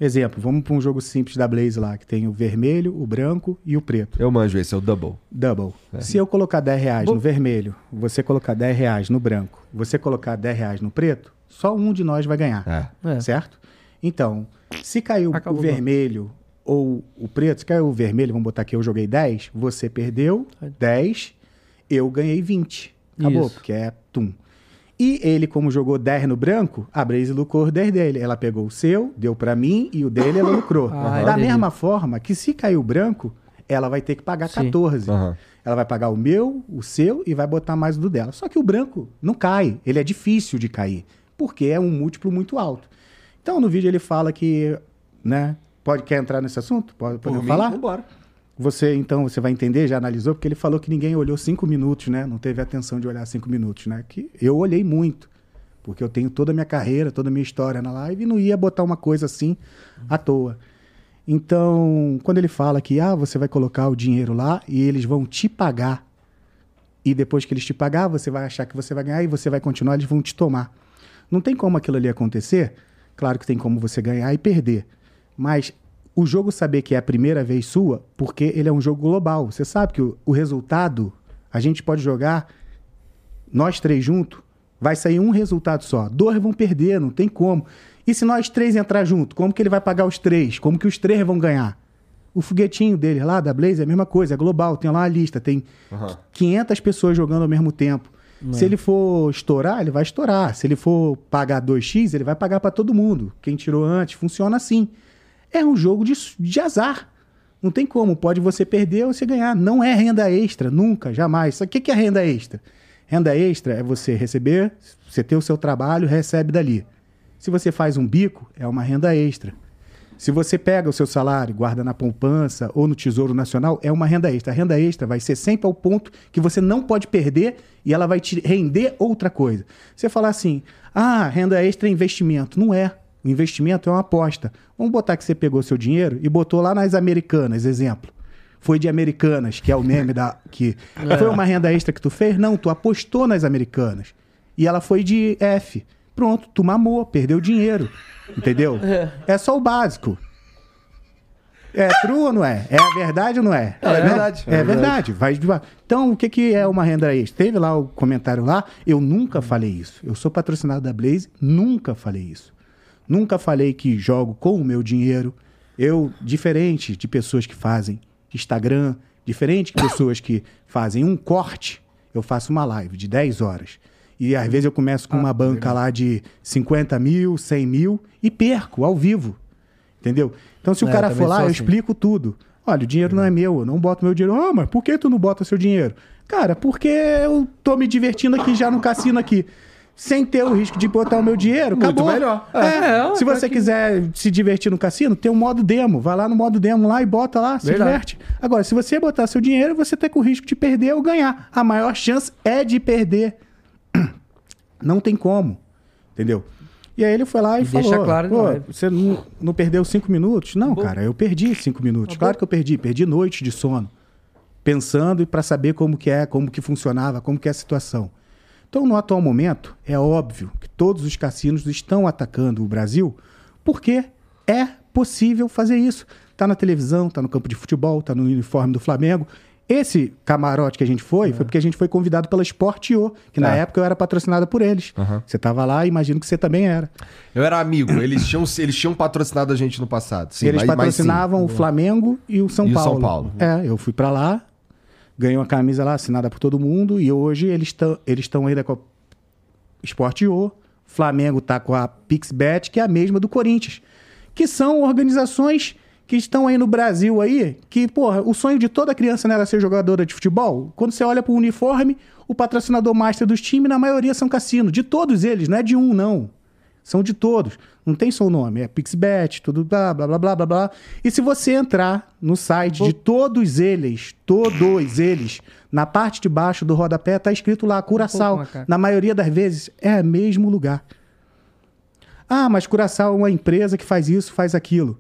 Exemplo, vamos para um jogo simples da Blaze lá, que tem o vermelho, o branco e o preto.
Eu manjo esse, é o double.
Double. Se eu colocar 10 reais no vermelho, você colocar 10 reais no branco, você colocar 10 reais no preto, só um de nós vai ganhar.
É.
É.
Certo? Então, se caiu
Acabou
o
o jogo.
vermelho ou o preto, se caiu o vermelho, vamos botar aqui, eu joguei 10, você perdeu 10, eu ganhei 20. Acabou,
Isso.
porque é tum. E ele, como jogou 10 no branco, a Blaze lucrou os 10 dele. Ela pegou o seu, deu pra mim e o dele ela lucrou.
Ah,
da
entendi.
mesma forma que se caiu o branco, ela vai ter que pagar
Sim.
14.
Aham.
Ela vai pagar o meu, o seu e vai botar mais do dela. Só que o branco não cai, ele é difícil de cair, porque é um múltiplo muito alto. Então no vídeo ele fala que, né, pode quer entrar nesse assunto? Pode
Por
podemos
mim,
falar?
vambora.
Você então você vai entender, já analisou, porque ele falou que ninguém olhou cinco minutos, né? Não teve atenção de olhar cinco minutos, né? Que eu olhei muito, porque eu tenho toda a minha carreira, toda a minha história na live e não ia botar uma coisa assim à toa. Então, quando ele fala que ah, você vai colocar o dinheiro lá e eles vão te pagar. E depois que eles te pagar, você vai achar que você vai ganhar e você vai continuar, eles vão te tomar. Não tem como aquilo ali acontecer. Claro que tem como você ganhar e perder. Mas o jogo saber que é a primeira vez sua, porque ele é um jogo global. Você sabe que o, o resultado, a gente pode jogar nós três juntos, vai sair um resultado só. Dois vão perder, não tem como. E se nós três entrar junto, como que ele vai pagar os três? Como que os três vão ganhar? O foguetinho dele lá, da Blaze, é a mesma coisa, é global, tem lá uma lista, tem 500 pessoas jogando ao mesmo tempo. Se ele for estourar, ele vai estourar. Se ele for pagar 2x, ele vai pagar para todo mundo. Quem tirou antes, funciona assim. É um jogo de, de azar. Não tem como. Pode você perder ou você ganhar. Não é renda extra, nunca, jamais. Só que O que é renda extra? Renda extra é você receber, você ter o seu trabalho, recebe dali. Se você faz um bico, é uma renda extra. Se você pega o seu salário, guarda na poupança ou no Tesouro Nacional, é uma renda extra. A renda extra vai ser sempre ao ponto que você não pode perder e ela vai te render outra coisa. Você falar assim, ah, renda extra é investimento. Não é. O investimento é uma aposta. Vamos botar que você pegou seu dinheiro e botou lá nas Americanas, exemplo. Foi de Americanas, que é o meme da. Que Foi uma renda extra que tu fez? Não, tu apostou nas Americanas. E ela foi de F. Pronto, tu mamou, perdeu dinheiro. Entendeu? É só o básico. É true ou não é? É verdade ou não é?
Não, é
Né?
verdade.
É verdade. Vai de- Então, o que, que é uma renda extra? Teve lá o comentário lá, eu nunca falei isso. Eu sou patrocinado da Blaze, nunca falei isso. Nunca falei que jogo com o meu dinheiro. Eu, diferente de pessoas que fazem Instagram, diferente de pessoas que fazem um corte, eu faço uma live de 10 horas. E às vezes eu começo
Ah,
com uma banca lá de 50 mil, 100 mil e perco ao vivo. Entendeu? Então, se o
É,
cara
também
for lá,
sou
eu
assim.
explico tudo. Olha, o dinheiro não é meu, eu não boto meu dinheiro. Ah, mas por que tu não bota seu dinheiro? Cara, porque eu tô me divertindo aqui já no cassino aqui. Sem ter o risco de botar o meu dinheiro,
Muito
acabou.
melhor.
É,
É,
se você quiser se divertir no cassino, tem um modo demo. Vai lá no modo demo lá e bota lá, se
Verdade.
diverte. Agora, se você botar seu dinheiro, você tá com o risco de perder ou ganhar. A maior chance é de perder. Não tem como. Entendeu? E aí ele foi lá e, falou:
Deixa claro na
Pô,
live.
você não, não perdeu cinco minutos? Não,
Acabou.
cara, eu perdi cinco minutos. Claro que eu perdi, perdi noite de sono. Pensando e para saber como que é, como que funcionava, como que é a situação. Então, no atual momento, é óbvio que todos os cassinos estão atacando o Brasil, porque é possível fazer isso. Tá na televisão, tá no campo de futebol, tá no uniforme do Flamengo. Esse camarote que a gente foi,
É.
foi porque a gente foi convidado pela Sportio, que na época eu era patrocinada por eles. Você tava lá, imagino que você também era.
Eu era amigo, eles tinham, eles tinham patrocinado a gente no passado. Sim,
eles
mas- mas sim.
patrocinavam o Flamengo e o São
E o São
Paulo.
Paulo.
É, eu fui pra lá, ganhei uma camisa lá assinada por todo mundo e hoje eles estão eles tão ainda com a Sportio, Flamengo tá com a Pixbet, que é a mesma do Corinthians, que são organizações que estão aí no né, Brasil aí, que, porra, o sonho de toda criança não era ser jogadora de futebol. Quando você olha pro uniforme, o patrocinador master dos times, na maioria, são cassino. De todos eles, não é de um, não. São de todos. Não tem só o nome. É Pixbet, tudo blá, blá, blá, blá, blá, blá. E se você entrar no site de todos eles, todos eles, na parte de baixo do rodapé, tá escrito lá, Curaçao.
macaco.
Na maioria das vezes, é o mesmo lugar. Ah, mas Curaçao é uma empresa que faz isso, faz aquilo.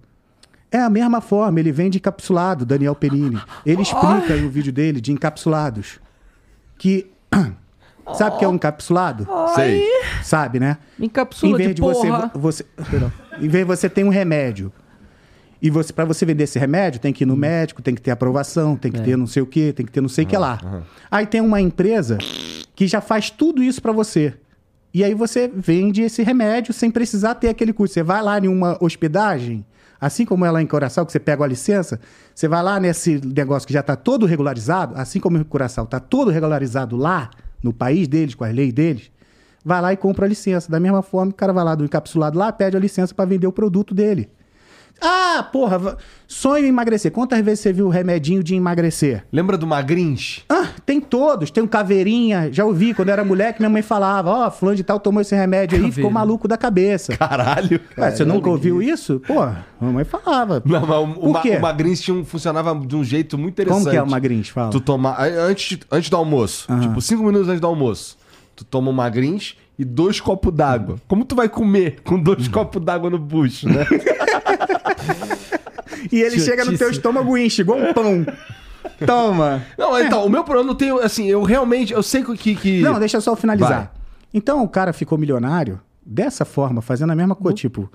É a mesma forma, ele vende encapsulado, Daniel Penini. Ele explica no vídeo dele de encapsulados. Que. Sabe o que é um encapsulado?
Sei.
Sabe, né?
Me encapsula
em vez
de
de você, é
porra.
você perdão. em vez de você tem um remédio e você para você vender esse remédio tem que ir no médico tem que ter aprovação tem que ter não sei o que tem que ter não sei o que lá aí tem uma empresa que já faz tudo isso para você e aí você vende esse remédio sem precisar ter aquele custo você vai lá em uma hospedagem Assim como é lá em Curaçao, que você pega a licença, você vai lá nesse negócio que já está todo regularizado, assim como em Curaçao está todo regularizado lá, no país deles, com as leis deles, vai lá e compra a licença. Da mesma forma, que o cara vai lá do encapsulado lá, pede a licença para vender o produto dele. Ah, porra, va- sonho em emagrecer. Quantas vezes você viu o remedinho de emagrecer?
Lembra do Magrinch?
Ah, tem todos. Tem o caveirinha. Já ouvi, quando eu era moleque, minha mãe falava: Ó, fulano de tal tomou esse remédio aí e ficou
Caveira.
maluco da cabeça.
Caralho.
Ué, você nunca ouviu isso? Pô, mamãe falava.
É, Não, mas o, o,
Por
Ma-
quê?
o Magrinch tinha um- funcionava de um jeito muito interessante.
Como que é o Magrins? Fala.
Tu toma. a- Antes, antes do almoço.
Aham.
Tipo, cinco minutos antes do almoço. Tu toma um magrins e dois copos d'água. Como tu vai comer com dois
Uhum.
copos d'água no bucho, né?
E ele chega no teu
Idiotice.
estômago e enche, igual um pão. Toma.
Não, então, o meu problema não tem. Assim, eu realmente. Eu sei que. que...
É. Não, deixa eu só finalizar.
Vai.
Então o cara ficou milionário dessa forma, fazendo a mesma
Uhum.
coisa. Tipo,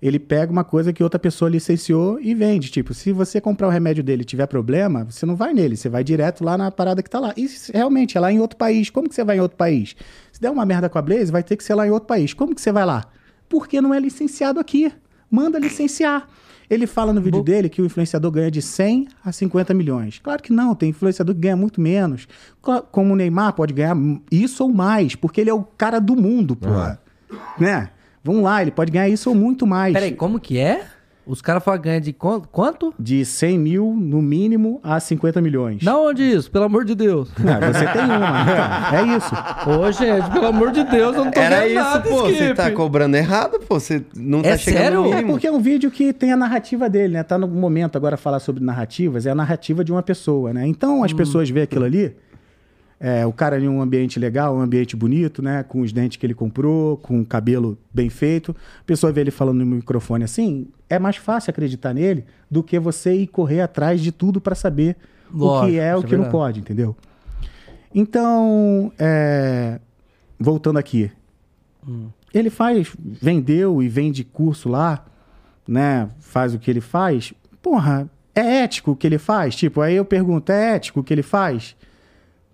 ele pega uma coisa que outra pessoa licenciou e vende. Tipo, se você comprar o remédio dele e tiver problema, você não vai nele, você vai direto lá na parada que tá lá. E se- realmente, é lá em outro país. Como que você vai em outro país? Se der uma merda com a Blaze, vai ter que ser lá em outro país. Como que você vai lá? Porque não é licenciado aqui. Manda licenciar. Ele fala no vídeo dele que o influenciador ganha de 100 a 50 milhões. Claro que não, tem influenciador que ganha muito menos. Cla- Como o Neymar pode ganhar isso ou mais, porque ele é o cara do mundo, porra. Né? Vamos lá, ele pode ganhar isso ou muito mais.
Peraí, como que é? Os caras falam ganha de quan- quanto?
De 100 mil, no mínimo, a 50 milhões.
Da onde isso? Pelo amor de Deus.
Ah, você tem uma. então, é isso.
Ô, gente, pelo amor de Deus, eu não tô
Era
ganhando
isso,
nada,
pô. Você
Skip.
tá cobrando errado, pô. Você não
É
tá chegando
sério?
no
É
mínimo.
porque é um vídeo que tem a narrativa dele, né? Tá no momento agora falar sobre narrativas, é a narrativa de uma pessoa, né? Então as pessoas veem aquilo ali, é, o cara em um ambiente legal, um ambiente bonito, né? Com os dentes que ele comprou, com o cabelo bem feito. A pessoa vê ele falando no microfone assim, é mais fácil acreditar nele do que você ir correr atrás de tudo pra saber o
Lógico,
que é, o
isso é
que não
verdade.
pode, entendeu? Então, é, voltando aqui,
Hum.
ele faz, vendeu e vende curso lá, né? Faz o que ele faz. Porra, é ético o que ele faz? Tipo, aí eu pergunto, é ético o que ele faz?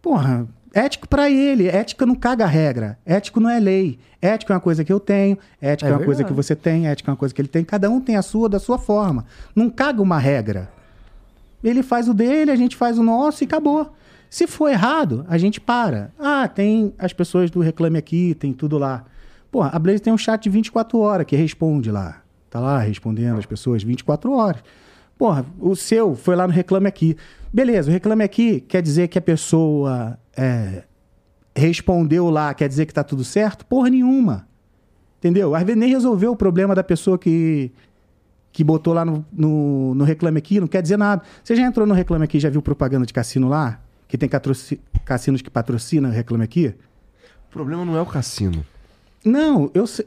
Porra, ético pra ele. Ética não caga a regra. Ético não é lei. Ético é uma coisa que eu tenho, ética
É
é, uma coisa
verdade.
que você tem, ética é uma coisa que ele tem. Cada um tem a sua da sua forma. Não caga uma regra. Ele faz o dele, a gente faz o nosso e acabou. Se for errado, a gente para. Ah, tem as pessoas do Reclame Aqui, tem tudo lá. Pô, a Blaze tem um chat de 24 horas que responde lá. Tá lá respondendo as pessoas 24 horas. Porra, o seu foi lá no Reclame Aqui. Beleza, o Reclame Aqui quer dizer que a pessoa é, respondeu lá, quer dizer que tá tudo certo? Porra nenhuma. Entendeu? Às vezes nem resolveu o problema da pessoa que, que botou lá no, no, no Reclame Aqui, não quer dizer nada. Você já entrou no Reclame Aqui, já viu propaganda de cassino lá? Que tem catroci- cassinos que patrocinam o Reclame Aqui?
O problema não é o cassino.
Não, eu sei.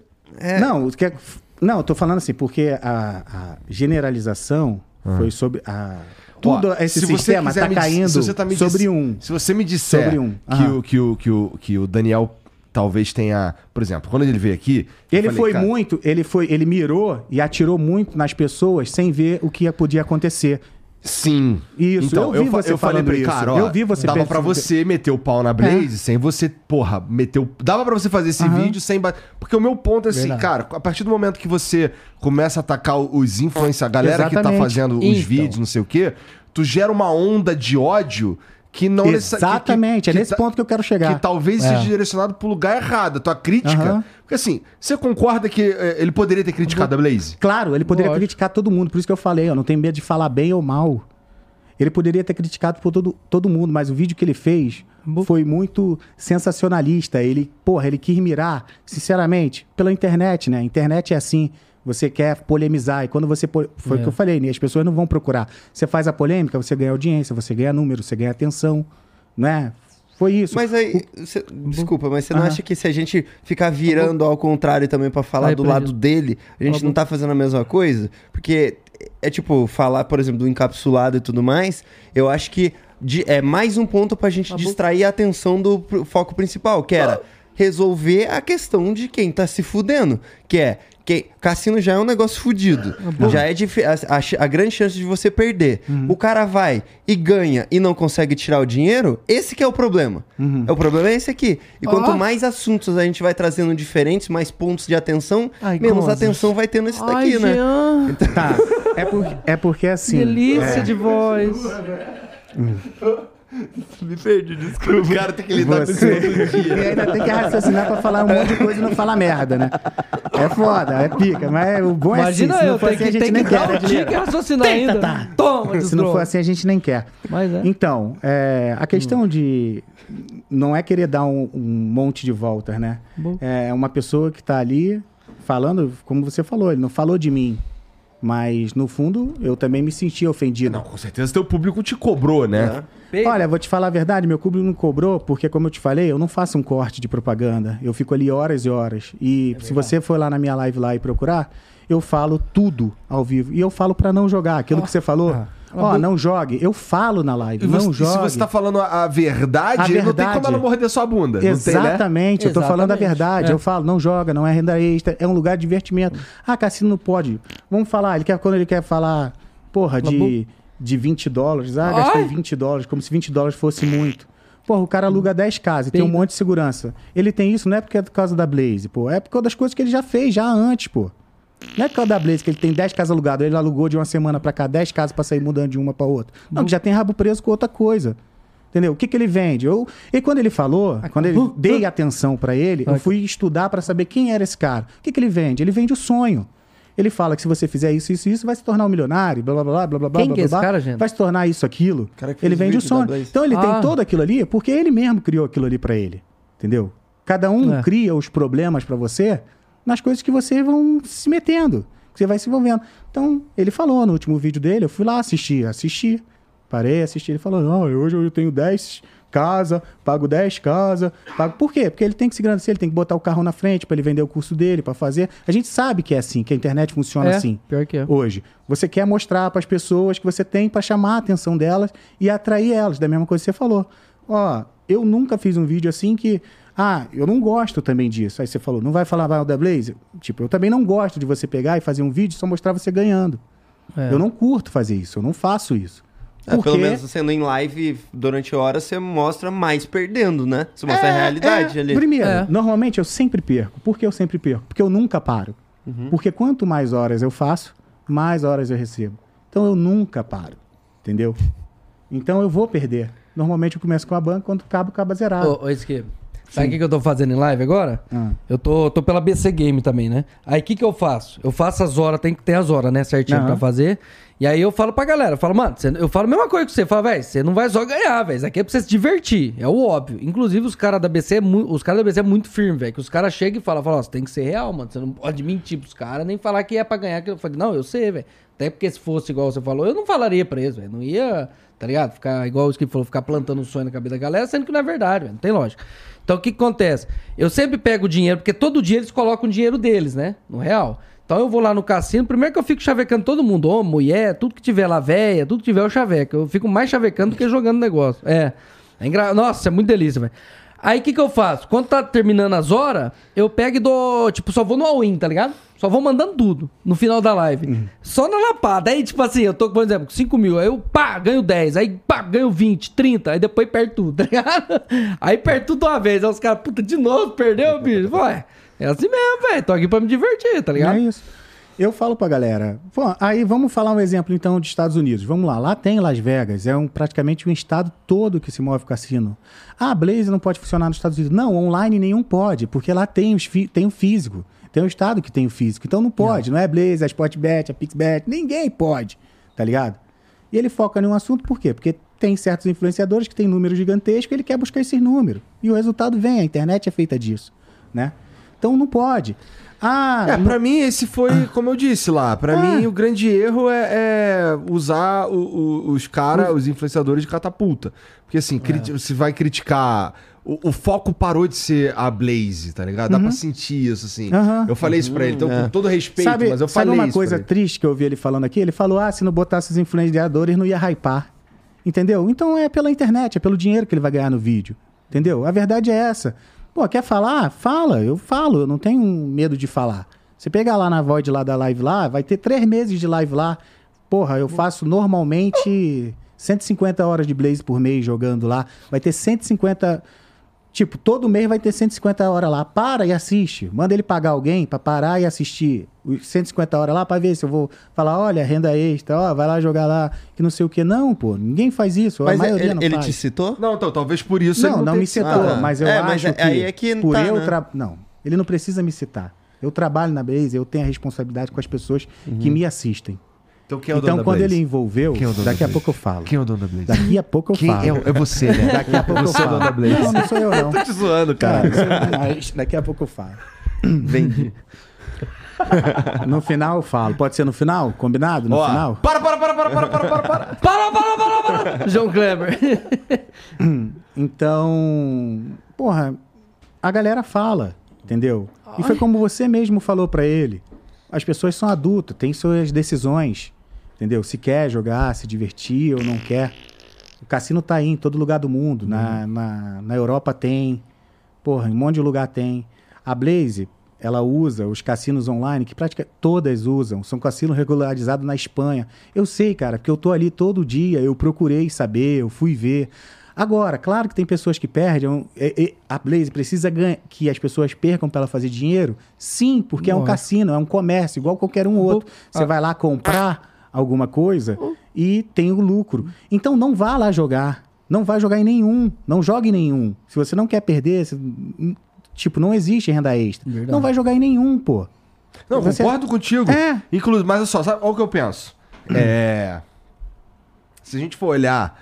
Não, o que é- não, eu tô falando assim, porque a, a generalização foi sobre. A, tudo
Ah. Ó,
esse
se você
sistema
quiser
tá
me dis-
caindo
se você tá me dis-
sobre um.
Se você me disser
Sobre um,
que,
aham.
o, que, o, que, o, que o Daniel talvez tenha. Por exemplo, quando ele veio aqui. eu
Ele
falei,
foi
cara,
muito, ele foi, ele mirou e atirou muito nas pessoas sem ver o que podia acontecer.
Sim.
Isso,
então,
eu
eu,
vi
fa-
você
eu falei
falando
pra ele,
isso.
cara, ó,
Eu vi você É.
dava
pensando-
pra você meter o pau na Blaze sem você, porra, meter o... Dava pra você fazer esse
Aham.
vídeo sem... ba- Porque o meu ponto é assim,
Verdade.
cara, a partir do momento que você começa a atacar os influencers, a galera que tá
Exatamente.
fazendo os
Então.
vídeos, não sei o quê, tu gera uma onda de ódio que não necessa- que- que-
Exatamente, é
que
nesse
ta-
ponto que eu quero chegar. É.
que talvez seja direcionado pro lugar errado, a tua crítica.
Aham.
Porque assim, você concorda que eh, ele poderia ter criticado a Blaze?
Claro, ele poderia
Lógico.
criticar todo mundo, por isso que eu falei, eu não tenho medo de falar bem ou mal. Ele poderia ter criticado por todo, todo mundo, mas o vídeo que ele fez foi muito sensacionalista. Ele, porra, ele quis mirar, sinceramente, pela internet, né? Internet é assim. Você quer polemizar, e quando você. po- Foi o que eu falei, né? As pessoas não vão procurar. Você faz a polêmica, você ganha audiência, você ganha número, você ganha atenção, né? Foi isso. Uhum.
Mas aí, cê- desculpa, mas você não
Aham. Tá
acha que se a gente ficar virando ao contrário também pra falar
Vai,
do
Pedro.
lado dele, a gente não tá fazendo a mesma coisa? Porque é tipo, falar, por exemplo, do encapsulado e tudo mais, eu acho que de- é mais um ponto pra gente distrair a atenção do pr- foco principal, que era resolver a questão de quem tá se fudendo, que é. Que cassino já é um negócio fudido. Já é difí- a, a ch- a grande chance de você perder. O cara vai e ganha e não consegue tirar o dinheiro, esse que é o problema. É o problema é esse aqui. E quanto mais assuntos a gente vai trazendo diferentes, mais pontos de atenção,
Ai,
menos
gozos.
atenção vai tendo esse daqui, né?
Jean,
Tá. É, por- é porque assim.
delícia de voz.
Me perdi, desculpa. O cara tem que lidar com
Você-
isso todo dia.
E ainda tem que raciocinar pra falar um monte de coisa e não falar merda, né? É foda, é pica, mas o bom é
Imagina
assim. Se
eu,
não for
tem
assim, a
que,
gente
tem que
nem
dar
quer.
um
né,
tique e
dinheiro?
raciocinar ainda.
tá.
Toma,
Se não for
desdroga.
assim, a gente nem quer.
Mas é.
Então, é, a questão de. Não é querer dar um, um monte de voltas, né?
Bom.
É uma pessoa que tá ali falando, como você falou, ele não falou de mim. Mas, no fundo, eu também me senti ofendido.
Não, com certeza teu público te cobrou, né?
Peito.
Olha, vou te falar a verdade, meu público não cobrou, porque como eu te falei, eu não faço um corte de propaganda. Eu fico ali horas e horas. E
É
se você for lá na minha live lá e procurar, eu falo tudo ao vivo. E eu falo pra não jogar. Aquilo que você falou, ó, não jogue. Eu falo na live,
Ah. E você-
não
e se
jogue.
você tá falando a, a verdade,
A
não tem
verdade.
como ela morder sua bunda. Não tem, né?
Exatamente, eu tô falando a
Exatamente,
verdade.
é.
Eu falo, não joga, não é renda extra, é um lugar de divertimento. Ah, cassino não pode. Vamos falar, ele quer quando ele quer falar, porra, de, de 20 dólares. Ah, gastei
Ai.
20 dólares, como se 20 dólares fosse muito. Porra, o cara aluga 10 casas e tem um
Peida.
monte de segurança. Ele tem isso, não é porque é por causa da Blaze, pô. É por causa das coisas que ele já fez, já antes, pô. Não é por causa da Blaze que ele tem 10 casas alugadas, ele alugou de uma semana pra cá 10 casas pra sair mudando de uma pra outra. Não, que já tem rabo preso com outra coisa. Entendeu? O que, que ele vende? Eu, e quando ele falou, quando ele dei atenção pra ele, eu fui estudar pra saber quem era esse cara. O que, que ele vende? Ele vende o sonho. Ele fala que se você fizer isso, isso, isso, vai se tornar um milionário, blá blá blá blá blá blá.
Quem
blá,
que
blá,
é esse
blá,
cara, gente?
Vai se tornar isso, aquilo.
cara que fez
ele
o
vende o
vídeo da
sonho.
Blaze.
Então ele
Ah.
tem todo aquilo ali porque ele mesmo criou aquilo ali pra ele. Entendeu? Cada um
É.
cria os problemas pra você nas coisas que você vão se metendo, que você vai se envolvendo. Então, ele falou no último vídeo dele, eu fui lá assistir, assisti, parei, assisti, ele falou: "Não, hoje eu tenho 10 casa, pago 10 casa, pago Por quê? Porque ele tem que se engrandecer, ele tem que botar o carro na frente pra ele vender o curso dele, pra fazer. A gente sabe que é assim, que a internet funciona
É,
assim
Pior que é.
hoje. Você quer mostrar para as pessoas que você tem para chamar a atenção delas e atrair elas, da mesma coisa que você falou. Ó, eu nunca fiz um vídeo assim que. Ah, eu não gosto também disso. Aí você falou, não vai falar mal da Blaze? Tipo, eu também não gosto de você pegar e fazer um vídeo e só mostrar você ganhando.
É.
Eu não curto fazer isso, eu não faço isso.
É,
Porque-
Pelo menos sendo em live durante horas, você mostra mais perdendo, né? Você mostra a realidade
é.
ali.
Primeiro,
É.
normalmente eu sempre perco. Por que eu sempre perco? Porque eu nunca paro. Porque quanto mais horas eu faço, mais horas eu recebo. Então eu nunca paro. Entendeu? Então eu vou perder. Normalmente eu começo com a banca, quando acabo, acaba zerado.
Ô, ô Esquiva, sabe o que, que eu tô fazendo em live agora?
Ah.
Eu tô, tô pela BC Game também, né? Aí o que, que eu faço? Eu faço as horas, tem que ter as horas, né, certinho
Aham.
pra fazer. E aí eu falo pra galera, eu falo, mano, cê- eu falo a mesma coisa que você, eu falo, velho, você não vai só ganhar, velho, isso aqui é pra você se divertir, é o óbvio. Inclusive os caras da BC, é mu- os caras da BC é muito firme, velho, que os caras chegam e falam, falam, ó, você tem que ser real, mano, você não pode mentir pros caras, nem falar que é pra ganhar, que eu falei, não, eu sei, velho. Até porque se fosse igual você falou, eu não falaria pra eles, velho, não ia, tá ligado? Ficar igual o Skip falou, ficar plantando um sonho na cabeça da galera, sendo que não é verdade, velho, não tem lógica. Então o que, que acontece? Eu sempre pego o dinheiro, porque todo dia eles colocam o dinheiro deles, né? No real. Então eu vou lá no cassino, primeiro que eu fico chavecando todo mundo, homem, mulher, tudo que tiver lá, véia, tudo que tiver eu chaveco. Eu fico mais chavecando do que jogando negócio. É. É engra... Nossa, é muito delícia, velho. Aí o que, que eu faço? Quando tá terminando as horas, eu pego e dou. Tipo, só vou no all-in, tá ligado? Só vou mandando tudo no final da live. Só na lapada. Aí, tipo assim, eu tô, por exemplo, com 5 mil. Aí eu, pá, ganho 10. Aí, pá, ganho 20, 30. Aí depois perdo tudo, tá ligado? Aí perdo tudo uma vez. Aí os caras, puta, de novo, perdeu, bicho. Ué, é assim mesmo, velho. Tô aqui pra me divertir, tá
É
ligado?
isso. Eu falo pra galera. "Pô, aí vamos falar um exemplo então de Estados Unidos. Vamos lá. Lá tem Las Vegas. É um, praticamente um estado todo que se move cassino. Ah, Blaze não pode funcionar nos Estados Unidos. Não, online nenhum pode, porque lá tem, os fi- tem o físico. Tem o estado que tem o físico. Então não pode. Não, é Blaze, é Sportbet, é Pixbet. Ninguém pode. Tá ligado? E ele foca em um assunto, por quê? Porque tem certos influenciadores que têm número gigantesco e ele quer buscar esse número. E o resultado vem, a internet é feita disso, né? Então não pode. Ah,
É,
não-
pra mim esse foi, como eu disse lá, pra
Ah.
mim o grande erro é, é usar o- o- os caras, os influenciadores de catapulta. Porque
É.
assim, criti- você vai criticar. O, o foco parou de ser a Blaze, tá ligado? Dá pra sentir isso, assim.
Uhum. Aham. É.
Eu falei isso pra ele, então com todo respeito,
sabe,
mas eu
sabe
falei
uma
isso
coisa
pra ele.
triste que eu ouvi ele falando aqui? Ele falou: ah, se não botasse os influenciadores, não ia hypar. Entendeu? Então é pela internet, é pelo dinheiro que ele vai ganhar no vídeo. Entendeu? A verdade é essa. Pô, quer falar? Fala, eu falo, eu não tenho medo de falar. Você pegar lá na Void lá da live lá, vai ter três meses de live lá. Porra, eu faço normalmente 150 horas de Blaze por mês jogando lá. Vai ter 150 Tipo, todo mês vai ter 150 horas lá. Para e assiste. Manda ele pagar alguém pra parar e assistir os 150 horas lá pra ver se eu vou falar, olha, renda extra, ó, vai lá jogar lá, que não sei o que. Não, pô, ninguém faz isso.
é,
Mas é,
a maioria
ele,
não
ele
faz.
te citou?
Não, então, talvez por isso ele
Não, não,
teve
me
que ser-
citou,
Ah, tá.
mas eu
É, mas
acho
é-
que,
aí é que não
por
tá,
eu
né?
tra- não, ele não precisa me citar. Eu trabalho na Blaze, eu tenho a responsabilidade com as pessoas que me assistem.
Então quem Uhum. é o dono
Então,
da
quando
Blaze?
ele envolveu,
Quem é o dono
daqui
da
a
Blaze?
pouco eu falo.
Quem é o dono da Blaze?
Daqui a pouco eu
Quem
falo.
é, o- é você, né?
Daqui a pouco eu
você é o
falo.
dono da Blaze.
Não, não sou eu não.
Tá
Tô te zoando, cara.
Mas daqui a pouco eu falo. Hum.
Vendi.
No final eu falo. Pode ser no final? Combinado? No
Ó,
final?
Para, para, para, para, para, para, para, para.
Para, para, para, para! João Kleber.
Então, porra, a galera fala, entendeu? E foi como você mesmo falou pra ele. As pessoas são adultas, têm suas decisões, entendeu? Se quer jogar, se divertir ou não quer. O cassino tá aí em todo lugar do mundo. Na, na, na Europa tem. Porra, em um monte de lugar tem. A Blaze, ela usa os cassinos online, que pratica todas usam. São cassinos regularizados na Espanha. Eu sei, cara, porque eu tô ali todo dia, eu procurei saber, eu fui ver. Agora, claro que tem pessoas que perdem. um- e- e- A Blaze precisa ganha- que as pessoas percam para ela fazer dinheiro? Sim, porque é um
Lógico.
cassino, é um comércio, igual qualquer um outro. Você vai lá comprar alguma coisa e tem o lucro. Então não vá lá jogar. Não vá jogar em nenhum. Não jogue em nenhum. Se você não quer perder, se- tipo, não existe renda extra.
Verdade.
Não vai jogar em nenhum, pô.
Não,
Você-
concordo contigo.
É. Hum.
Inclusive, mas olha só, sabe olha o que eu penso? É. Se a gente for olhar.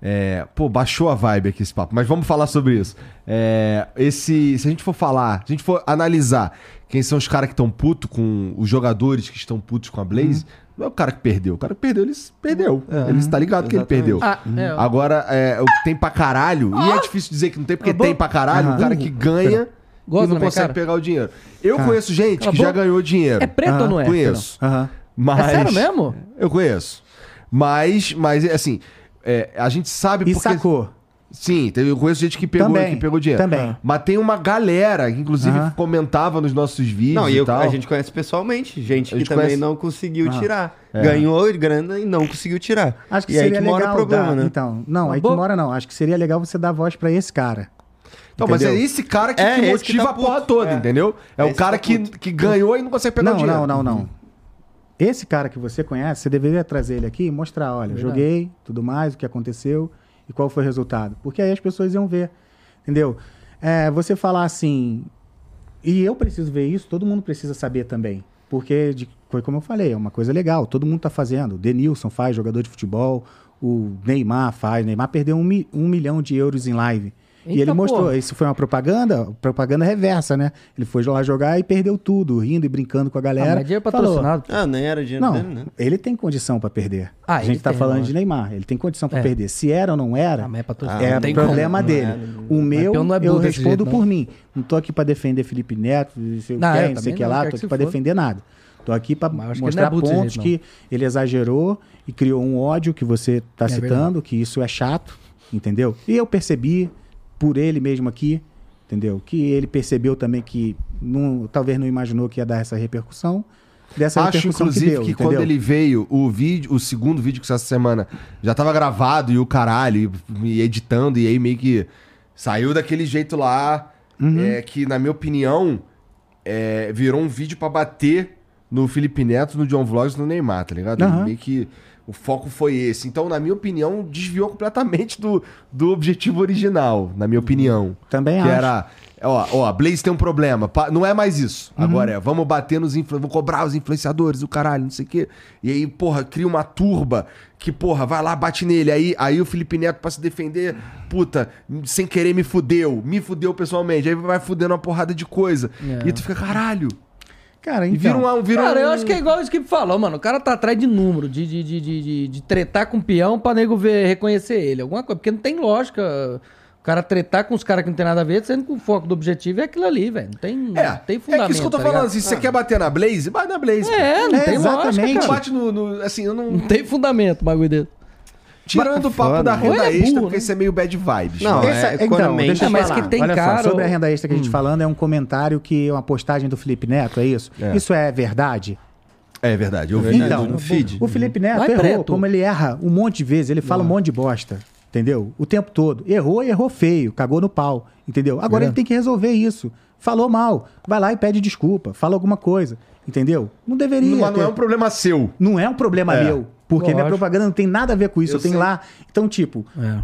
é, Pô, baixou a vibe aqui esse papo, mas vamos falar sobre isso. É, Esse. Se a gente for falar, se a gente for analisar quem são os caras que estão putos com. Os jogadores que estão putos com a
Hum.
Blaze, não é o cara que perdeu. O cara que perdeu, ele se perdeu.
É.
Ele está ligado que ele perdeu.
Ah, é, ó.
Agora, é, o que tem pra caralho, e é
Ah!
difícil dizer que não tem, porque
Acabou.
tem pra caralho, o cara que ganha
Goza
e não
na minha
consegue
cara.
pegar o dinheiro. Eu conheço gente que
Acabou.
já ganhou dinheiro. Ah,
É preto ou não é?
Conheço.
Aham.
Mas...
É sério mesmo?
Eu conheço. Mas, mas assim, é, a gente sabe
E sacou.
Sim, tem- eu conheço gente que pegou,
Também,
que pegou dinheiro.
também.
Mas tem uma galera que, inclusive,
Aham.
comentava nos nossos vídeos
Não, e
e
eu-
tal.
a gente conhece pessoalmente, gente que
gente
também
conhece-
não conseguiu tirar. Ganhou grana e não conseguiu tirar.
Ah, é. Acho que
e
seria
aí que
legal
mora o problema,
dar-
né?
Então, não, aí
Acabou?
que mora não. Acho que seria legal você dar voz pra esse cara.
Não, mas é
entendeu?
esse cara que,
É,
que
esse
motiva
que tá
a porra
puto.
toda,
É.
entendeu? É,
É
o
esse
cara
que
que,
tá
que ganhou e não consegue pegar o
não,
dinheiro.
não, não, não. Esse cara que você conhece, você deveria trazer ele aqui e mostrar, olha,
Verdade.
joguei, tudo mais, o que aconteceu e qual foi o resultado. Porque aí as pessoas iam ver, entendeu? É, você falar assim, e eu preciso ver isso, todo mundo precisa saber também. Porque de- foi como eu falei, é uma coisa legal, todo mundo tá fazendo. O Denilson faz, jogador de futebol, o Neymar faz. Neymar perdeu um, mi- um milhão de euros em live. e
Eita
ele mostrou,
porra.
isso foi uma propaganda, propaganda reversa, né? Ele foi lá jogar e perdeu tudo, rindo e brincando com a
Ah,
galera.
mas dinheiro
Falou,
patrocinado.
Ah, nem era dinheiro
não,
dele, né?
ele tem condição pra perder. a
Ah, ele
gente tá
tem,
falando
lógico.
de Neymar, ele tem condição pra
É.
perder. Se era ou não era,
Ah, mas é patrocinado.
é
Não tem
problema
como.
dele. O
peão
meu,
não é burro
eu
desse
respondo
jeito,
por mim. Não tô aqui pra defender Felipe Neto, não sei o
Não, eu
que, não sei
também
o que
não,
lá,
quero
tô
que
aqui
se
pra
foda.
defender nada. Tô aqui pra
Mas eu acho que ele não
mostrar
é burro desse
pontos
jeito, não.
que ele exagerou e criou um ódio que você tá
É
citando,
verdade.
que isso é chato, entendeu? E eu percebi por ele mesmo aqui, entendeu? Que ele percebeu também que não, talvez não imaginou que ia dar essa repercussão. Dessa
Acho,
repercussão
inclusive, que,
deu,
quando
entendeu?
ele veio, o vídeo, o segundo vídeo que saiu essa semana já tava gravado e o caralho, e, e editando, e aí meio que saiu daquele jeito lá,
Uhum.
é, que, na minha opinião, é, virou um vídeo pra bater no Felipe Neto, no John Vlogs, no Neymar, tá ligado?
Aham.
Meio que O foco foi esse. Então, na minha opinião, desviou completamente do, do objetivo original, na minha opinião.
Também
que
acho.
era, Ah, ó, ó, Blaze tem um problema. Pa- Não é mais isso.
Uhum.
Agora é, vamos bater nos influenciadores, vamos cobrar os influenciadores, o caralho, não sei o quê. E aí, porra, cria uma turba que, porra, vai lá, bate nele. Aí, aí o Felipe Neto, pra se defender, puta, sem querer me fudeu, me fudeu pessoalmente. Aí vai fudendo uma porrada de coisa.
É.
E tu fica, caralho.
Cara,
E vira
então,
um. Vira
Cara,
um...
eu acho que é igual o que falou, mano. O cara tá atrás de número, de, de, de, de, de- de tretar com o peão pra nego ver, reconhecer ele. Alguma coisa. Porque não tem lógica o cara tretar com os caras que não tem nada a ver, sendo que o foco do objetivo é aquilo ali, velho. Não tem, não tem fundamento.
É que isso que eu tô
tá
falando,
ligado?
assim, se você quer bater na Blaze, bate na Blaze. pô.
É, não
É,
tem
exatamente.
lógica,
Não
cara.
bate no, no- Assim, eu não.
Não tem fundamento o bagulho dele.
Tirando o papo
foda.
da
Ou
renda
ele é
extra,
burro,
porque
né?
isso é meio bad vibes.
Não,
né?
é-
Essa- então,
economicamente-
deixa eu
Ah, mas
falar.
que tem
Olha
cara
só, sobre a
ou-
renda extra que a gente
Hum.
falando, é um comentário que é uma postagem do Felipe Neto, é isso? Isso é verdade?
É verdade, eu vi
Então,
no feed. é.
O Felipe Neto
Vai
errou,
é preto.
como ele erra um monte de vezes, ele fala um monte de bosta, entendeu? O tempo todo. Errou, errou feio, cagou no pau, entendeu?
É.
Agora ele tem que resolver isso. Falou mal, vai lá e pede desculpa, fala alguma coisa, entendeu? Não deveria.
Mas não
ter-
é um problema seu.
não é um problema
É.
meu, porque
Lógico.
minha propaganda não tem nada a ver com isso, eu, tenho lá. Então, tipo,
É.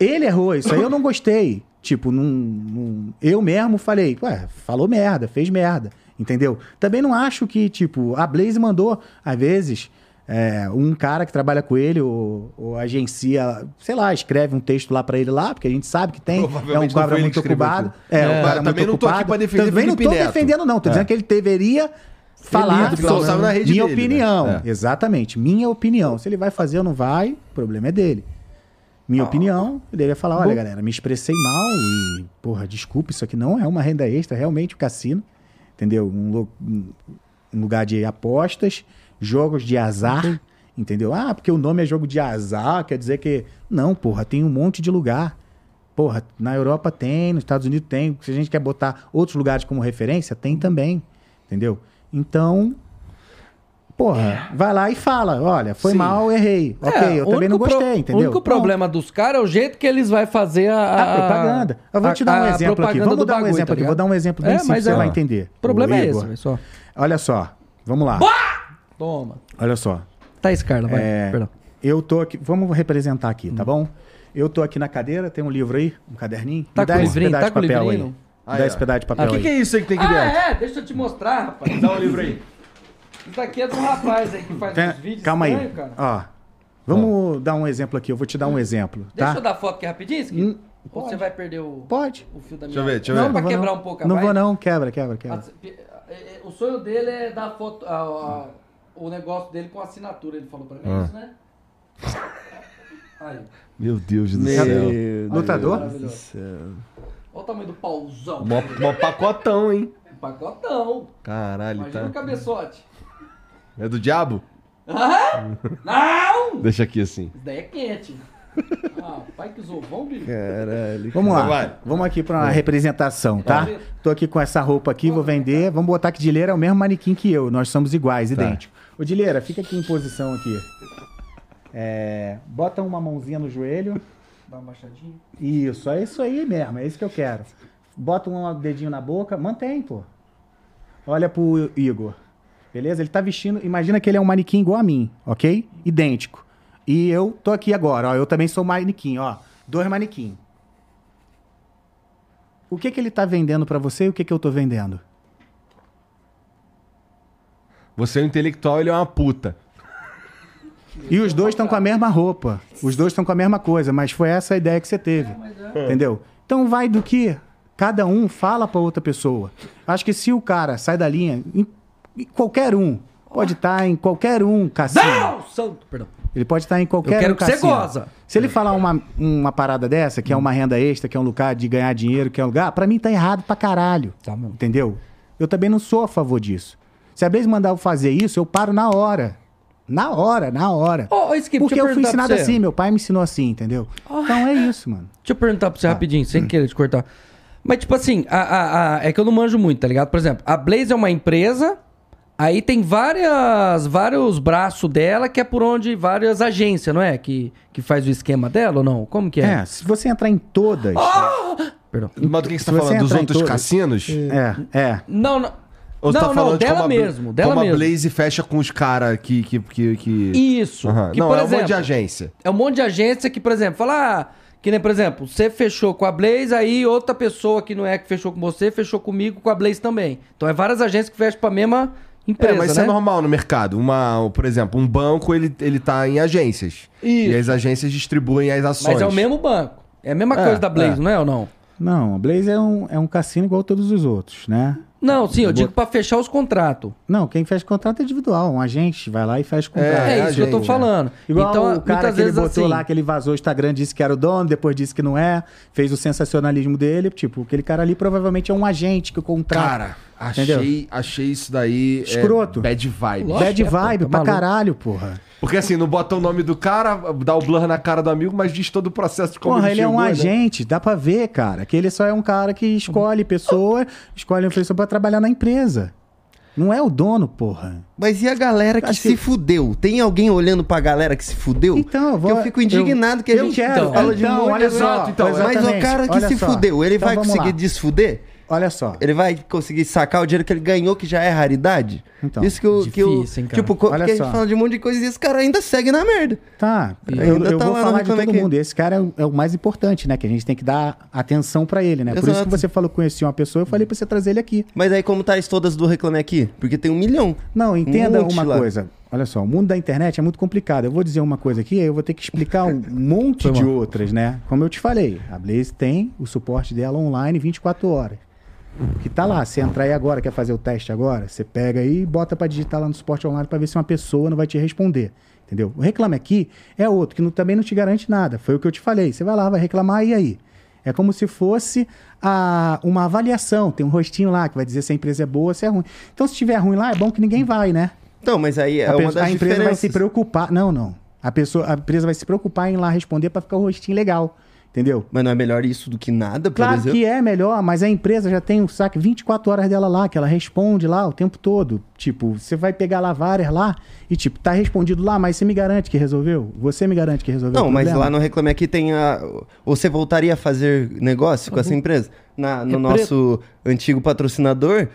ele errou, isso aí eu não gostei. Tipo, num, num- eu mesmo falei, ué, falou merda, fez merda, entendeu? Também não acho que, tipo, a Blaze mandou, às vezes, é, um cara que trabalha com ele, ou, ou agencia, sei lá, escreve um texto lá pra ele lá, porque a gente sabe que tem, é um
Provavelmente não foi
cara
ele
muito
que escreveu
ocupado.
aquilo.
É,
É,
um cara
também
muito
não tô aqui
ocupado.
pra defender
Também não
Felipe
tô
Neto. É.
defendendo, não, tô dizendo que ele deveria falar,
Felipe Neto,
falando
na rede
minha
dele, né?
opinião.
É.
Exatamente, minha opinião. Se ele vai fazer ou não vai, o problema é dele. Minha opinião, ele ia falar, olha, galera, me expressei mal e, porra, desculpa, isso aqui não é uma renda extra, é realmente o cassino, entendeu? Um, lu- um- um lugar de apostas, jogos de
Uhum.
azar, entendeu? Ah, porque o nome é jogo de azar, quer dizer que... Não, porra, tem um monte de lugar. Porra, na Europa tem, nos Estados Unidos tem, se a gente quer botar outros lugares como referência, tem também, entendeu? Então... Porra, vai lá e fala, olha, foi
Sim.
mal, errei. ok,
É,
eu
o
também não
único pro-
gostei, entendeu?
O único
Pronto.
problema dos caras é o jeito que eles vão fazer a,
A propaganda. Eu vou
a-
te dar um
a
exemplo aqui.
propaganda
Vamos
do
dar um
bagulho,
exemplo
tá
aqui. Vou
ligado?
dar um exemplo bem
É,
simples,
mas
você
é-
vai entender.
O problema
Ô,
é
Igor,
esse, pessoal.
Olha só, vamos lá.
Toma.
Olha só.
Tá esse cara, vai.
É,
Perdão.
eu tô aqui, vamos representar aqui,
Hum.
tá bom? Eu tô aqui na cadeira, tem um livro aí, um caderninho.
Tá
Me dá
com
esse
livrinho,
pedaço
tá
de
com
papel
livrinho?
aí.
Aí,
Me dá
ó.
esse pedaço de papel
O que,
aí.
que é isso aí que tem aqui
Ah,
dentro?
é? Deixa eu te mostrar, rapaz.
Dá um livro aí.
Isso daqui é de um rapaz aí que faz
Tem-
uns vídeos
Calma aí. Tá.
estranhos, cara. Hum.
Ó, vamos dar um exemplo aqui, eu vou te dar um exemplo,
Deixa
tá?
eu dar foto aqui rapidinho, Skip. Ou você vai perder o,
Pode.
o fio da minha...
Deixa eu ver, deixa eu
Só
ver.
pra
vou
quebrar um pouco a
Hum, Não
vibe.
vou não, quebra, quebra, quebra.
As- pe- é, é, O sonho dele é dar foto... a- a- o negócio dele com assinatura, ele falou pra mim.
Ah.
É isso, né? Aí.
Meu Deus do céu.
Meu
Lutador?
Deus do céu.
Olha o tamanho do pauzão.
Mó, mó pacotão, hein?
Um pacotão.
Caralho,
Imagina o
tá.
cabeçote.
É do diabo?
Hã? Não!
Deixa aqui assim.
Isso daí é quente. Ah, pai que usou vão, bicho.
É.
Caralho.
Vamos lá,
Vai.
vamos aqui pra uma representação, tá?
Vai.
Tô aqui com essa roupa aqui, vou vender. Vamos botar que Dileira é o mesmo manequim que eu, nós somos
Tá.
iguais, idênticos. Ô Dileira, fica aqui em posição aqui. É, bota uma mãozinha no joelho.
Dá uma baixadinha.
Isso, é isso aí mesmo, é isso que eu quero. Bota um dedinho na boca, mantém, pô. Olha pro Igor. Beleza? Ele tá vestindo. Imagina que ele é um manequim igual a mim, ok? Idêntico. E eu tô aqui agora, ó. Eu também sou manequim, ó. Dois manequim. O que que ele tá vendendo pra você e o que que eu tô vendendo?
Você é um intelectual, ele é uma puta.
E os dois estão com a mesma roupa. Os dois estão com a mesma coisa, mas foi essa a ideia que você teve.
É,
Entendeu? Então vai do que cada um fala pra outra pessoa. Acho que se o cara sai da linha, em- em qualquer um, pode estar em qualquer um cassino.
Não! Santo, perdão.
Ele pode estar em qualquer
Eu quero
um
que você
cassino.
goza.
Se ele falar uma, uma parada dessa, que é uma renda extra, que é um lugar de ganhar dinheiro, que é um lugar, pra mim tá errado pra caralho.
Tá mesmo.
Entendeu? Eu também não sou a favor disso. Se a Blaze mandar eu fazer isso, eu paro na hora. Na hora, na hora.
Ô, ô, Skip,
Porque
deixa eu
eu fui
perguntar pra
ensinado
você. Oh.
assim, meu pai me ensinou assim, entendeu? Então é isso, mano.
Deixa eu perguntar
Tá.
pra você rapidinho,
Hum.
sem querer te cortar. Mas, tipo assim, a, a- a- é que eu não manjo muito, tá ligado? Por exemplo, a Blaze é uma empresa, aí tem várias, vários braços dela, que é por onde várias agências, não é? Que, que faz o esquema dela ou não? Como que é?
É, se você entrar em todas.
Perdão.
Mas do que, que você
Se
tá
você
falando? Dos
entrar em
outros
todos-
cassinos?
É, é.
Não, não.
Ou você
Não,
tá
não,
falando de
dela
como a Bla-
mesmo, dela
como
mesmo.
a Blaze fecha com os caras que. que, que, que...
Isso.
Aham.
Que,
Não,
por
é um
exemplo,
monte de agência.
É um monte de agência que, por exemplo, fala. ah, Que nem, por exemplo, você fechou com a Blaze, aí outra pessoa que não é que fechou com você, fechou comigo com a Blaze também. Então é várias agências que fecham pra mesma empresa.
é, mas isso
né?
é normal no mercado. Uma, por exemplo, um banco, ele, ele tá em agências.
Isso.
E as agências distribuem as ações.
Mas é o mesmo banco. É a mesma
É,
coisa da Blaze,
é.
não é ou não?
Não, a Blaze é um, é um cassino igual todos os outros, né?
Não, sim, eu digo pra fechar os contratos.
Não, quem fecha contrato é individual. Um agente vai lá e fecha contrato.
É,
É, isso que eu tô
agente,
falando.
Igual
então,
o cara
muitas
que ele
vezes
botou
assim.
lá, que ele vazou o Instagram, disse que era o dono, depois disse que não é, fez o sensacionalismo dele. Tipo, aquele cara ali provavelmente é um agente que contrata.
Cara, achei,
Entendeu?
achei isso daí. é,
Escroto.
bad vibe.
Lógico.
Bad
é, pô, tá
vibe pra
maluco.
caralho, porra.
Porque assim, não bota o nome do cara, dá o blur na cara do amigo, mas diz todo o processo de como
porra, ele é um
chegou, né?
agente, dá pra ver, cara, que ele só é um cara que escolhe pessoa, escolhe uma pessoa pra trabalhar na empresa. Não é o dono, porra.
Mas e a galera que
Acho
se
que-
fudeu? Tem alguém olhando pra galera que se fudeu?
Então, eu vou-
Que eu fico indignado que a
eu
gente
quero.
fala de
Então,
um monte
olha
de
só,
coisa.
então,
mas o
exatamente.
cara que
Olha
se
só.
fudeu, ele
Então
vai
vamos
conseguir
lá.
desfuder?
Olha só.
Ele vai conseguir sacar o dinheiro que ele ganhou, que já é raridade?
Então,
Isso que eu. que eu-
difícil, hein, cara?
Tipo, co-
Olha
porque a
só.
gente fala de um monte de coisa e esse cara ainda segue na merda.
Tá,
E
eu,
ainda
eu
tá
vou
lá,
falar
né,
de
como é
todo
que-
mundo. Esse cara é o, é o mais importante, né? Que a gente tem que dar atenção pra ele, né? Por isso
Exato.
que você falou que conhecia uma pessoa, eu falei pra você trazer ele aqui.
Mas aí, como tá as todas do Reclame Aqui? Porque tem um milhão.
Não, entenda
Um monte
uma
lá.
coisa. Olha só, o mundo da internet é muito complicado. Eu vou dizer uma coisa aqui, aí eu vou ter que explicar um monte de outras, né? Como eu te falei, a Blaze tem o suporte dela online 24 horas. Que tá lá, você entrar aí agora, quer fazer o teste agora, você pega aí e bota pra digitar lá no suporte online pra ver se uma pessoa não vai te responder. Entendeu? O reclame aqui é outro, que não- também não te garante nada. Foi o que eu te falei. Você vai lá, vai reclamar e aí? É como se fosse a, uma avaliação. Tem um rostinho lá que vai dizer se a empresa é boa, se é ruim. Então, se estiver ruim lá, é bom que ninguém vai, né?
Então, mas aí é
a,
uma
pessoa-
das
a empresa vai
diferenças.
se preocupar. Não, não. A, pessoa, a empresa vai se preocupar em ir lá responder pra ficar o rostinho legal. Entendeu?
Mas não é melhor isso do que nada, por
Claro
exemplo?
que é melhor, mas a empresa já tem o saque 24 horas dela lá, que ela responde lá o tempo todo. Tipo, você vai pegar lá várias lá e, tipo, tá respondido lá, mas você me garante que resolveu? Você me garante que resolveu?
Não,
o
mas
problema?
lá no Reclame Aqui tem a. Você voltaria a fazer negócio com essa empresa? Na, no
É
nosso antigo patrocinador,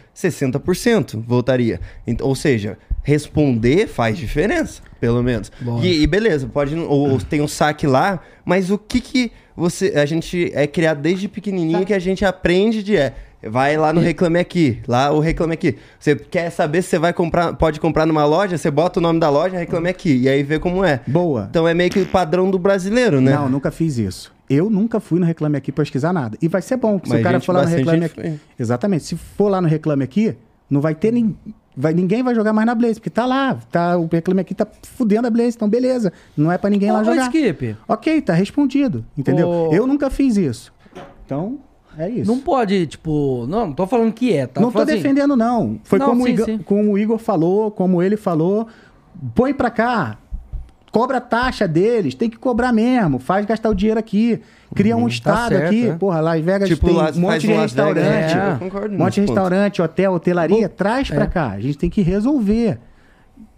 60% voltaria. Ent- Ou seja, responder faz diferença, pelo menos. E, e beleza, pode. não- Ou, ou tem um saque lá, mas o que que você. A gente é criado desde pequenininho que a gente aprende de é. Vai lá no Reclame Aqui, lá o Reclame Aqui. Você quer saber se você vai comprar, pode comprar numa loja, você bota o nome da loja, Reclame Aqui, e aí vê como é.
Boa.
Então é meio que o padrão do brasileiro, né?
Não, nunca fiz isso. Eu nunca fui no Reclame Aqui pesquisar nada. E vai ser bom, que se
Mas
o cara
gente,
for lá no
bastante
Reclame
gente
Aqui.
foi.
Exatamente. Se for lá no Reclame Aqui, não vai ter ninguém. Vai, ninguém vai jogar mais na Blaze, porque tá lá, tá, o reclame aqui tá fudendo a Blaze, então beleza. Não é pra ninguém lá
Ô,
jogar.
Skip,
Ok, tá respondido, entendeu?
Ô.
Eu nunca fiz isso. Então, é isso.
não pode, tipo. Não, não tô falando que é, tá?
Não
Tô
tô
falando assim,
defendendo, não. Foi
Não,
como, o
sim,
Igor,
sim.
como o Igor falou, como ele falou. Põe pra cá, cobra a taxa deles, tem que cobrar mesmo, faz gastar o dinheiro aqui, cria um estado
certo,
aqui.
é.
Porra, Las Vegas
Tipo,
tem
Las-
um
faz
monte de
um Las Vegas,
restaurante,
é.
Eu concordo
um monte de
nesse ponto.
restaurante, hotel, hotelaria, traz pra cá. A gente tem que resolver.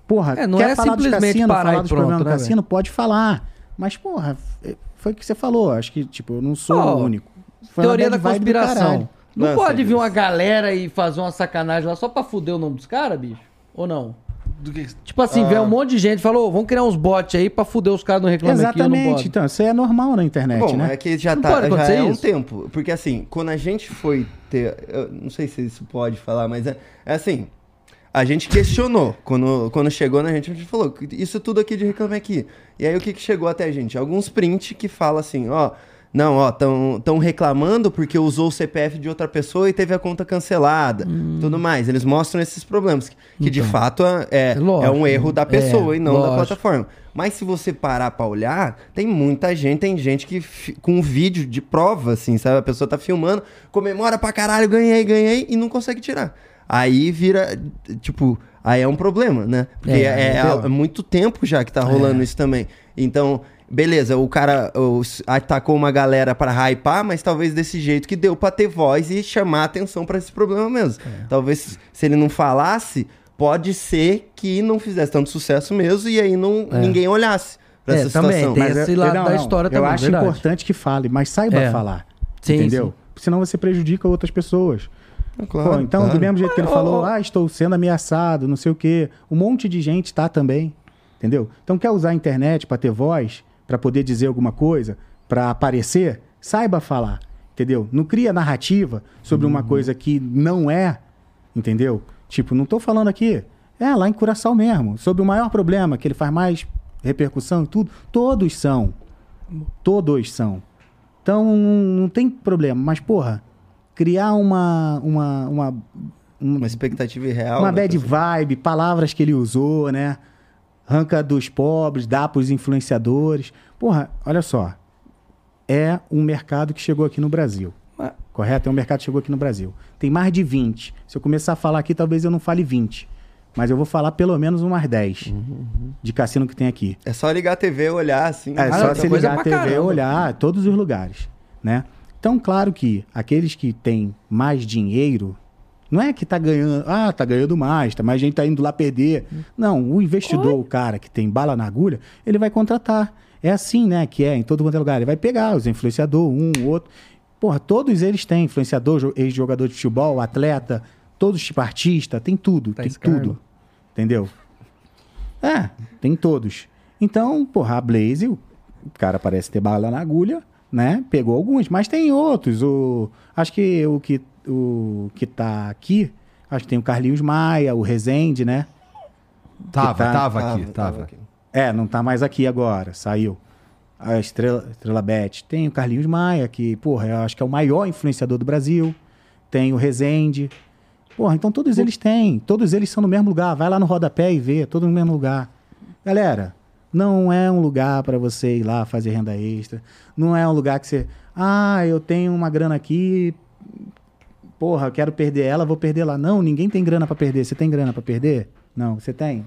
Porra,
É, não
quer
é
falar dos
simplesmente
cassinos,
parar
falar
e
dos
pronto,
problemas do
né,
cassino, pode falar. Mas, porra, é, foi o que você falou. Acho que, tipo, eu não sou
Ó,
o único. Foi uma
Teoria da
bad vibe do caralho.
conspiração. Não
Lança,
pode vir
Deus.
uma galera e fazer uma sacanagem lá só pra fuder o nome dos caras, bicho? Ou não?
Do que que-
Tipo assim, vem um monte de gente e falou, "Ô, vamos criar uns bots aí pra fuder os caras no reclame aqui, eu não
Exatamente.
boto."
Então, isso aí é normal na internet,
Bom,
né?
é que já,
Não
tá,
pode
já
acontecer
é um
isso.
tempo. Porque assim, quando a gente foi ter. eu não sei se isso pode falar, mas é, é assim. A gente questionou. quando, quando chegou na gente, a gente falou: Isso tudo aqui de reclame aqui. E aí o que, que chegou até a gente? Alguns prints que fala assim: Ó, não, ó, tão, tão reclamando porque usou o CPF de outra pessoa e teve a conta cancelada.
Hum.
Tudo mais. Eles mostram esses problemas. Que, que de fato é, é,
Então. lógico,
um erro da
é,
pessoa e não da
lógico.
plataforma plataforma. Mas se você parar pra olhar, tem muita gente, tem gente que fi- com um vídeo de prova, assim, sabe? A pessoa tá filmando, comemora pra caralho, ganhei, ganhei, e não consegue tirar. Aí vira, tipo, aí é um problema, né? Porque
É,
é, é
entendeu?
há muito tempo já que tá rolando isso também. Então, beleza, o cara o- s- atacou uma galera pra hypar, mas talvez desse jeito que deu pra ter voz e chamar a atenção pra esse problema mesmo. Talvez se ele não falasse, pode ser que não fizesse tanto sucesso mesmo e aí não, ninguém olhasse pra
É,
essa
também,
situação.
tem
Mas
essa-
é-
Esse lado da história
eu
também,
acho
verdade.
importante que fale, mas saiba
É.
falar.
Sim,
entendeu? Senão você prejudica outras pessoas.
É claro,
Pô, então,
claro.
do mesmo jeito que ele falou, ah, estou sendo ameaçado, não sei o quê. Um monte de gente tá também, entendeu? Então, quer usar a internet para ter voz, para poder dizer alguma coisa, para aparecer? Saiba falar, entendeu? Não cria narrativa sobre
Uhum.
uma coisa que não é, entendeu? Tipo, não tô falando aqui, é lá em Curaçao mesmo, sobre o maior problema, que ele faz mais repercussão e tudo. Todos são. Todos são. Então não tem problema, mas porra, criar uma uma uma um-
Uma expectativa irreal.
uma
né,
bad
pessoal?
vibe, palavras que ele usou, né? Arranca dos pobres, dá pros influenciadores. Porra, olha só. É um mercado que chegou aqui no Brasil.
Mas-
Correto? É um mercado que chegou aqui no Brasil. Tem mais de 20. Se eu começar a falar aqui, talvez eu não fale 20. Mas eu vou falar pelo menos umas 10 de cassino que tem aqui.
É só ligar a TV, olhar assim.
É
Ah,
só
outra
se
coisa
ligar a
pra
TV e
caramba.
olhar todos os lugares, né? Então, claro que aqueles que têm mais dinheiro, não é que tá ganhando, ah, tá ganhando mais, tá mais gente tá indo lá perder. Não, o investidor, o cara que tem bala na agulha, ele vai contratar. É assim, né, que é em todo quanto é lugar. Ele vai pegar os influenciadores, um, outro. Porra, todos eles têm influenciador, jo- ex-jogador de futebol, atleta, todos tipo artista, tem tudo, tem
esse cara.
tudo. Entendeu? É, tem todos. Então, porra, a Blaze, o cara parece ter bala na agulha, né? Pegou alguns, mas tem outros. O, acho que o que, o que tá aqui, acho que tem o Carlinhos Maia, o Rezende, né?
Tava,
tá-
tava aqui,
Ah,
tava.
É, não tá mais aqui agora, saiu. A Estrela, Estrela Bet. Tem o Carlinhos Maia, que, porra, eu acho que é o maior influenciador do Brasil. Tem o Rezende. Porra, então todos eles têm. Todos eles são no mesmo lugar. Vai lá no rodapé e vê, todos no mesmo lugar. Galera, não é um lugar pra você ir lá fazer renda extra. Não é um lugar que você. Ah, eu tenho uma grana aqui. Porra, eu quero perder ela, vou perder lá. Não, ninguém tem grana pra perder. Você tem grana pra perder? Não, você tem?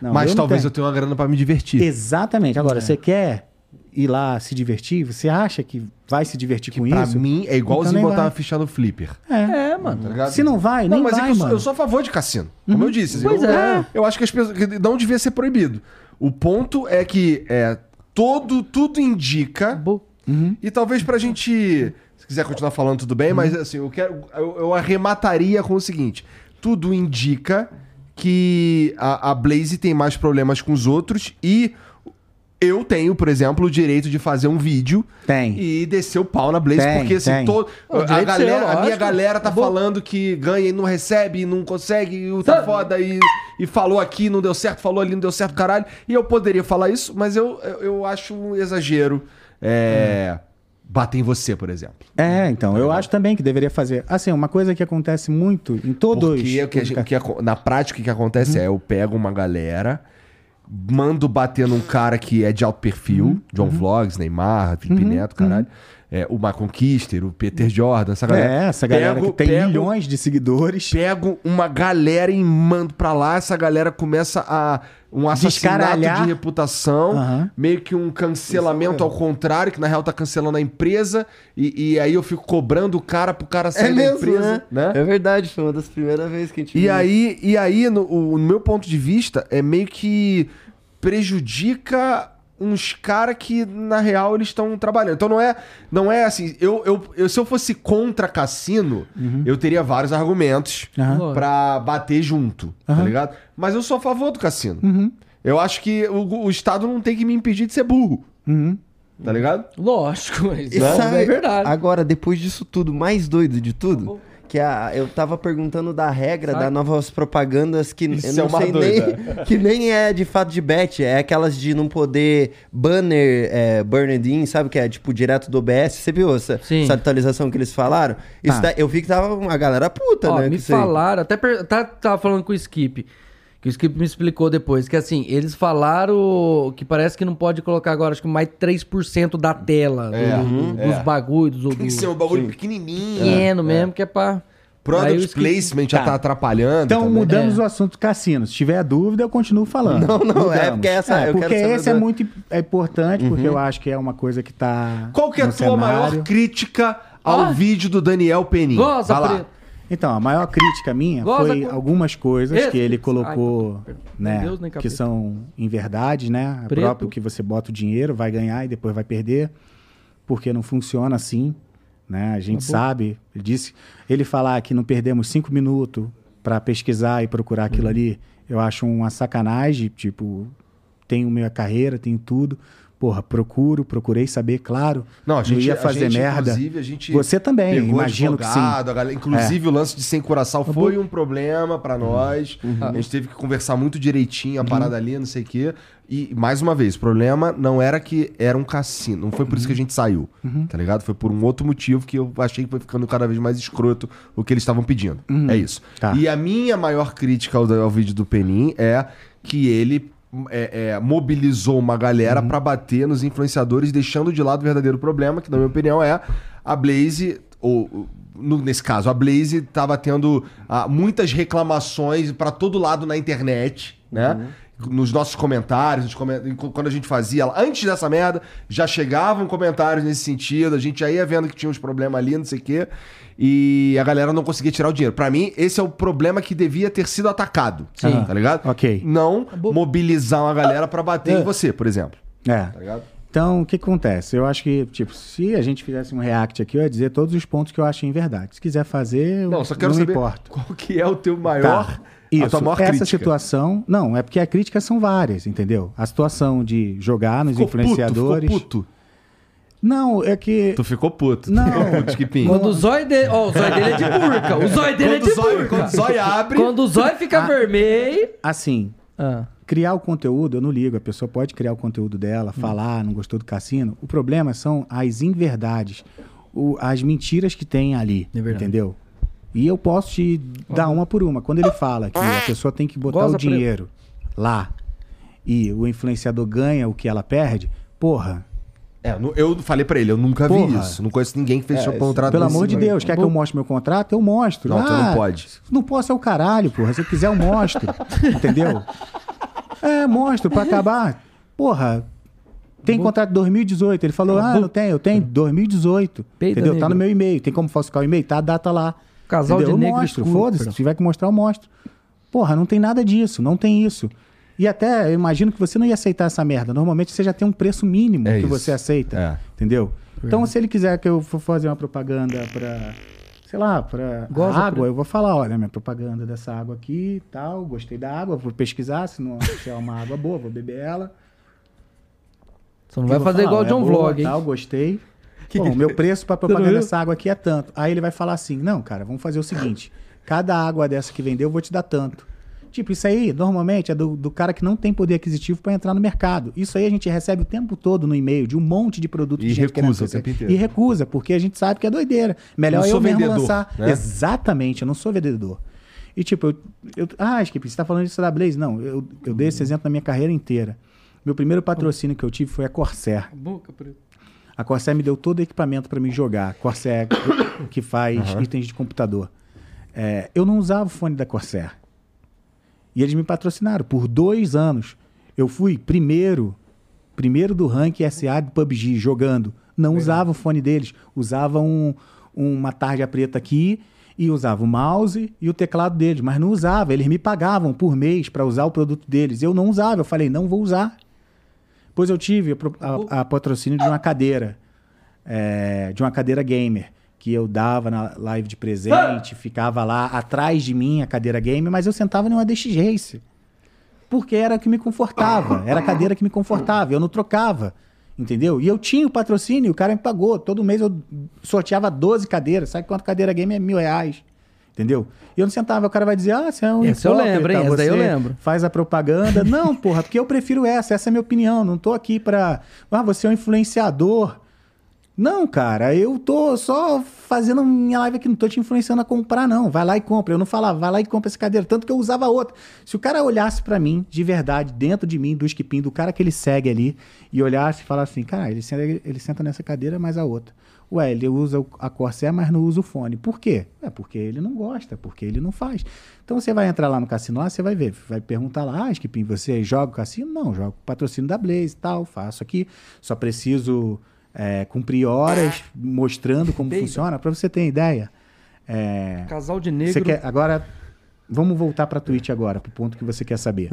Não,
Mas
eu não
talvez
tenho.
eu tenha uma grana pra me divertir.
Exatamente.
É.
Agora, você quer ir lá se divertir? Você acha que vai se divertir com
pra
isso?
mim, é igualzinho
Então nem
botar
vai.
uma ficha no flipper.
É.
É, mano.
Tá ligado?
Se não vai,
Não,
nem
mas é
vai,
que eu, sou,
mano.
eu sou a favor de cassino. Como eu disse.
Pois
eu,
é.
eu acho que as pessoas. que Não devia ser proibido. O ponto é que é, todo, tudo indica. Uhum.
Bo-
E talvez pra gente. Se quiser continuar falando, tudo
Uhum.
bem, mas assim, eu quero. Eu, eu arremataria com o seguinte: tudo indica que a, a Blaze tem mais problemas com os outros e. Eu tenho, por exemplo, o direito de fazer um vídeo
Tem.
e descer o pau na Blaze,
Tem,
porque assim,
tem.
todo,
Não,
a,
direito seu,
galera, a minha
é lógico.
galera tá
Acabou.
falando que ganha e não recebe, e não consegue, e tá
Sabe?
foda, e, e falou aqui, não deu certo, falou ali, não deu certo, caralho. E eu poderia falar isso, mas eu, eu, eu acho um exagero é, bater em você, por exemplo.
É, então, eu acho também que deveria fazer. Assim, uma coisa que acontece muito em todos.
Porque é o que a gente- o que aco- na prática o que
Uhum.
acontece é, eu pego uma galera, mando bater num cara que é de alto perfil,
Uhum.
John Vlogs, Neymar, Felipe Neto, caralho. É, o Macon Kister, o Peter Jordan, essa galera.
É, essa galera
né? Pego-
que tem
pego-
milhões de seguidores.
Pego uma galera e mando pra lá, essa galera começa a. Um assassinato
Descaralhar.
de reputação,
Aham. é.
meio que um cancelamento ao contrário, que na real tá cancelando a empresa, e, e aí eu fico cobrando o cara pro cara sair
É
da
mesmo,
empresa.
né? É verdade, foi uma das primeiras vezes que a gente
E
viu.
aí, e aí no, o- no meu ponto de vista, é meio que prejudica uns caras que, na real, eles estão trabalhando. Então não é, não é assim. Eu, eu, eu- se eu fosse contra cassino, eu teria vários argumentos
Uhum. Aham.
pra bater junto, tá
Aham. Uhum.
ligado? Mas eu sou a favor do cassino. Eu acho que o, o Estado não tem que me impedir de ser burro,
Uhum.
tá ligado?
Lógico, mas
E
não,
sabe,
é verdade.
Né? Agora, depois disso tudo, mais doido de tudo, que a, eu tava perguntando da regra
Sabe?
das novas propagandas que
Isso
eu não
é uma
sei
doida.
nem. Que nem é de fato de bet, é aquelas de não poder banner, é, burned in, sabe? Que é tipo direto do OBS. Você viu essa,
Sim.
essa atualização que eles falaram? Isso
Tá.
da- eu vi que tava uma galera puta,
Ó,
né? com
me
isso aí.
falaram, até per- tá, tava falando com o Skip, que o Skip me explicou depois, que assim, eles falaram que parece que não pode colocar agora, acho que mais 3% da tela do-
É,
do-
uhum,
dos
é.
bagulhos, do,
Tem que ser um
do
bagulho pequenininho.
pequeno mesmo, que é pra... Aí o
Product
Skip-
placement já tá
Tá.
atrapalhando.
Então
também. É.
mudamos o assunto cassino. Se tiver dúvida, eu continuo falando.
Não, não, é
Mudamos.
porque essa- eu
porque
quero saber
esse é
do-
muito im- é importante, porque eu acho que é uma coisa que tá.
Uhum. Qual que é a
no
tua maior
cenário.
crítica ao
Ah.
vídeo do Daniel Penin?
Goza,
Vai lá.
preto.
Então, a maior crítica minha
Goza
foi
com-
algumas coisas
Esse-
que ele
Ai,
colocou,
perdão.
né,
Nem Deus, nem
que
capeta.
são em verdade, né? O
Preto.
próprio que você bota o dinheiro, vai ganhar e depois vai perder, porque não funciona assim, né? A gente sabe. Ele disse, ele falar que não perdemos cinco minutos para pesquisar e procurar aquilo
Uhum.
ali, eu acho uma sacanagem. Tipo, tenho minha carreira, tenho tudo. Porra, procuro, procurei saber, claro.
Não, a gente
ia fazer
a gente,
merda.
Inclusive, a gente
Você também,
pegou
imagino que sim.
advogado, a galera- inclusive o lance de sem coração foi um problema pra nós. A gente teve que conversar muito direitinho a parada ali, não sei o quê. E mais uma vez, o problema não era que era um cassino, não foi por isso que a gente saiu, tá ligado? Foi por um outro motivo que eu achei que foi ficando cada vez mais escroto o que eles estavam pedindo. É isso.
Tá.
E a minha maior crítica ao, ao vídeo do Penin é que ele é, é, mobilizou uma galera pra bater nos influenciadores, deixando de lado o verdadeiro problema, que na minha opinião é a Blaze, ou ou, no- nesse caso, a Blaze tava tendo ah, muitas reclamações pra todo lado na internet, né? Nos nossos comentários, nos comen- quando a gente fazia, antes dessa merda, já chegavam comentários nesse sentido, a gente já ia vendo que tinha uns problemas ali, não sei o quê, e a galera não conseguia tirar o dinheiro. Pra mim, esse é o problema que devia ter sido atacado,
Sim.
tá ligado?
Ok.
não mobilizar uma galera pra bater
É.
em você, por exemplo.
É.
Tá ligado?
Então, o que que acontece? Eu acho que, tipo, se a gente fizesse um react aqui, eu ia dizer todos os pontos que eu achei em verdade. Se quiser fazer, eu
Não, só quero
não
saber
importa.
qual que é o teu
Tá.
maior,
Isso,
a tua maior
essa
crítica.
situação... Não, é porque as críticas são várias, entendeu? A situação de jogar nos
Ficou
influenciadores...
Puto, ficou puto.
Não, é que...
Tu ficou puto.
Não.
Tu ficou puto, Skipinho.
Quando o zóio dele. Ó, o zóio dele é de burca. O zóio dele é
Quando
de
o zóio-
burca.
quando o zóio abre-
Quando o zóio fica
Ah.
vermelho.
Assim,
Ah.
criar o conteúdo, eu não ligo. A pessoa pode criar o conteúdo dela,
Hum.
falar, "Ah, não gostou do cassino. O problema são as inverdades, o- as mentiras que tem ali,
É verdade.
entendeu? E eu posso te dar uma por uma. Quando ele fala que a pessoa tem que botar
Goza,
o dinheiro lá e o influenciador ganha o que ela perde, porra,
É, nu- eu falei pra ele, eu nunca vi
Porra.
isso. Não conheço ninguém que fez
É,
seu
isso-
contrato
pelo
desse
amor de
nível.
Deus, quer que eu mostre meu contrato? Eu mostro.
Não, tu não
Ah,
pode.
Não posso é o caralho, porra. Se eu quiser, eu mostro. entendeu? É, mostro pra acabar. Porra, tem contrato de 2018. Ele falou, ah, não tem, eu tenho 2018.
É, Peida,
entendeu? Tá
negro.
no meu e-mail. Tem como falsificar o e-mail? Tá a data lá.
Casal
entendeu?
de
eu
negro
mostro,
escuro,
foda-se.
perdão.
Se tiver que mostrar, eu mostro. Porra, não tem nada disso, não tem isso. E até, eu imagino que você não ia aceitar essa merda. Normalmente você já tem um preço mínimo
É
que
isso.
você aceita.
É.
Entendeu? Então, se ele quiser que eu for fazer uma propaganda pra, sei lá, pra
Goza,
água,
pra-
eu vou falar, olha, minha propaganda dessa água aqui e tal, gostei da água, vou pesquisar, se, não, se é uma água boa, vou beber ela.
Você não
E
vai
vou
fazer
falar,
igual o
ó, é
John
boa,
Vlog, hein?
Tal, gostei. Bom, meu preço pra propaganda dessa água aqui é tanto. Aí ele vai falar assim, não, cara, vamos fazer o seguinte, cada água dessa que vender eu vou te dar tanto. Tipo, isso aí, normalmente, é do, do cara que não tem poder aquisitivo pra entrar no mercado. Isso aí a gente recebe o tempo todo no e-mail de um monte de produto
E
de gente querendo
recusa o
fazer.
tempo inteiro.
E recusa, porque a gente sabe que é doideira. Melhor
Não
eu
sou
mesmo
vendedor,
lançar.
né?
Exatamente, eu não sou vendedor. E tipo, eu, eu- ah, Skip, você tá falando isso da Blaze? Não, eu, eu dei esse exemplo na minha carreira inteira. Meu primeiro patrocínio que eu tive foi a Corsair. A Corsair me deu todo o equipamento para mim jogar. Corsair que faz itens de computador. É, eu não usava o fone da Corsair. E eles me patrocinaram por dois anos. Eu fui primeiro, primeiro do ranking SA do PUBG jogando. Não usava o fone deles, usava um- uma tarja preta aqui e usava o mouse e o teclado deles, mas não usava. Eles me pagavam por mês para usar o produto deles. Eu não usava. Eu falei, não vou usar. Pois eu tive a pro- a, a patrocínio de uma cadeira, é, de uma cadeira gamer, que eu dava na live de presente, ficava lá atrás de mim a cadeira gamer, mas eu sentava numa DX Race. Porque era a que me confortava, era a cadeira que me confortava, eu não trocava, entendeu? E eu tinha o patrocínio, o cara me pagou. Todo mês eu sorteava 12 cadeiras, sabe quanto cadeira gamer é mil reais? Entendeu? E eu não sentava, o cara vai dizer, ah, você é um
Essa eu
hipócrita,
lembro, hein? Essa daí eu
você
lembro.
faz a propaganda. Não, porra, porque eu prefiro essa, essa é a minha opinião. Não tô aqui pra. Ah, você é um influenciador. Não, cara, eu tô só fazendo minha live aqui, não tô te influenciando a comprar, não. Vai lá e compra. Eu não falava, vai lá e compra essa cadeira. Tanto que eu usava outra. Se o cara olhasse pra mim, de verdade, dentro de mim, do esquipim, do cara que ele segue ali, e olhasse e falasse assim, cara, ele senta, ele senta nessa cadeira, mas a outra. Ué, ele usa o- a Corsair, mas não usa o fone. Por quê? É porque ele não gosta, porque ele não faz. Então você vai entrar lá no cassino lá, você vai ver, vai perguntar lá, ah, Skipim, você joga o cassino? Não, jogo patrocínio da Blaze e tal, faço aqui, só preciso é, cumprir horas mostrando como
Peida.
funciona, pra você ter ideia. É,
Casal de
você
negro.
quer, agora, vamos voltar pra Twitch agora, pro ponto que você quer saber.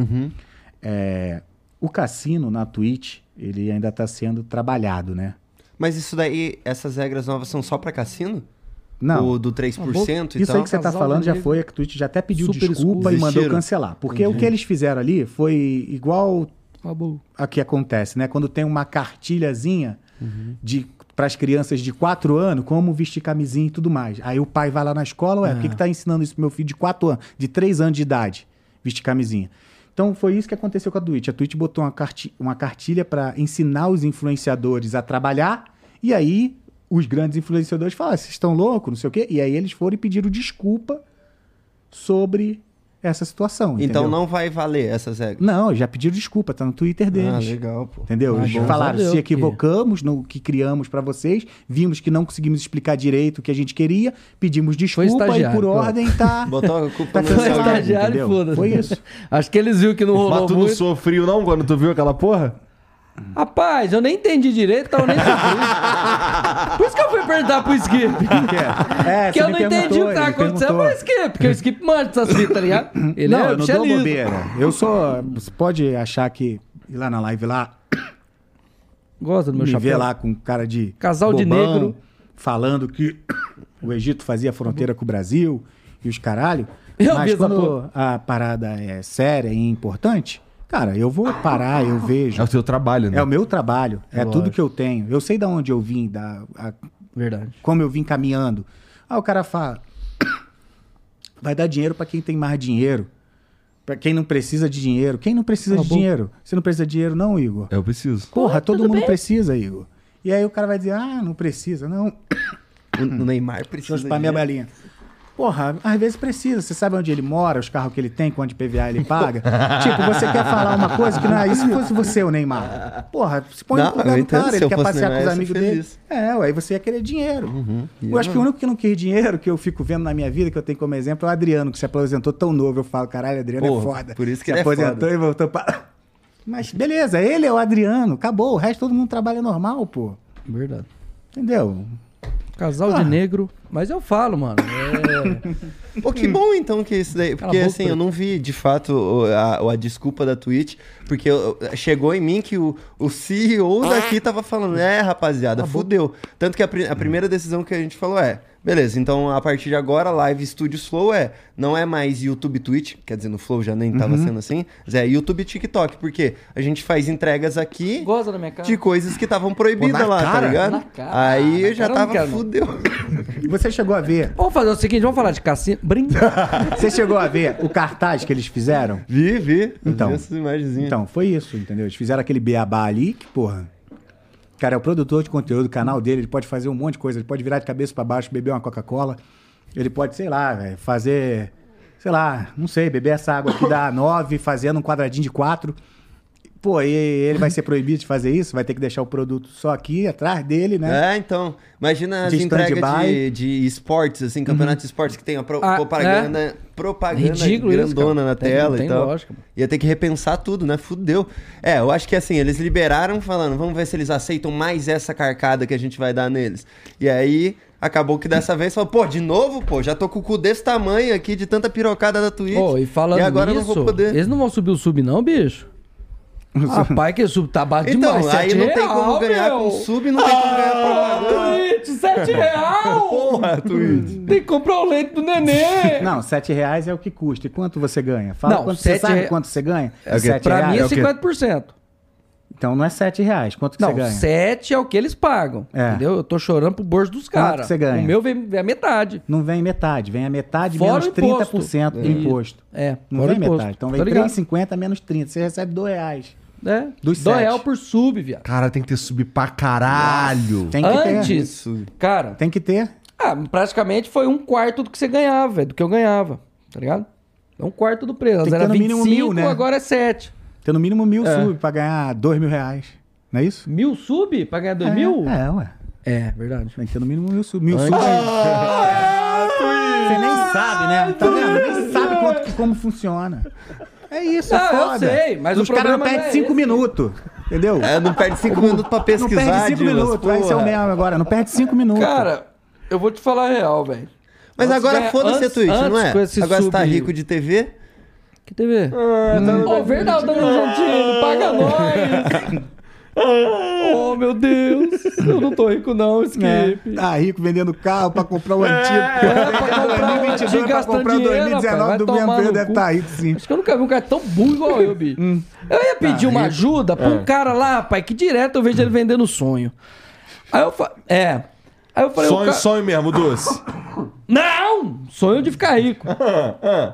É, o cassino na Twitch, ele ainda tá sendo trabalhado, né?
Mas isso daí, essas regras novas são só pra cassino?
Não.
O do 3% e
Isso
tal?
aí que você tá
Casal
falando já
negro.
foi, a que Twitch já até pediu
Super
desculpa e
escuro.
mandou
Desistiram.
cancelar. Porque o que eles fizeram ali foi igual
Acabou.
a que acontece, né? Quando tem uma cartilhazinha de para as crianças de 4 anos, como vestir camisinha e tudo mais. Aí o pai vai lá na escola, ué, por
É.
que, que tá ensinando isso pro meu filho de 4 anos, de 3 anos de idade, vestir camisinha? Então foi isso que aconteceu com a Twitch. A Twitch botou uma, carti- uma cartilha para ensinar os influenciadores a trabalhar, e aí os grandes influenciadores falaram, "Ah, vocês estão loucos, não sei o quê. E aí eles foram e pediram desculpa sobre essa situação.
Então
entendeu?
não vai valer essas regras.
Não, já pediram desculpa, tá no Twitter deles.
Ah, legal, pô.
Entendeu?
Ah,
Eles
bom.
falaram,
Valeu,
se equivocamos no que criamos pra vocês, vimos que não conseguimos explicar direito o que a gente queria, pedimos desculpa e
estagiário,
por
pronto.
ordem tá.
Botou a
Tá
culpa no
Foi
Foi
seu.
cancelado.
estagiário,
entendeu?
foda-se.
Foi isso.
Acho que eles viram que não rolou
Mas tu não
muito.
sofriu não quando tu viu aquela porra?
Rapaz, eu nem entendi direito, então eu nem sofri. Por isso que eu fui perguntar pro Skip.
É,
Porque
você
eu
me
não entendi
perguntou,
o que tá
ele me
acontecendo,
perguntou.
mas Skip, porque o Skip manda essas fitas, tá ligado? Ele
não,
é
eu não dou
bichelismo.
bobeira. Eu sou. Você pode achar que ir lá na live lá,
Gosta do meu
me ver
chapéu.
lá com cara de.
Casal de
bobão,
negro. Tá
Falando que o Egito fazia fronteira com o Brasil e os caralho.
Eu vi
mas
essa
quando
porra.
a parada é séria e importante, cara, eu vou parar, eu vejo.
É o teu trabalho, né?
É o meu trabalho, é tudo que eu tenho. Eu sei da onde eu vim, da a-
Verdade.
como eu vim caminhando. Aí o cara fala: vai dar dinheiro pra quem tem mais dinheiro, Pra quem não precisa de dinheiro. Quem não precisa
Tá
de
bom.
dinheiro? Você não precisa de dinheiro, não, Igor?
Eu É preciso.
Porra, todo mundo precisa, Igor. E aí o cara vai dizer: ah, não precisa, não.
O
Hum.
Deixa
Então,
Neymar
eu
tipo,
precisa.
chupar
de
minha
dinheiro.
balinha. Porra, às vezes precisa. Você sabe onde ele mora, os carros que ele tem, quanto de PVA ele paga. tipo, você quer falar uma coisa que não é. E se fosse você, o Neymar? Porra, se põe
Não,
no lugar
eu
do
entendo.
cara,
Se
ele
eu
quer
fosse
passear
Neymar,
com os
eu ia
amigos
ser
dele.
feliz. Uhum.
É, ué, aí você ia querer dinheiro.
E
Eu acho
eu
que o único que não quis dinheiro, que eu fico vendo na minha vida, que eu tenho como exemplo, é o Adriano, que se aposentou tão novo. Eu falo, caralho, Adriano é
Porra,
foda.
por isso que
se
ele é
aposentou
foda.
e voltou pra. Mas beleza, ele é o Adriano, acabou. O resto todo mundo trabalha normal, pô.
Verdade.
Entendeu?
Casal
Ah.
de negro. Mas eu falo, mano. É...
Pô, que bom então que isso daí.
Cala
Porque
a boca,
assim, eu não vi de fato o- a, a desculpa da Twitch, porque eu- chegou em mim que o, o CEO daqui tava falando, é, rapaziada, fudeu. Tanto que a, pri- a primeira decisão que a gente falou é, beleza, então a partir de agora, live Studio Flow é, não é mais YouTube Twitch, quer dizer, no Flow já nem
Uhum.
tava sendo assim, mas é YouTube e TikTok, porque a gente faz entregas aqui
Goza na minha cara.
de coisas que estavam proibidas
na
lá,
cara?
tá ligado?
Na cara.
Aí
Na
eu já
cara eu não
tava
quero, não.
fudeu.
E você chegou a ver
Vamos fazer o seguinte, vamos falar de cassino. Brinca.
Você chegou a ver o cartaz que eles fizeram?
Vi, vi. Eu
Então.
vi essas imagenzinhas.
Então, foi isso, entendeu? Eles fizeram aquele beabá ali, que porra. O Cara, é o produtor de conteúdo, o canal dele, ele pode fazer um monte de coisa. Ele pode virar de cabeça pra baixo, beber uma Coca-Cola. Ele pode, sei lá, velho, fazer. Sei lá, não sei, beber essa água aqui da 9, fazendo um quadradinho de 4. Pô, e ele vai ser proibido de fazer isso? Vai ter que deixar o produto só aqui, atrás dele, né?
É, então. Imagina as
De
entregas
stand-by. Uhum.
de, de esportes, assim, campeonato de esportes que tem a pro-
Ah,
propaganda, propaganda
Ridículo isso,
grandona
cara.
na
Tem-
tela
tem
e tal.
lógica, mano.
Ia ter que repensar tudo, né? Fudeu. É, eu acho que assim, eles liberaram falando, vamos ver se eles aceitam mais essa carcada que a gente vai dar neles. E aí, acabou que dessa vez falou, pô, de novo, pô, já tô com o cu desse tamanho aqui, de tanta pirocada da Twitch.
Pô, e falando
e agora eu
nisso,
não vou poder.
eles não vão subir o sub não, bicho?
Ah,
Rapaz, que sub tá baixo
Então,
demais.
aí
sete
não tem
real,
como ganhar
meu.
com sub, não tem como ganhar propaganda.
Ah, Twitch, 7 real! Porra, Twitch. Tem que comprar o leite do nenê.
Não, 7 reais é o que custa. E quanto você ganha? Fala
Não,
quanto você
sete
sabe
re-
quanto você ganha?
É o quê?
Sete
pra mim é
o quê?
50%.
Então não é 7 reais. Quanto que você
Não,
ganha?
7 é o que eles pagam.
É.
Entendeu? Eu tô chorando pro bolso dos
Quanto
caras.
que você ganha?
O meu vem, vem a metade.
Não vem metade, vem a metade
Fora
menos
o imposto.
30% do imposto.
É,
Não
fora
vem
o imposto.
metade. Então
Tô
vem
ligado.
3,50 menos 30. Você recebe 2 reais.
É.
Dos
Dois
sete.
real por sub, viado.
Cara, tem que ter sub pra caralho.
Tem que ter.
Antes, cara,
Tem que ter.
ah, praticamente foi um quarto do que você ganhava, velho, do que eu ganhava, tá ligado? É um quarto do preço.
que
Antes
ter
Era
no
25,
mínimo mil, né?
agora é 7.
Ter no mínimo mil
É.
sub pra ganhar 2 mil reais. Não é isso?
Mil sub pra ganhar 2
é,
mil?
É, ué.
É, verdade.
Tem que ter no mínimo mil sub. Mil sub.
Ah,
Você nem sabe, né? Tá vendo? Nem sabe quanto, que- como funciona. É isso, é
Não, eu
foda.
sei, mas
Os
o
caras não
problema não
perdem
é
5 minutos. Entendeu?
É, não perde cinco minutos pra
Não
pesquisar.
perde 5
Dimas,
minutos. Vai ser o
porra.
mesmo agora. Não perde 5 minutos.
Cara, eu vou te falar a real, velho.
Mas
Antes
agora
ganha-
foda-se a
antes-
Twitch, não
antes
é?
com esse
Agora você tá
sub-
rico de TV?
É, tá Que TV? Ô, verdade, o Danilo Gentili, paga nós! Oh, meu Deus. Eu não tô rico, não,
É.
Skip.
Tá rico vendendo carro pra comprar o antigo.
é, pra comprar o antigo,
pra
gastando
comprar um o
dinheiro,
2019
rapaz,
do
vai
mesmo
tomar
período
no
deve
cu.
estar rico, sim.
Acho que eu nunca vi um cara tão burro igual eu, bicho. eu ia pedir uma ajuda pra um cara lá, rapaz, que direto eu vejo ele vendendo sonho. Aí eu falei. É. Aí eu falei. o
Sonho,
ca-
sonho mesmo, doce.
Não! Sonho de ficar rico.
Ah, ah.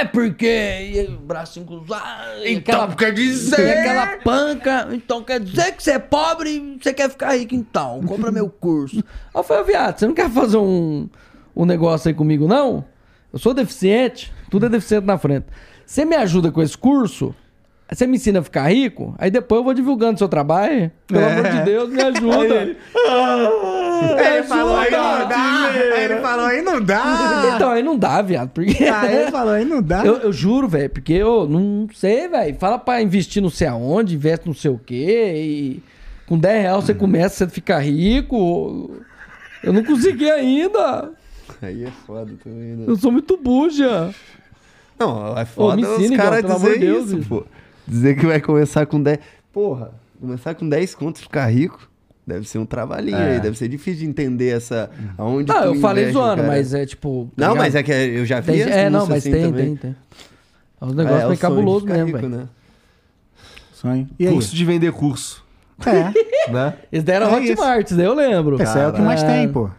É porque. e o bracinho cruzado. e aquela,
quer
e
dizer...
aquela panca. Então quer dizer que você é pobre e você quer ficar rico, então. Compra meu curso. Aí eu falei, ô, viado, você não quer fazer um, um negócio aí comigo, não? Eu sou deficiente, tudo é deficiente na frente. Você me ajuda com esse curso? Aí Você me ensina a ficar rico? Aí depois eu vou divulgando seu trabalho. Pelo
É. "Ah,
amor de Deus, me ajuda. É
Ele falou aí não
ajuda,
dá. Aí Ele falou aí não dá.
Então, aí não dá, viado. Porque...
Aí Ah, ele falou aí não
Ah?
dá.
Eu, eu juro, velho, porque eu não sei, velho. Fala pra investir não sei aonde, investe não sei o quê. E com 10 reais você começa, você fica rico. Eu não consegui ainda.
Aí é foda também, né?
Eu sou muito buja.
Não, é foda
me ensina,
os caras
Igão, pelo amor
dizer
de Deus,
isso,
bicho.
pô. Dizer que vai começar com 10... Porra, começar com 10 contos e ficar rico... Deve ser um trabalhinho aí, deve ser difícil de entender essa... Aonde
Não,
tu
Ah, eu falei
investe,
zoando,
cara.
mas é tipo.
Não, mas é que eu já vi
Tem,
as
é, não,
denúncias
mas
assim
tem,
também.
tem, tem. É um negócio
é, o sonho
meio
de
cabuloso
ficar
mesmo,
rico,
velho.
né?
Sonho. E aí?
Curso de vender curso,
É.
né?
Eles deram
É
Hotmart, daí eu lembro.
Esse aí é o que mais tem, pô.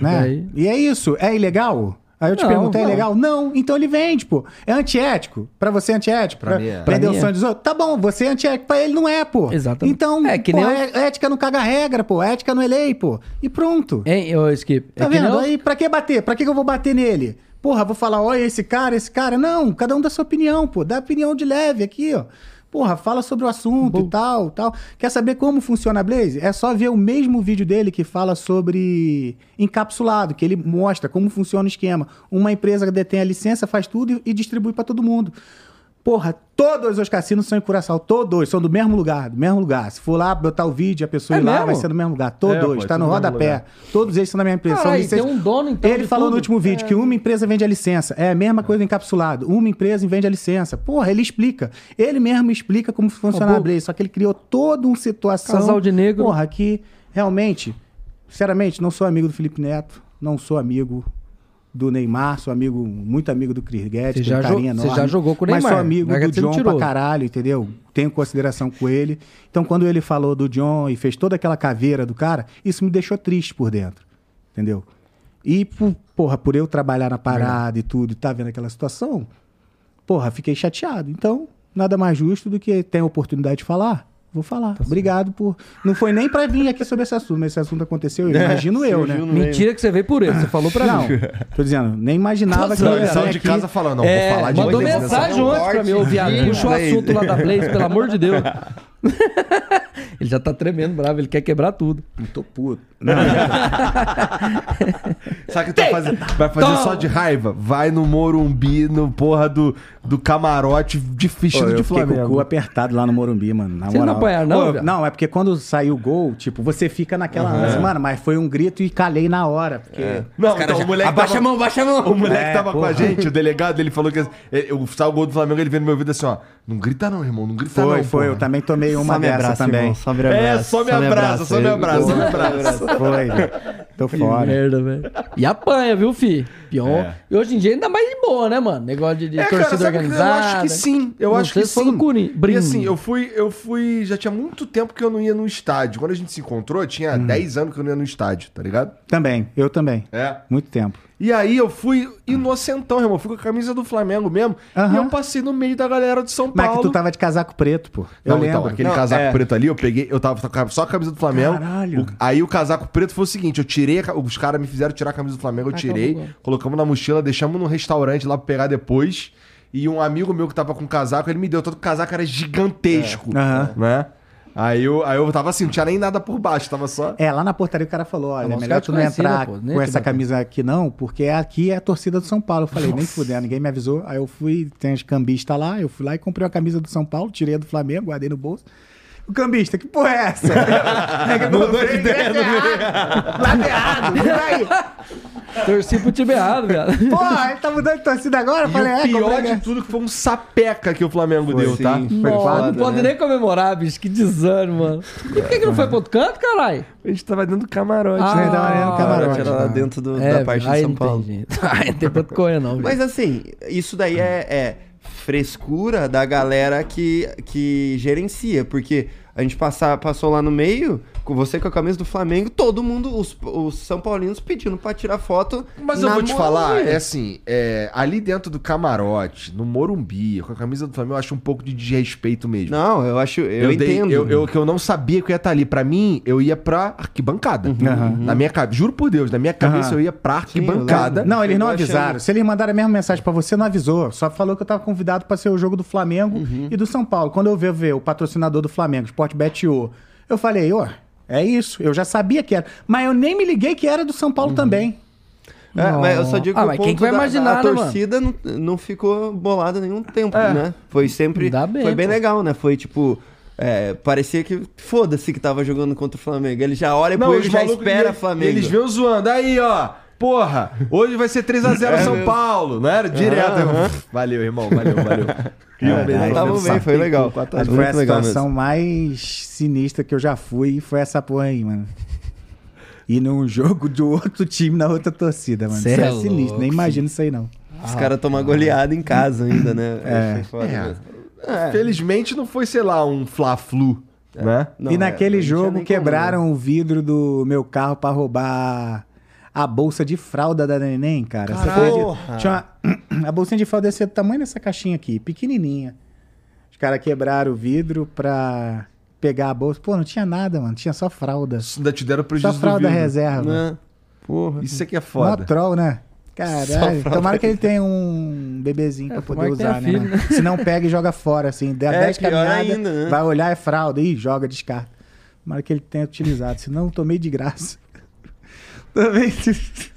Né?
Daí-
E é isso. É ilegal? Aí eu te
Não,
pergunto, é
não.
ilegal? Não, então ele vende, pô. É antiético. Pra você é antiético. Pra,
mim é.
Prender
Pra
o
mim é.
sonho dos outros. Tá bom, você é antiético. Pra ele não é, pô.
Exatamente.
Então,
É que
pô,
nem eu-
é- ética não caga regra, pô. Ética não é lei, pô. E pronto.
Hein, ô Skip?
Tá
é que
vendo?
nem o-
Aí pra que bater? Pra que que eu vou bater nele? Porra, vou falar, olha esse cara, esse cara. Não, cada um dá sua opinião, pô. Dá opinião de leve aqui, ó. Porra, fala sobre o assunto e tal, tal. Quer saber como funciona a Blaze? É só ver o mesmo vídeo dele que fala sobre encapsulado, que ele mostra como funciona o esquema. Uma empresa que detém a licença, faz tudo e e distribui pra todo mundo. Porra, todos os cassinos são em Curaçao, todos, são do mesmo lugar, do mesmo lugar. Se for lá botar o vídeo, a pessoa
É
ir lá,
mesmo?
vai ser do mesmo lugar. Todos,
É, pô, é
tá
tudo do
no
mesmo
rodapé.
lugar.
Todos eles são da mesma empresa. são
Caralho,
licença-
tem um dono, então,
Ele
de
falou no
tudo?
último vídeo que uma empresa vende a licença. É a mesma coisa encapsulado. Uma empresa vende a licença. Porra, ele explica. Ele mesmo explica como funciona
Ô,
a
Bob.
Blaze. Só que ele criou toda uma situação.
Casal de negro.
Porra, que realmente, sinceramente, não sou amigo do Felipe Neto, não sou amigo do Neymar, sou amigo, muito amigo do Cris Guedes,
Você
tenho
já jo-
um carinho
você
enorme,
já jogou com o
Mas
Neymar,
sou amigo
não é
do
que você não
John
tirou.
pra caralho, entendeu? Tenho consideração com ele. Então, quando ele falou do John e fez toda aquela caveira do cara, isso me deixou triste por dentro, entendeu? E, por- porra, por eu trabalhar na parada e tudo, e tá vendo aquela situação, porra, fiquei chateado. Então, nada mais justo do que ter a oportunidade de falar. Vou
Tá
falar. Obrigado por. Não foi nem pra vir aqui sobre esse assunto, mas esse assunto aconteceu,
É,
eu imagino eu, né?
surgiu no meio.
Mentira que você veio por ele, você falou pra
Não,
mim.
tô dizendo, nem imaginava
Nossa,
que eu
Não,
ia
ele
vir
saiu de
aqui.
casa falando, não,
É,
vou falar de
mandou
Blaze nessa
mensagem
porra.
ontem pra mim, ô
Corte,
viado.
filho,
Puxa o
Blaze.
assunto lá da Blaze, pelo amor de Deus. ele já tá tremendo bravo, ele quer quebrar tudo.
Tô puto.
Sabe o que tu vai fazer? Vai fazer
Toma.
só de raiva? Vai no Morumbi, no porra do, do camarote de
Ô,
vestido
eu
de
fiquei com o cu
Flamengo.
apertado lá no Morumbi, mano. Na
Vocês não
moral.
apanharam, não,
Ô, eu-
viado?
não, é porque quando saiu o gol, tipo, você fica naquela ânsia, mano, mas foi um grito e calei na hora. Porque...
Não, então o moleque
Abaixa
tava,
a mão, abaixa a mão.
O moleque
É,
tava com a
porra.
gente, o delegado, ele falou que assim, ele, o saiu o gol do Flamengo, ele veio no meu ouvido assim, ó, não grita não, irmão, não grita
Foi,
não.
foi.
porra."
Eu também tomei uma
Só me
dessa
abraça,
um também.
irmão. Só me abraça.
assim, É, só me abraça, só me abraça, só me abraça.
Foi. Tô fora.
Merda, velho. E apanha, viu, fi? Pior.
É.
E hoje em dia ainda mais de boa, né, mano? Negócio de, de
É, cara,
torcida
sabe que eu
organizada.
acho que sim. Eu
Não
acho
sei
que
se foi
sim.
no Curi-
E assim,
Brin.
eu fui, eu fui. Já tinha muito tempo que eu não ia no estádio. Quando a gente se encontrou, tinha 10 anos que eu não ia no estádio, tá ligado?
Também, eu também.
É.
Muito tempo.
E aí eu fui inocentão, irmão. Fui com a camisa do Flamengo mesmo.
Aham.
E eu passei no meio da galera de São
Mas é
Paulo.
que tu tava de casaco preto, pô.
Não,
Eu lembro.
então, aquele
Não,
casaco
é.
preto ali, eu peguei, eu tava com a- só a camisa do Flamengo.
Caralho.
O- aí o casaco preto foi o seguinte: eu tirei, a ca- os caras me fizeram tirar a camisa do Flamengo, eu tirei,
acabou.
colocamos na mochila, deixamos num restaurante lá pra pegar depois. E um amigo meu que tava com casaco, ele me deu, todo que o casaco era gigantesco,
É. Aham.
né? Aí eu, aí eu tava assim, não tinha nem nada por baixo, tava só.
É, lá na portaria o cara falou: olha, é
Não, Tá os
melhor
caras te
tu não
conheceram,
entrar
pô, né,
com
te
essa
bater.
camisa aqui, não, porque aqui é a torcida do São Paulo. Eu falei, nem fuder, ninguém me avisou. Aí eu fui, tem as cambistas lá, eu fui lá e comprei uma camisa do São Paulo, tirei a do Flamengo, guardei no bolso. O cambista, que porra é essa? é que eu comprei,
né?
de ideia,
Lado errado, por aí.
Torci pro time errado, viado.
Porra, ele tá mudando de torcida agora? Eu
E
falei, é,
o pior
comprei
de
minha-
tudo que foi um sapeca que o Flamengo deu,
sim.
tá?
Foi
Nossa,
foda,
não pode
né?
nem comemorar, bicho. Que desânimo, mano. E por que, que não foi pro outro canto, caralho?
A gente tava dentro do camarote.
Ah,
né?
Verdade, era no
Ah,
Camarote
camarote.
era lá
mano.
dentro do-
É,
da parte
aí
de São
não tem
Paulo.
jeito. né? Aí não tem pra onde correr, não.
Mas
Mas
assim, isso daí é, é frescura da galera que, que gerencia, porque a gente passa, passou lá no meio, com você com a camisa do Flamengo, todo mundo, os, os São Paulinos pedindo pra tirar foto.
Mas eu
na
vou te
mão.
falar, é assim, é, ali dentro do camarote, no Morumbi, com a camisa do Flamengo, eu acho um pouco de desrespeito mesmo.
Não, eu acho, eu,
dei-
entendo.
eu, eu- que eu não sabia que eu ia estar ali. Pra mim, eu ia pra arquibancada.
Uhum.
Na minha cabeça, juro por Deus, na minha cabeça
Aham.
eu ia pra
eu lembro.
arquibancada.
Não, eles não
Eu achei-
avisaram. Se eles mandaram a mesma mensagem pra você, não avisou. Só falou que eu tava convidado pra ser o jogo do Flamengo e do São Paulo. Quando eu vi, ver o patrocinador do Flamengo, Sportbet O, eu falei, ó, é isso. Eu já sabia que era. Mas eu nem me liguei que era do São Paulo também.
É, mas eu só digo
Ah,
que o
mas quem
ponto
que vai
da-
imaginar,
a
né, É.
torcida não, não ficou bolada nenhum tempo, né? Foi sempre.
Ainda bem,
foi bem
pô.
legal, né? Foi tipo. é, parecia que foda-se que tava jogando contra o Flamengo. Ele já olha pro ele já
malucos,
espera
eles-
Flamengo.
Eles vinham zoando. Aí, ó. Porra, hoje vai ser 3x0 São Paulo. Não era direto.
É Aham.
Valeu, irmão. Valeu, valeu.
Caralho, É, tava bem, foi legal.
Mas
Muito
foi a
legal
situação
Ah,
mais sinistra que eu já fui e foi essa porra aí, mano. E num jogo de outro time na outra torcida, mano.
Cê
isso
é
é sinistro,
louco,
nem imagino isso aí, não.
Os caras tomam goleada em casa ainda, né?
É.
Foi foda
É.
mesmo.
Felizmente não foi, sei lá, um Fla-Flu, né?
Não,
e
é,
naquele
não tinha
jogo
nem como,
quebraram o vidro do meu carro pra roubar a bolsa de fralda da neném, cara. Você
Caralho.
acredita? Tinha uma- A bolsinha de fralda ia ser do tamanho dessa caixinha aqui, pequenininha. Os caras quebraram o vidro pra pegar a bolsa. Pô, não tinha nada, mano. Tinha só fralda.
Isso ainda te deram
Só
prejuízo do
fralda
vidro.
reserva.
Né? Porra.
Isso aqui é
Mó
foda.
troll, né? Caralho.
fralda
Tomara que ele tenha um bebezinho
É,
pra poder
tomara que tenha
usar, né?
filho,
mano? Se não, pega e joga fora, assim. Dá
É,
10
pior
caminhadas,
ainda, né?
vai olhar, é fralda. Ih, joga, descarta. Tomara que ele tenha utilizado. Senão, eu tomei de graça.
Tá
Tomei de-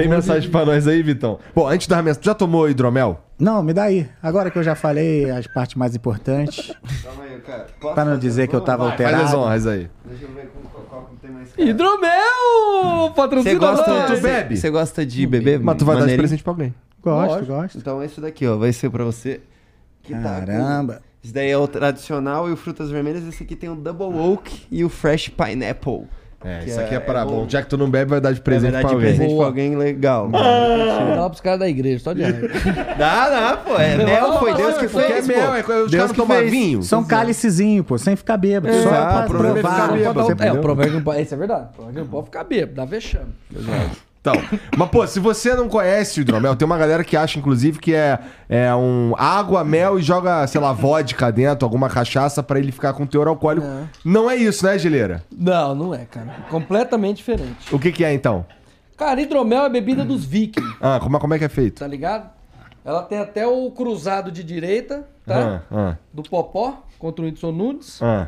Tem mensagem pra nós aí, Vitão? Bom, antes da mensagem, já tomou hidromel?
Não, me dá aí. Agora que eu já falei as partes mais importantes,
Calma aí, cara.
pra não dizer que eu tava
Faz as
alterado.
honras aí.
Deixa eu ver qual, qual tem mais
Hidromel!
Você
Patrocinador!
gosta,
tu
você-
bebe?
Você gosta de beber?
Mas tu vai dar esse
maneirinho?
presente pra alguém.
Gosto, gosto.
Então é isso daqui, ó. Vai ser pra você. Que tá com-
Caramba.
Esse daí é o tradicional e o frutas vermelhas. Esse aqui tem o Double Oak e o Fresh Pineapple.
É,
Que
isso aqui é,
é-
pra
é
bom.
bom.
Já que tu não bebe, vai dar de
Na
presente
verdade,
pra alguém.
presente pra
Boa.
alguém legal.
Dá lá pros caras da igreja, só de raiva.
Dá, dá, pô. É mel, foi Deus que
Porque é
fez,
mel, é
pô.
coisa- os caras
Deus
não
que
tomam
fez.
vinho.
Só um cálicezinho, pô, sem ficar bêbado.
É,
só
tá,
pra
o problema é
provar.
ficar bêbado.
Você
É, o
entendeu?
problema é que não pode. Isso é verdade. O problema é que não pode ficar bêbado, dá vexame.
Então, mas pô, se você não conhece o hidromel, tem uma galera que acha, inclusive, que é, é um água, mel e joga, sei lá, vodka dentro, alguma cachaça pra ele ficar com teor alcoólico.
É.
Não é isso, né, Gileira?
Não, não é, cara. Completamente diferente.
O que que é, então?
Cara, hidromel é bebida dos vikings,
Ah, como, é- como é que é feito?
tá ligado? Ela tem até o cruzado de direita, tá?
Ah, ah,
Do Popó contra o Edson Nunes.
ah.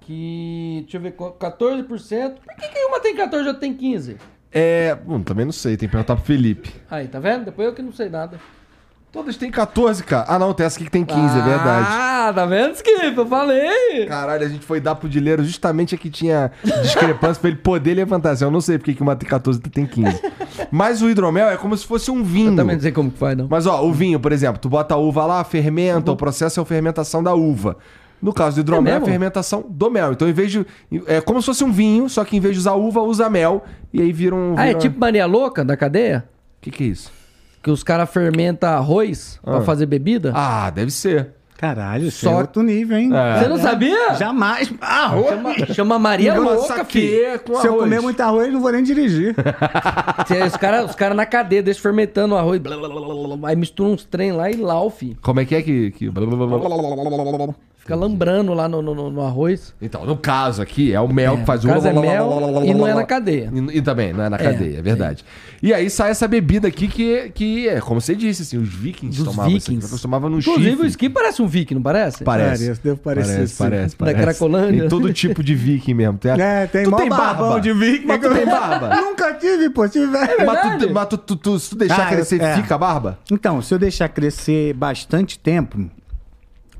Que. Deixa eu ver, qu- 14%. Por que, que uma tem 14 e outra tem 15?
É, bom, também não sei, tem que perguntar pro Felipe.
Aí, tá vendo? Depois eu que não sei nada.
Todas têm 14, cara. Ah, não, tem essa aqui que tem 15, é verdade.
Ah, tá vendo, Skip? Eu falei!
Caralho, a gente foi dar pro Dileiro justamente a que tinha discrepância pra ele poder levantar. Assim, eu não sei porque que uma tem 14 e outra tem 15. Mas o hidromel é como se fosse um vinho.
Também não sei como que faz, não.
Mas ó, o vinho, por exemplo, tu bota a uva lá, fermenta, o processo é a fermentação da uva. No caso do hidromel, é a
Uhum. mesmo?
fermentação do mel. Então, em vez de. É como se fosse um vinho, só que em vez de usar uva, usa mel. E aí vira um.
Ah, é
vira-
tipo mania louca da cadeia?
O que, que é isso?
Que os caras fermentam arroz
Ah.
pra fazer bebida?
Ah, deve ser.
Caralho, isso
Só-
é outro nível, hein?
É.
Você não sabia?
Jamais. Arroz.
Chama, chama Maria
Uma
é Louca, filho.
saque com
Se eu
arroz.
comer muito arroz, eu não vou nem dirigir.
Cê- Os caras os cara na cadeia, deixa fermentando o arroz. Blá, blá, blá, blá, blá, aí mistura uns trem lá e lau, fi.
Como é que é que. que-
Fica lambrando lá no, no, no- no arroz.
Então, no caso aqui, é o mel que faz
no caso
o.
é mel e não é na cadeia.
E, e também, não é na
É,
cadeia, é, verdade. E aí sai essa bebida aqui que, que é, como você disse, assim, os vikings
Dos
tomavam isso aqui,
vikings.
porque tomavam no
Inclusive,
chifre.
o Skip parece um viking, não parece?
Parece.
Parece, deve parecer, assim.
Parece,
sim.
parece,
Da
parece.
Cracolândia.
Tem todo tipo de viking mesmo. Tem, a-
É, tem mó barbão de viking. é
Mas tu tem barba?
Nunca tive, pô. Se tiver.
mas tu,
verdade.
mas tu, tu- tu- se tu deixar
Ah,
crescer,
é.
fica a barba?
Então, se eu deixar crescer bastante tempo,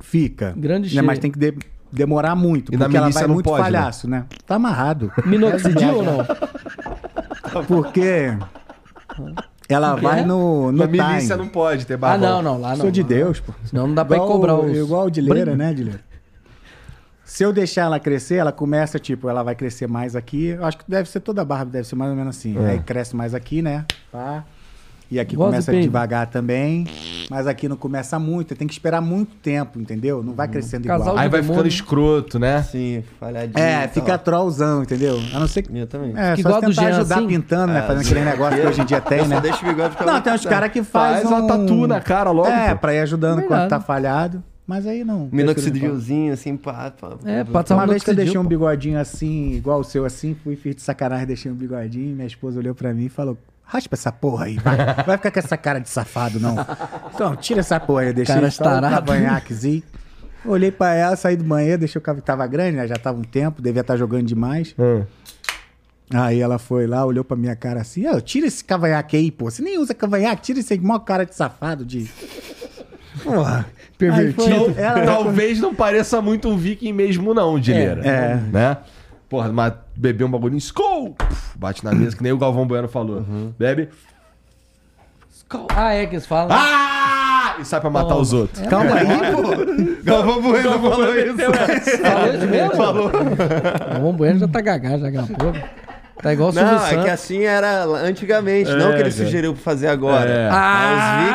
fica.
Grande
né?
cheia.
Mas tem que de- demorar muito,
E na
porque ela
milícia
vai
não
muito
pode, né? Tá
palhaço, né? Tá amarrado.
Minoxidil ou não?
Porque Ela
quê?
vai no, no
Na milícia
Time.
não pode ter
Ah,
barba.
não, não, lá não.
Sou de
lá.
Deus, pô.
Senão não dá pra ir
Igual-
cobrar os...
Igual o Dileira,
Brin-
né, Dileira? Se eu deixar ela crescer, ela começa, tipo, ela vai crescer mais aqui. Eu acho que deve ser toda a barba, deve ser mais ou menos
É.
assim. Aí cresce mais aqui, né? Pá. E aqui
Igual
começa
as IPM.
devagar também. Mas aqui não começa muito. Tem que esperar muito tempo, entendeu? Não vai crescendo
Uhum. Casal
igual.
Aí vai
Todo
ficando
mundo.
escroto, né?
Sim, falhadinho.
É,
e
fica
tal.
trollzão, entendeu? A não ser que.
Minha também.
É,
Fica
só
igual
se
do
tentar
Jean,
ajudar
assim?
pintando, né?
Ah,
Fazendo aquele
sim.
negócio que hoje em dia tem,
Eu só
né?
deixo o bigode ficar tá
Não, tem uns caras que faz, um-
Faz uma tatu na cara logo,
É,
pô.
pra ir ajudando
Verdade.
quando tá falhado. Mas aí não.
tá
Minoxidilzinho, assim, pá, pá.
É, pode ser
né? Uma vez que eu
minoxidil,
deixei um
pô.
bigodinho assim, igual o seu assim, fui fiz de sacanagem, deixei um bigodinho, minha esposa olhou pra mim e falou, raspa essa porra aí, vai, vai ficar com essa cara de safado, não. Então, tira essa porra aí, eu deixei
Cara
só um
estarado.
cavanhaquezinho. Olhei pra ela, saí do banheiro, deixei o cabelo, tava grande, né, já tava um tempo, devia estar jogando demais.
Hum.
Aí ela foi lá, olhou pra minha cara assim, ó, tira esse cavanhaque aí, pô, você nem usa cavanhaque, tira esse aí, mó cara de safado, de... Porra.
Pervertido.
Aí foi- ela- tá
Talvez não pareça muito um viking mesmo, não, Dileira.
É, é.
Né? Porra, mas beber um bagulho em Skol, puf, bate na mesa, que nem o Galvão Bueno falou.
Uhum.
Bebe.
um-
Ah, é que eles falam.
Ah! E sai pra matar
Toma.
os outros.
Calma aí,
Galvão Bueno falou isso.
Falou isso mesmo? Falou. O Bom Bueno já tá gagá, já daqui a pouco. Tá igual o Silvio
Não, é
Santos.
que assim era lá antigamente,
É,
não que ele
cara.
sugeriu pra fazer agora.
É.
Ah,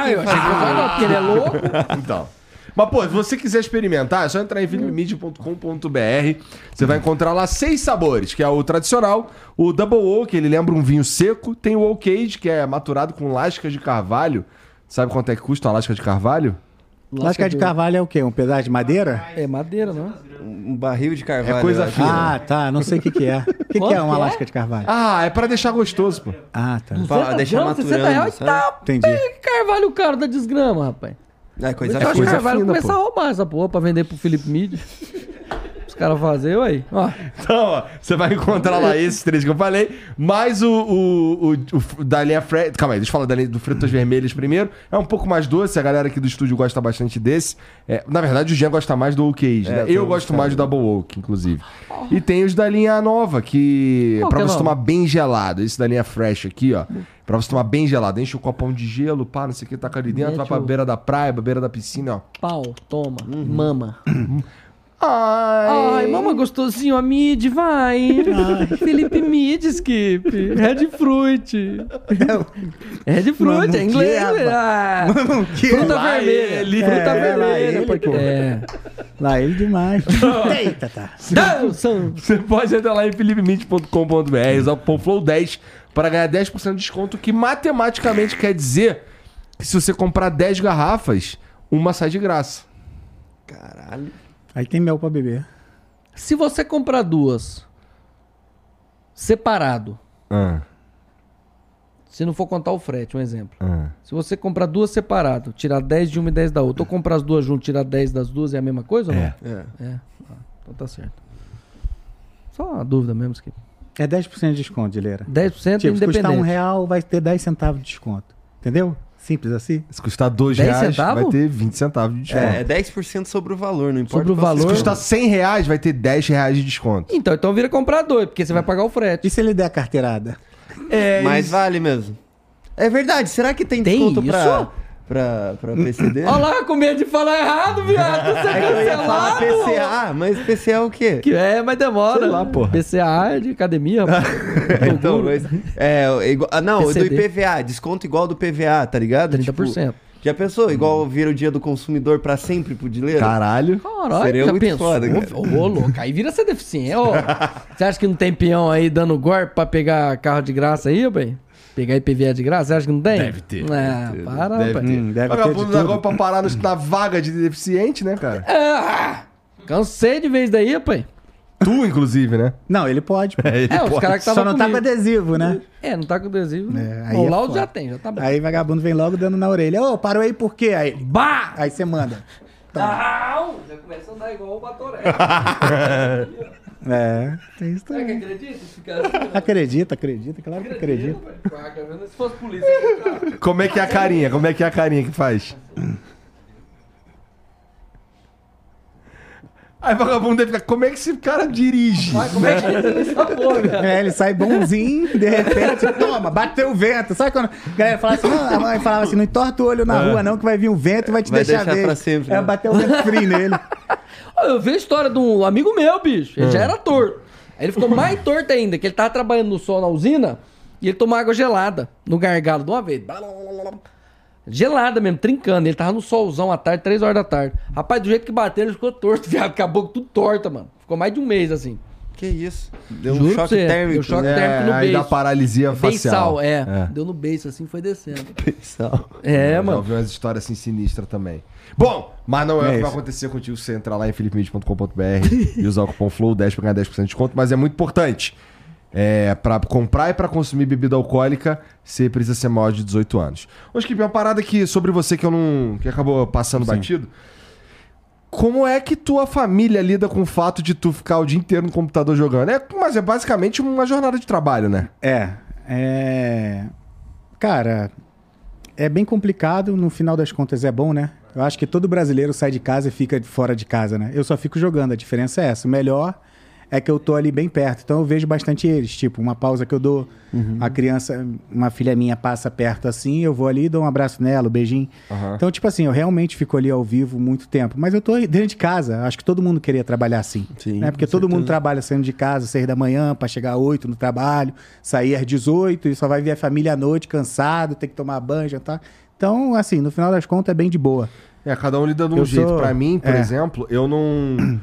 Mas os
eu achei que eu
vikings faziam.
falava, porque ele é louco.
Então. Mas, pô, se você quiser experimentar, é só entrar em vinilmid.com.br. Você vai encontrar lá seis sabores, que é o tradicional, o Double Oak, ele lembra um vinho seco. Tem o Oak Age, que é maturado com lascas de carvalho. Sabe quanto é que custa uma lasca de carvalho?
Lasca de carvalho é o quê? Um pedaço de madeira?
É madeira, não é?
Um barril de carvalho.
É coisa
eu acho.
fina.
Ah, tá. Não sei o que, que é. O que, que
Quanto
é uma
que é?
lasca de carvalho?
Ah, é pra deixar gostoso, pô.
Ah, tá.
Pra deixar
gramas, 60
maturando,
reais,
sabe?
tá.
Entendi.
Que carvalho caro da desgrama, rapaz.
É coisa
Eu acho que
fina.
Carvalho
fina,
começar
pô.
a roubar essa porra pra vender pro Felipe Mid. Os caras fazer, ué. Ó,
Então, ó, você vai encontrar lá esses três que eu falei, mais o, o, o, o da linha Fre... Calma aí, deixa eu falar da linha do Frutas Vermelhas primeiro. É um pouco mais doce, a galera aqui do estúdio gosta bastante desse. É, na verdade, o Jean gosta mais do Oak Age, né?
eu tô
Eu gosto
gostando.
mais do Double Oak, inclusive. E tem os da linha nova, que é
Ah. Qual
pra
que é
você
nova?
tomar bem gelado. Esse da linha Fresh aqui, ó. Pra você tomar bem gelado. Enche o copão de gelo, pá, não sei o que, taca ali dentro,
Mete
vai pra
o-
beira da praia, pra beira da piscina, ó.
pau, toma,
Uhum.
mama.
Ai,
É.
Ai, mama gostosinho, a Mid, vai. Felipe Mid, Skip. Red Fruit.
É
Red Fruit, é
que
inglês.
aba.
Ah,
que
fruta
Lá
vermelha.
ele.
Fruta
É, lá
vermelha.
ele,
porque-
pô.
É.
Lá ele demais. Eita, tá.
Dançam.
Você pode entrar lá em philipemint.com.br, usar o cupom FLOW10 para ganhar 10% de desconto, que matematicamente quer dizer que se você comprar 10 garrafas, uma sai de graça.
Caralho.
Aí tem mel pra beber.
Se você comprar duas separado,
Ah,
se não for contar o frete, um exemplo.
ah.
Se você comprar duas separado, tirar 10 de uma e 10 da outra, ou comprar as duas junto, tirar 10 das duas, é a mesma coisa ou não?
É.
É.
É. Ah, então tá certo. Só uma dúvida mesmo, que
É 10% de desconto, Dileira.
10%
Tipo, se
independente.
custar um real, vai ter 10 centavos de desconto. Entendeu? Simples assim.
Se custar 2
10
reais,
centavos?
vai ter 20 centavos de desconto.
É, é 10% sobre o valor, não importa.
Sobre o
qual
valor.
Se
seja.
custar 100 reais, vai ter 10 reais de desconto.
Então, então vira comprar dois, porque você vai pagar o frete.
E se ele der a carteirada?
É,
Mas vale mesmo. É verdade, será que tem,
Tem
desconto pra,
isso?
pra, pra PCD?
Olha lá, com medo de falar errado, viado. Você é
É. Eu ia falar
cancelado.
PCA, mas PCA é o quê?
Que é, mas demora.
Sei lá, porra.
PCA é de academia, pô.
Então, mas, é, é igual, ah, não, do
PCD.
IPVA, desconto igual do PVA, tá ligado?
30%.
já
Hum.
pensou? Igual vira o dia do consumidor pra sempre pro dileiro?
Caralho.
Caralho,
Seria
já
muito
pensou?
foda, cara.
Ô, louco, aí vira ser deficiente. Ô, você acha que não tem peão aí dando golpe pra pegar carro de graça aí, bem? Pegar IPVA é de graça? Você acha que não tem?
Deve ter,
Ah, para,
Deve
rapaz.
ter.
Hum, deve ter de
Vagabundo agora
tudo.
pra parar no- na vaga de deficiente, né, cara?
Ah, cansei de vez daí, pai.
Tu, inclusive, né?
Não, ele pode. pô.
ele
É, os
pode.
caras que
Só
estavam
não tá com adesivo, né?
É, não tá com adesivo.
É, aí
Bom,
é
o laudo
foda.
já tem, já tá bom.
Aí vagabundo vem logo dando na orelha. Ô, parou aí por quê? Aí,
Bah!
aí você manda.
Au! Já começa a andar igual o Batoré.
É, tem isso
Será que
também.
acredita? Esse cara assim,
Acredita, acredita, claro que acredita.
pai. Se fosse polícia, ele tá-
Como é que é a carinha? Como é que é a carinha que faz? Aí o vagabundo deve ficar, como é que esse cara dirige?
Como é que é essa porra, velho?
É, ele sai bonzinho, de repente, toma, bateu o vento. Sabe quando a galera falava assim, não, a mãe falava assim, não entorta o olho na rua não, que vai vir um vento e vai te
Vai
deixar,
deixar
ver.
pra sempre,
É,
né?
bateu o vento frio nele.
Ó, Eu vi a história de um amigo meu, bicho. Ele já era torto. Aí ele ficou mais torto ainda, que ele tava trabalhando no sol na usina e ele tomou água gelada no gargalo de uma vez. Blá, blá, blá, blá, blá. Gelada mesmo, trincando. Ele tava no solzão à tarde, 3 horas da tarde. Rapaz, do jeito que bateu, ele ficou torto, viado. Acabou tudo torta, mano. Ficou mais de um mês assim.
Que isso? Deu
Juro
um
pra
choque
você,
térmico.
deu choque
né?
térmico no
É, aí
beijo.
dá paralisia facial.
Beiçal, é.
É.
Deu no beijo assim, foi descendo.
Pessoal.
É,
Eu já
mano.
ouvi umas histórias assim sinistras também. Bom, mas não é, o que
isso.
vai acontecer contigo se você entrar lá em felipemid.com.br e usar o cupom FLOW10 pra ganhar 10% de desconto, mas é muito importante. É, pra comprar e pra consumir bebida alcoólica, você precisa ser maior de 18 anos. Ô, Skip, uma parada que, sobre você que eu não. que acabou passando batido. Como é que tua família lida com o fato de tu ficar o dia inteiro no computador jogando? É, mas é basicamente uma jornada de trabalho, né?
É, é... Cara, é bem complicado, no final das contas é bom, né? Eu acho que todo brasileiro sai de casa e fica fora de casa, né? Eu só fico jogando, a diferença é essa. O melhor é que eu tô ali bem perto, então eu vejo bastante eles. Tipo, uma pausa que eu dou, a criança, uma filha minha passa perto assim, eu vou ali, dou um abraço nela, um beijinho. Então, tipo assim, eu realmente fico ali ao vivo muito tempo. Mas eu tô aí dentro de casa, acho que todo mundo queria trabalhar assim.
Sim,
né? Porque
com
todo mundo
certeza.
trabalha saindo de casa às seis da manhã para chegar às oito no trabalho, sair às 18 e só vai ver a família à noite cansado, tem que tomar banho, jantar. Então, assim, no final das contas é bem de boa.
É, cada um lida de um
Eu
jeito.
sou-
Pra mim, por
é.
exemplo, eu não.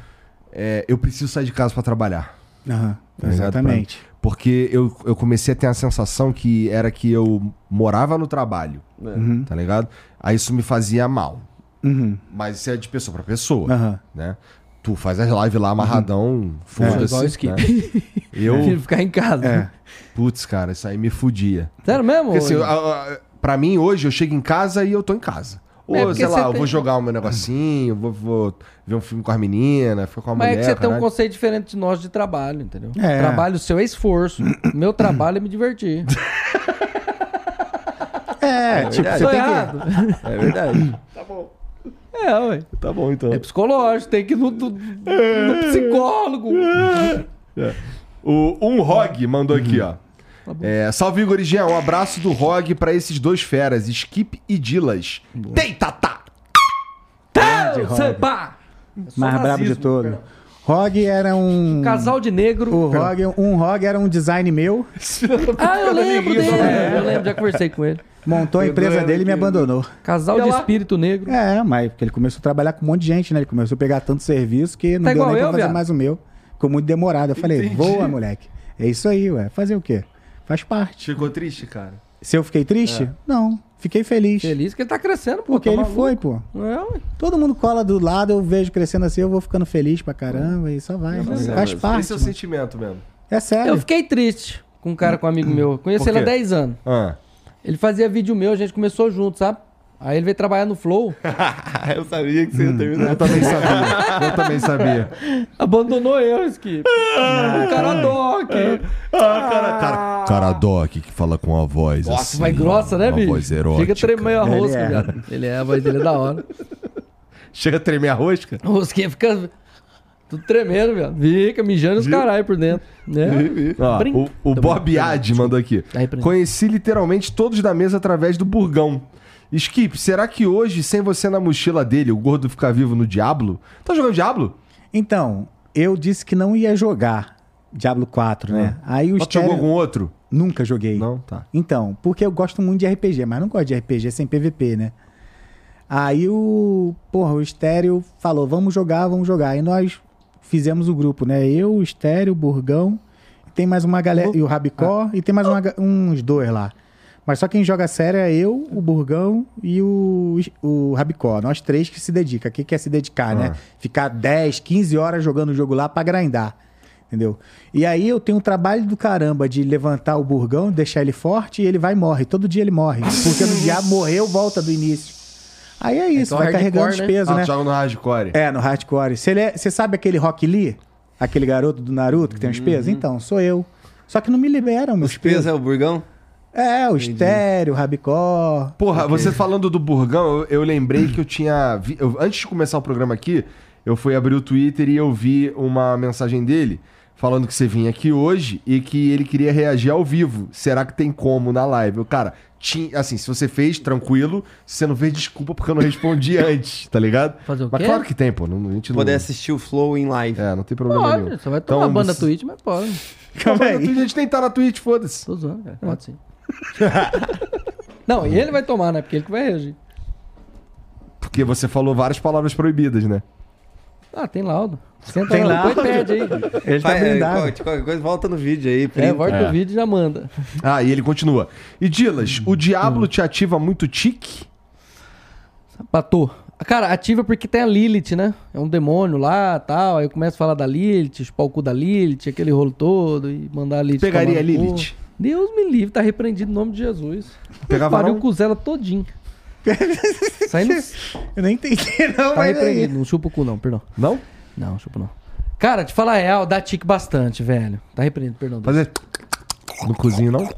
é, eu preciso sair de casa pra trabalhar.
Aham,
tá ligado? Pra mim.
exatamente.
Porque eu, eu comecei a ter a sensação que era que eu morava no trabalho,
É.
tá ligado? Aí isso me fazia mal.
Uhum,
Mas isso é de pessoa pra pessoa,
aham. Uhum.
né? Tu faz as lives lá amarradão,
É,
foda-se.
igual o
né?
Skip. Prefiro
Eu,
ficar em casa.
É.
putz, cara, isso aí me fudia.
Sério mesmo?
Porque assim, eu-
Igor?
a- a- pra mim hoje eu chego em casa e eu tô em casa. Ou,
É, porque
sei lá,
você
eu
tem-
vou jogar o meu negocinho, vou, vou ver um filme com as meninas, ficar com a
Mas
mulher.
é que você tem um
caralho.
conceito diferente de nós de trabalho, entendeu?
É.
Trabalho seu é esforço. Meu trabalho é me divertir.
É, tipo,
verdade.
você
Tô
tem
errado.
É verdade.
É, ué.
Tá bom, então.
É psicológico, tem que ir no, no- no psicólogo.
O Um Rog mandou aqui, ó.
Tá
É, salve Igor e Jean, um abraço do Rog pra esses dois feras, Skip e Dilas. Deita, tá!
Deus, pá! É
que...
só
Mais brabo de
nazismo,
todo.
cara.
Rog era um...
Casal de negro.
O Rog, um Rog era um design meu,
Ah, eu lembro dele. Eu lembro, já conversei com ele.
montou a empresa dele e me abandonou.
Casal de espírito negro.
É, mas porque ele começou a trabalhar com um monte de gente, né? Ele começou a pegar tanto serviço que não
Tá
deu
igual
nem
eu,
pra fazer
viado.
mais o meu. Ficou muito demorado. Eu falei, voa, moleque. É isso aí, ué. Fazer o quê? Faz parte.
Ficou triste, cara?
Se eu fiquei triste?
É.
Não. Fiquei feliz.
Feliz que ele tá crescendo, pô.
Porque
tá
ele
maluco.
foi, pô.
É, ué.
Todo mundo cola do lado, eu vejo crescendo assim, eu vou ficando feliz pra caramba e só vai. mano. Faz parte.
Esse é o
mano.
sentimento mesmo.
É sério.
Eu fiquei triste com um cara, com um amigo meu. Conheci
Hum. Por
ele há
quê?
10 anos.
Ah.
Ele fazia vídeo meu, a gente começou junto, sabe? Aí ele veio trabalhar no Flow.
Ah, eu sabia que você
Hum.
ia terminar.
Eu também sabia, eu também sabia.
Abandonou eu, Skip.
Ah.
o cara doc.
Cara, cara doc que fala com a voz
Nossa,
assim,
vai grossa, né,
uma
bicho?
voz erótica.
Chega tremendo a
Ele
rosca,
é.
viado. Ele é, a voz dele é da hora.
Chega a tremer a rosca?
A rosquinha fica tudo tremendo, viado. Fica mijando os caralho por dentro, né?
Ó,
Brinca.
o, o
Tá
Bob
bom.
Yad mandou aqui.
Tá Aí, pra mim.
Conheci literalmente todos da mesa através do Burgão. Skip, será que hoje, sem você na mochila dele, o gordo fica vivo no Diablo? Tá jogando Diablo?
Então, eu disse que não ia jogar Diablo 4, né? Aí o
Ah. Mas tu jogou
Stereo...
algum outro?
Nunca joguei.
Não, tá.
Então, porque eu gosto muito de RPG, mas não gosto de RPG sem PVP, né? Aí o. Porra, o Estéreo falou: vamos jogar, vamos jogar. E nós fizemos o grupo, né? Eu, o Estéreo, o Burgão, e tem mais uma galera. E o Rabicó, e tem mais uma ga- uns dois lá. Mas só quem joga sério é eu, o Burgão e o, o Rabicó. Nós três que se dedica. O que que é se dedicar, né? Ficar 10, 15 horas jogando o jogo lá pra grindar. Entendeu? E aí eu tenho um trabalho do caramba de levantar o burgão, deixar ele forte e ele vai e morre. Todo dia ele morre. Porque no diabo morreu, volta do início. Aí é isso,
Então,
vai
hardcore,
carregando os
né?
pesos,
Ah,
né?
tu joga no hardcore.
É, no hardcore. Você é, você sabe aquele Rock Lee? Aquele garoto do Naruto que tem os pesos? Então, sou eu. Só que não me liberam meus
Os pesos
pesos.
é o burgão?
É, o estéreo, o rabicó.
Porra, você falando do Burgão, eu, eu lembrei que eu tinha. vi- eu- antes de começar o programa aqui, eu fui abrir o Twitter e eu vi uma mensagem dele falando que você vinha aqui hoje e que ele queria reagir ao vivo. Será que tem como na live? Eu, cara, tinha, assim, se você fez, tranquilo. Se você não fez, desculpa porque eu não respondi antes, tá ligado?
Fazer o
Mas
quê?
claro que tem, pô. Não, a gente não...
Poder assistir o Flow em live.
É, não tem problema nenhum.
Pode, você vai tomar
Então,
banda
você-
Twitch, mas pode.
Calma aí. A gente nem tá na Twitch, foda-se.
Tô zoando, cara. Pode sim. Não, e ele vai tomar, né? Porque ele que vai reagir.
Porque você falou várias palavras proibidas, né?
Ah, tem laudo. Senta
Tem
lá,
lá.
depois pede aí.
Ele tá
Faz- é,
blindado.
qual- qualquer coisa, volta no vídeo aí.
É,
printa.
volta o vídeo e já manda.
Ah, e ele continua. E Dilas, o Diablo te ativa muito tique?
Batou. Cara, ativa porque tem a Lilith, né? É um demônio lá tal. Aí eu começo a falar da Lilith, chupar o cu da Lilith, aquele rolo todo e mandar a Lilith.
Pegaria
tomar no
a Lilith?
cu. Deus me livre, tá repreendido em nome de Jesus.
Pegava
Pariu
não?
com ela todinho. Saindo.
Eu nem entendi, não,
Tá
mas é aí.
repreendido, não chupa o cu, não, perdão.
Não?
Não, chupa não. Cara, te falar a real, dá tique bastante, velho. Tá repreendido, perdão.
Fazer no cozinho, não?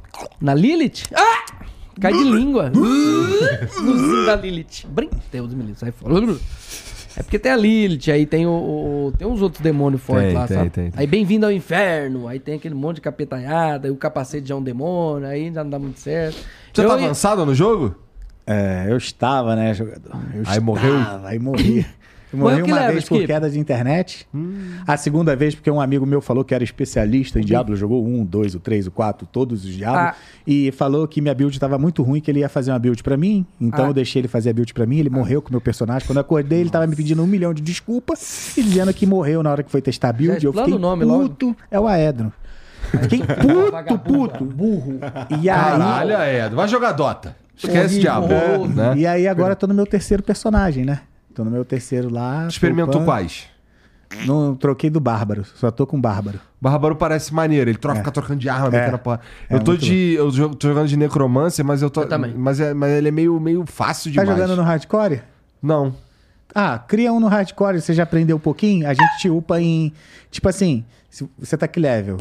Na Lilith? Ah! Cai de língua. Luzinho da Lilith. Brin... Deus me livre, sai fora. É porque tem a Lilith, aí tem o, o- tem uns outros demônios fortes
Tem,
lá,
tem,
sabe?
tem, tem.
Aí bem-vindo ao inferno, aí tem aquele monte de capetanhada, aí o capacete já é um demônio, aí já não dá muito certo.
Você
Eu-
tá avançado no jogo?
É, eu estava, né, jogador? Eu
Aí morreu?
estava, Aí morri. Eu
Morreu
morri
que
uma
leva,
vez por
Skip?
queda de internet.
Hum.
A segunda vez porque um amigo meu falou que era especialista em Diablo, jogou um, dois, o três, o quatro, todos os Diablo.
Ah.
E falou que minha build estava muito ruim, que ele ia fazer uma build pra mim. Então
Ah.
eu deixei ele fazer a build pra mim,
Ah.
ele morreu com o meu personagem. Quando eu acordei, ele tava me pedindo um milhão de desculpas e dizendo que morreu na hora que foi testar a build.
Já
Eu
explana
fiquei
o nome logo.
puto, é o Aedron. Fiquei puto, puto, burro. E aí,
Caralho, é. Vai jogar Dota. Esquece
Horrível,
Diablo,
horroroso.
né?
É. e aí agora eu tô no meu terceiro personagem, né? Tô no meu terceiro lá.
Experimentou
Tulpan.
quais?
Não, troquei do Bárbaro. Só tô com Bárbaro. Tá
Bárbaro parece maneiro, ele troca, fica trocando de arma, metendo a porra. eu tô
É. muito
de. Eu jo- tô jogando de necromancer, mas eu tô.
Eu também.
Mas, é- mas ele é meio, meio fácil
Tá
demais.
jogando no hardcore?
Não.
Ah, cria um no hardcore, você já aprendeu um pouquinho? A gente te upa em. Tipo assim, se você tá que level.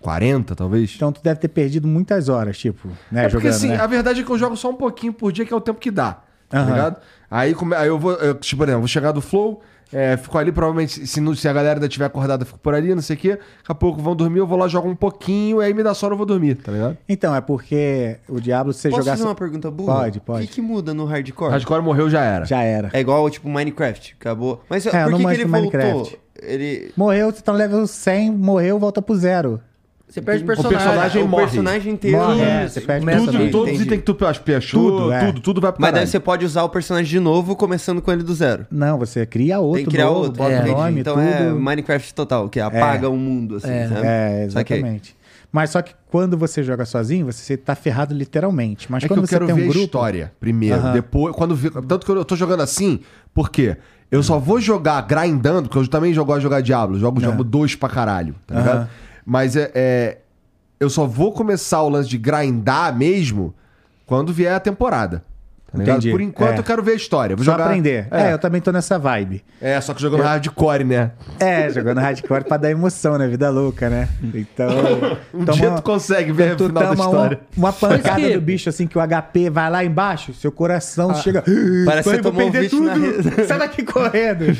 40, talvez?
Então tu deve ter perdido muitas horas, tipo, né?
É porque
jogando.
assim,
né?
a verdade é que eu jogo só um pouquinho por dia, que é o tempo que dá. Tá
Aham.
ligado? Aí, come- aí eu vou, eu, tipo, por exemplo, vou chegar do Flow, é, fico ali, provavelmente, se, não- se a galera ainda tiver acordada, eu fico por ali, não sei o quê. Daqui a pouco vão dormir, eu vou lá, jogo um pouquinho, aí me dá sono, eu vou dormir, tá ligado?
Então, é porque o Diablo, se você
Posso
jogar.
fazer uma pergunta burra?
Pode, pode.
O que, que muda no hardcore?
Hardcore morreu, já era.
Já era.
É igual, tipo, Minecraft. Acabou. Mas
É, eu não
por que, que
manjo
ele
do
voltou?
Minecraft.
Ele...
Morreu, você tá no level 100, morreu, volta pro zero.
Você perde
personagem.
personagem. personagem.
o
morre.
personagem inteiro.
Morre, é, você perde
Tudo,
Começa, né?
todos os
Entendi.
itens que tu acho, piachou, tudo,
Tudo, é.
tudo, tudo vai pro
Mas daí
caralho.
você pode usar o personagem de novo, começando com ele do zero.
Não, você cria outro.
Tem que criar
novo,
outro.
bota
entendi.
nome,
então
tudo.
é Minecraft total, que apaga o mundo, assim, sabe?
né?
É,
Saquei.
exatamente. Mas só que quando você joga sozinho, você tá ferrado literalmente.
É
Mas
que
quando
eu
você
quero
tem um
ver a
grupo.
história primeiro.
Aham.
Depois, quando vi- Tanto que eu tô jogando assim, por quê? Eu só vou jogar grindando, porque eu também jogo a jogar Diablo. Jogo Diablo 2 pra caralho, tá
É. Aham.
ligado? Mas é, é, Eu só vou começar o lance de grindar mesmo quando vier a temporada. Tá ligado?
Entendi.
Por enquanto
É.
eu quero ver a história. Vou
Só
jogar...
aprender. É.
É,
eu também tô nessa vibe.
é, só que jogando hardcore, né?
É, jogando hardcore pra dar emoção, né? Vida louca, né? Então.
Um dia tu consegue ver o
tu
final da
toma
história.
um- uma pancada
Skip.
do bicho, assim, que o HP vai lá embaixo, seu coração
Ah,
chega.
Parece que
"Ai,
você
vou
tomou um
perder
vídeo na
tudo. Sai daqui correndo.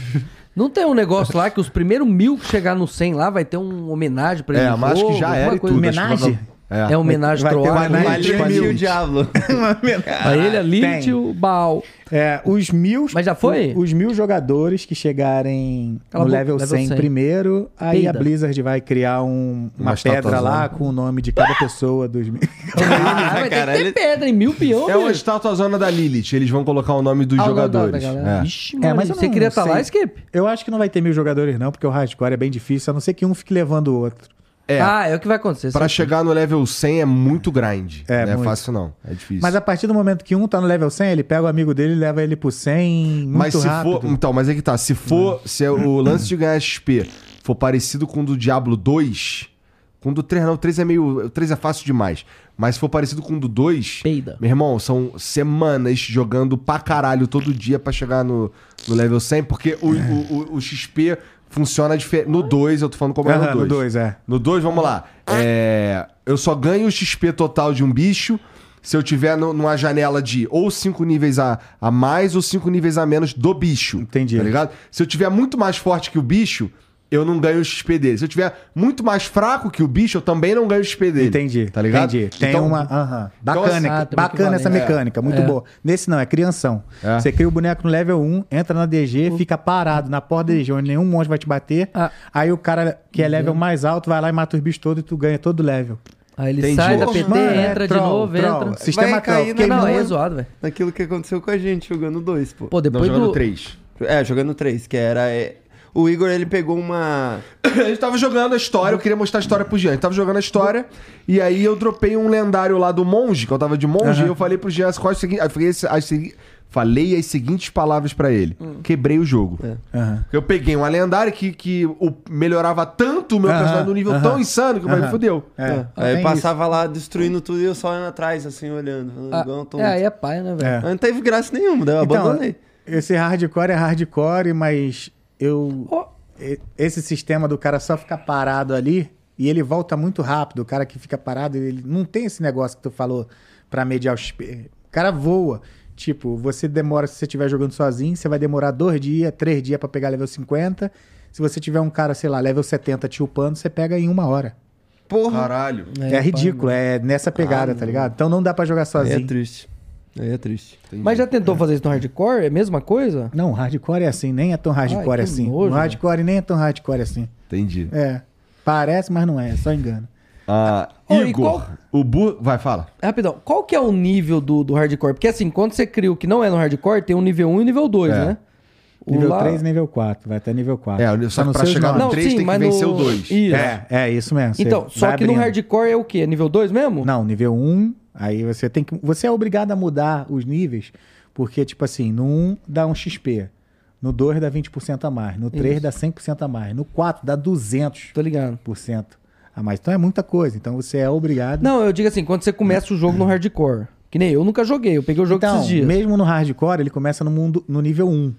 Não tem um negócio lá que os primeiros mil que chegar no 100 lá vai ter uma homenagem pra ele?
É,
no
mas acho que
jogo,
já era
alguma
e
coisa.
tudo.
Homenagem?
Acho que
É
é
uma homenagem
Vai ter um
troada.
uma
Vale
Três
mil
minutos.
o diabo.
Pra
é
Ah,
ele, a Lilith e
Tem.
o Baal.
É, os mil.
Mas já foi?
Os mil jogadores que chegarem
Cala a
no
boca,
level,
level
100,
100.
primeiro, aí
Peida.
a Blizzard vai criar um- uma,
Uma
pedra
estatuazona.
lá com o nome de cada pessoa dos mil.
Ah, vai ter que ter
caralho.
pedra em mil peões.
É uma estatuazona da Lilith. Eles vão colocar o nome dos jogadores. É.
Ixi,
É,
mano,
mas eu
você
não
queria estar lá,
sei.
Skip?
Eu acho que não vai ter mil jogadores, não, porque o hardcore é bem difícil, a não ser que um fique levando o outro.
É.
Ah, é o que vai acontecer.
Pra chegar no level 100 é muito grind.
É,
não é
muito.
fácil, não. É difícil.
Mas a partir do momento que um tá no level 100, ele pega o amigo dele e leva ele pro 100 muito
Mas se
rápido.
for. Então, mas é que tá. Se for. Se é o lance de ganhar XP for parecido com o do Diablo 2. Com o do 3, não. O 3 é meio. O 3 é fácil demais. Mas se for parecido com o do 2.
Peida.
Meu irmão, são semanas jogando pra caralho todo dia pra chegar no, no level 100, porque o, o, o- o XP funciona diferente. No 2, eu tô falando como é
Aham,
no
no
2.
dois, é.
No 2, vamos lá. É, eu só ganho o XP total de um bicho se eu tiver no- numa janela de ou cinco níveis a, a mais ou cinco níveis a menos do bicho.
Entendi.
Tá ligado? Se eu tiver muito mais forte que o bicho, eu não ganho o XP dele. Se eu tiver muito mais fraco que o bicho, eu também não ganho o XP dele.
Entendi.
Tá ligado?
Entendi. Tem
Então,
uma. aham.
então,
Bacana,
ah, tem
bacana
muito
essa
valendo.
mecânica, muito
É.
boa. Nesse não, é crianção.
É.
Você cria o boneco no level 1, entra na DG, fica parado na porta da DG, onde nenhum monstro vai te bater.
Ah. Uhum.
Aí o cara que é level mais alto vai lá e mata os bichos todos e tu ganha todo o level.
Aí ele
Entendi.
sai da
Pô,
PT,
mano, é
entra de
troll,
novo,
troll.
entra.
Sistema
Vai
troll.
cair na
Quem
não,
não-
aí é zoado, velho.
Naquilo que aconteceu com a gente jogando dois, pô.
Pô,
Não,
depois
jogando
do...
três.
É, jogando três, que era. é, O Igor, ele pegou uma.
A gente tava jogando a história, eu queria mostrar a história pro Jean. A gente tava jogando a história, e aí eu dropei um lendário lá do monge, que eu tava de monge, e eu falei pro Jean quais seguintes. Aí eu falei, esse- as segui- falei as seguintes palavras pra ele.
Hum.
Quebrei o jogo.
É. Aham.
Eu peguei uma lendária que, que o- melhorava tanto o meu
Aham,
personagem num nível
aham.
tão insano que eu falei,
Aham.
fudeu.
É,
Ah,
É.
tem
Aí eu
isso.
passava lá destruindo tudo e eu só indo atrás, assim, olhando. falando,
Ah,
igual um tonto.
é, aí é pai, né, velho?
É.
Aí Não teve graça nenhuma, daí eu
Então,
abandonei.
Esse hardcore é hardcore, mas eu. e- Esse sistema do cara só ficar parado ali e ele volta muito rápido. O cara que fica parado, ele não tem esse negócio que tu falou pra mediar os. pe- O cara voa. Tipo, você demora, se você estiver jogando sozinho, você vai demorar dois dias, três dias pra pegar level 50. Se você tiver um cara, sei lá, level 70 te upando, você pega em uma hora.
Porra,
Caralho.
É, ridículo, é nessa pegada, tá ligado? Então não dá pra jogar
Ah, aí é
sozinho.
triste. Aí é triste.
né? Mas já tentou fazer isso no hardcore? É a mesma coisa?
Não, hardcore é assim, nem é tão hardcore
que
assim.
nojo,
no hardcore nem é tão hardcore assim.
Entendi.
É. Parece, mas não é, é só engano.
Ah,
Ô, e
Igor,
qual-
o Bu. Vai, fala.
Rapidão, qual que é o nível do, do hardcore? Porque assim, quando você cria o que não é no hardcore, tem um nível 1 e um nível 2,
É.
né? O
Nível
lá- Tá
3 e nível 4, vai até nível 4.
É, só que
Ah, não
pra
sei os
chegar no
nomes.
Não,
3
sim,
tem que
mas
vencer
no-
o 2.
Isso.
É, é isso mesmo. você
Então, só
vai
que no
abrindo.
hardcore é o quê? É nível 2 mesmo?
Não, nível 1, aí você tem que. Você é obrigado a mudar os níveis, porque, tipo assim, no 1 dá um XP. No 2 dá 20% a mais. No 3
Isso.
dá 100% a mais. No 4 dá 200%
Tô ligado.
a mais. Então é muita coisa. Então você é obrigado.
Não, eu digo assim, quando você começa o jogo no hardcore. Que nem eu nunca joguei, eu peguei o jogo
então,
esses dias.
mesmo no hardcore, ele começa no, mundo, no nível 1.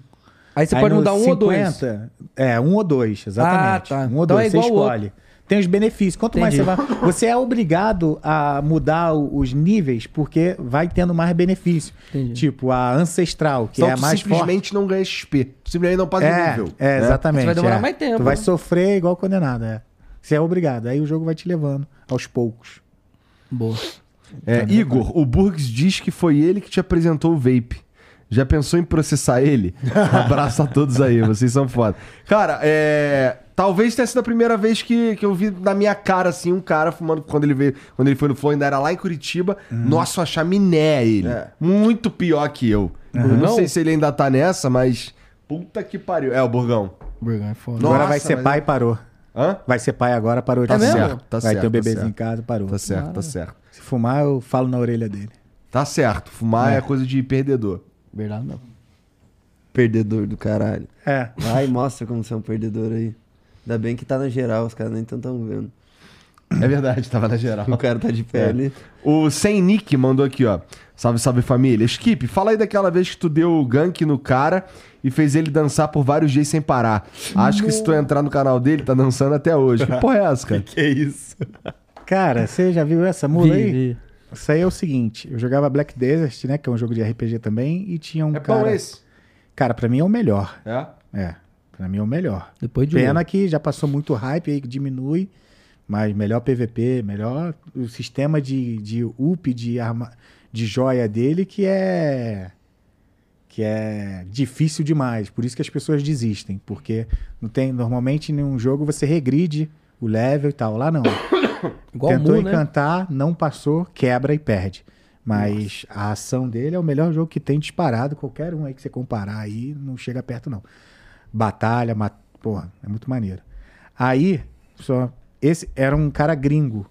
Aí você
Aí
pode
no
mudar um ou dois.
50, É, um ou dois, exatamente.
Ah, tá.
Um ou
Então
dois,
é
você
igual ao
escolhe. Tem os benefícios. Quanto mais você
Entendi.
vai. Você é obrigado a mudar o- os níveis, porque vai tendo mais benefícios.
Entendi.
Tipo, a ancestral, que
Então
é a
tu
mais forte.
simplesmente não ganha XP. Tu simplesmente não passa
É,
nível. né?
é, exatamente.
Você vai demorar
é.
mais tempo. né?
Tu vai sofrer igual condenado, é. Você é obrigado. Aí o jogo vai te levando aos poucos.
Boa.
É, Igor, o Burgs diz que foi ele que te apresentou o vape. Já pensou em processar ele? Abraço a todos aí, vocês são foda. Cara, é. Talvez tenha sido a primeira vez que, que eu vi na minha cara, assim, um cara fumando. Quando ele veio, quando ele foi no Flow, ainda era lá em Curitiba. Nossa, eu achar miné ele.
É.
Muito pior que eu. Eu não,
Não?
sei se ele ainda tá nessa, mas. Puta que pariu. É, o Burgão.
Burgão é foda.
Nossa,
agora vai ser
mas-
pai e parou.
Hã?
Vai ser pai agora, parou de
Tá
fumar.
certo,
tá
Vai
certo,
ter
tá
um bebezinho
certo.
em casa, parou.
Tá certo, tá certo.
Se fumar, eu falo na orelha dele.
Tá certo. Fumar é coisa de perdedor.
Verdade não.
Perdedor do caralho.
É.
Vai, mostra como você é um perdedor aí. Ainda bem que tá na geral, os caras nem tão tão vendo.
É verdade, tava na geral.
O cara tá de pé
É.
ali.
O Sem Nick mandou aqui, ó. Salve, salve família. Skip, fala aí daquela vez que tu deu o gank no cara e fez ele dançar por vários dias sem parar. Acho que se tu entrar no canal dele, tá dançando até hoje. Que porra é essa, cara?
Que isso?
Cara, você já viu essa mula aí? Isso aí é o seguinte, eu jogava Black Desert, né, que é um jogo de RPG também, e tinha um cara... Cara, pra mim é o melhor,
É?
é. Pra mim é o melhor.
Depois de
Pena que já passou muito hype aí, que diminui, mas melhor PVP, melhor o sistema de, de up, de, arma, de joia dele, que é... Que é difícil demais, por isso que as pessoas desistem, porque não tem, normalmente em um jogo você regride o level e tal, lá não.
Igual o
Tentou
Mu, né?
encantar, não passou, quebra e perde. Mas a ação dele é o melhor jogo que tem disparado. Qualquer um aí que você comparar aí, não chega perto, não. Batalha, ma- porra, é muito maneiro. Aí, só, esse era um cara gringo.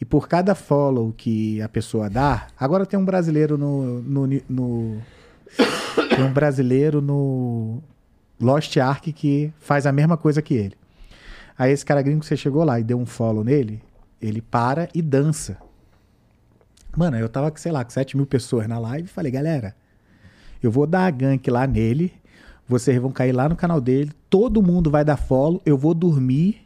E por cada follow que a pessoa dá, agora tem um brasileiro no. no, ni- no- tem um brasileiro no Lost Ark que faz a mesma coisa que ele. Aí esse cara gringo que você chegou lá e deu um follow nele, ele para e dança. Mano, eu tava, com, sei lá, com 7 mil pessoas na live e falei, galera, eu vou dar a gank lá nele, vocês vão cair lá no canal dele, todo mundo vai dar follow, eu vou dormir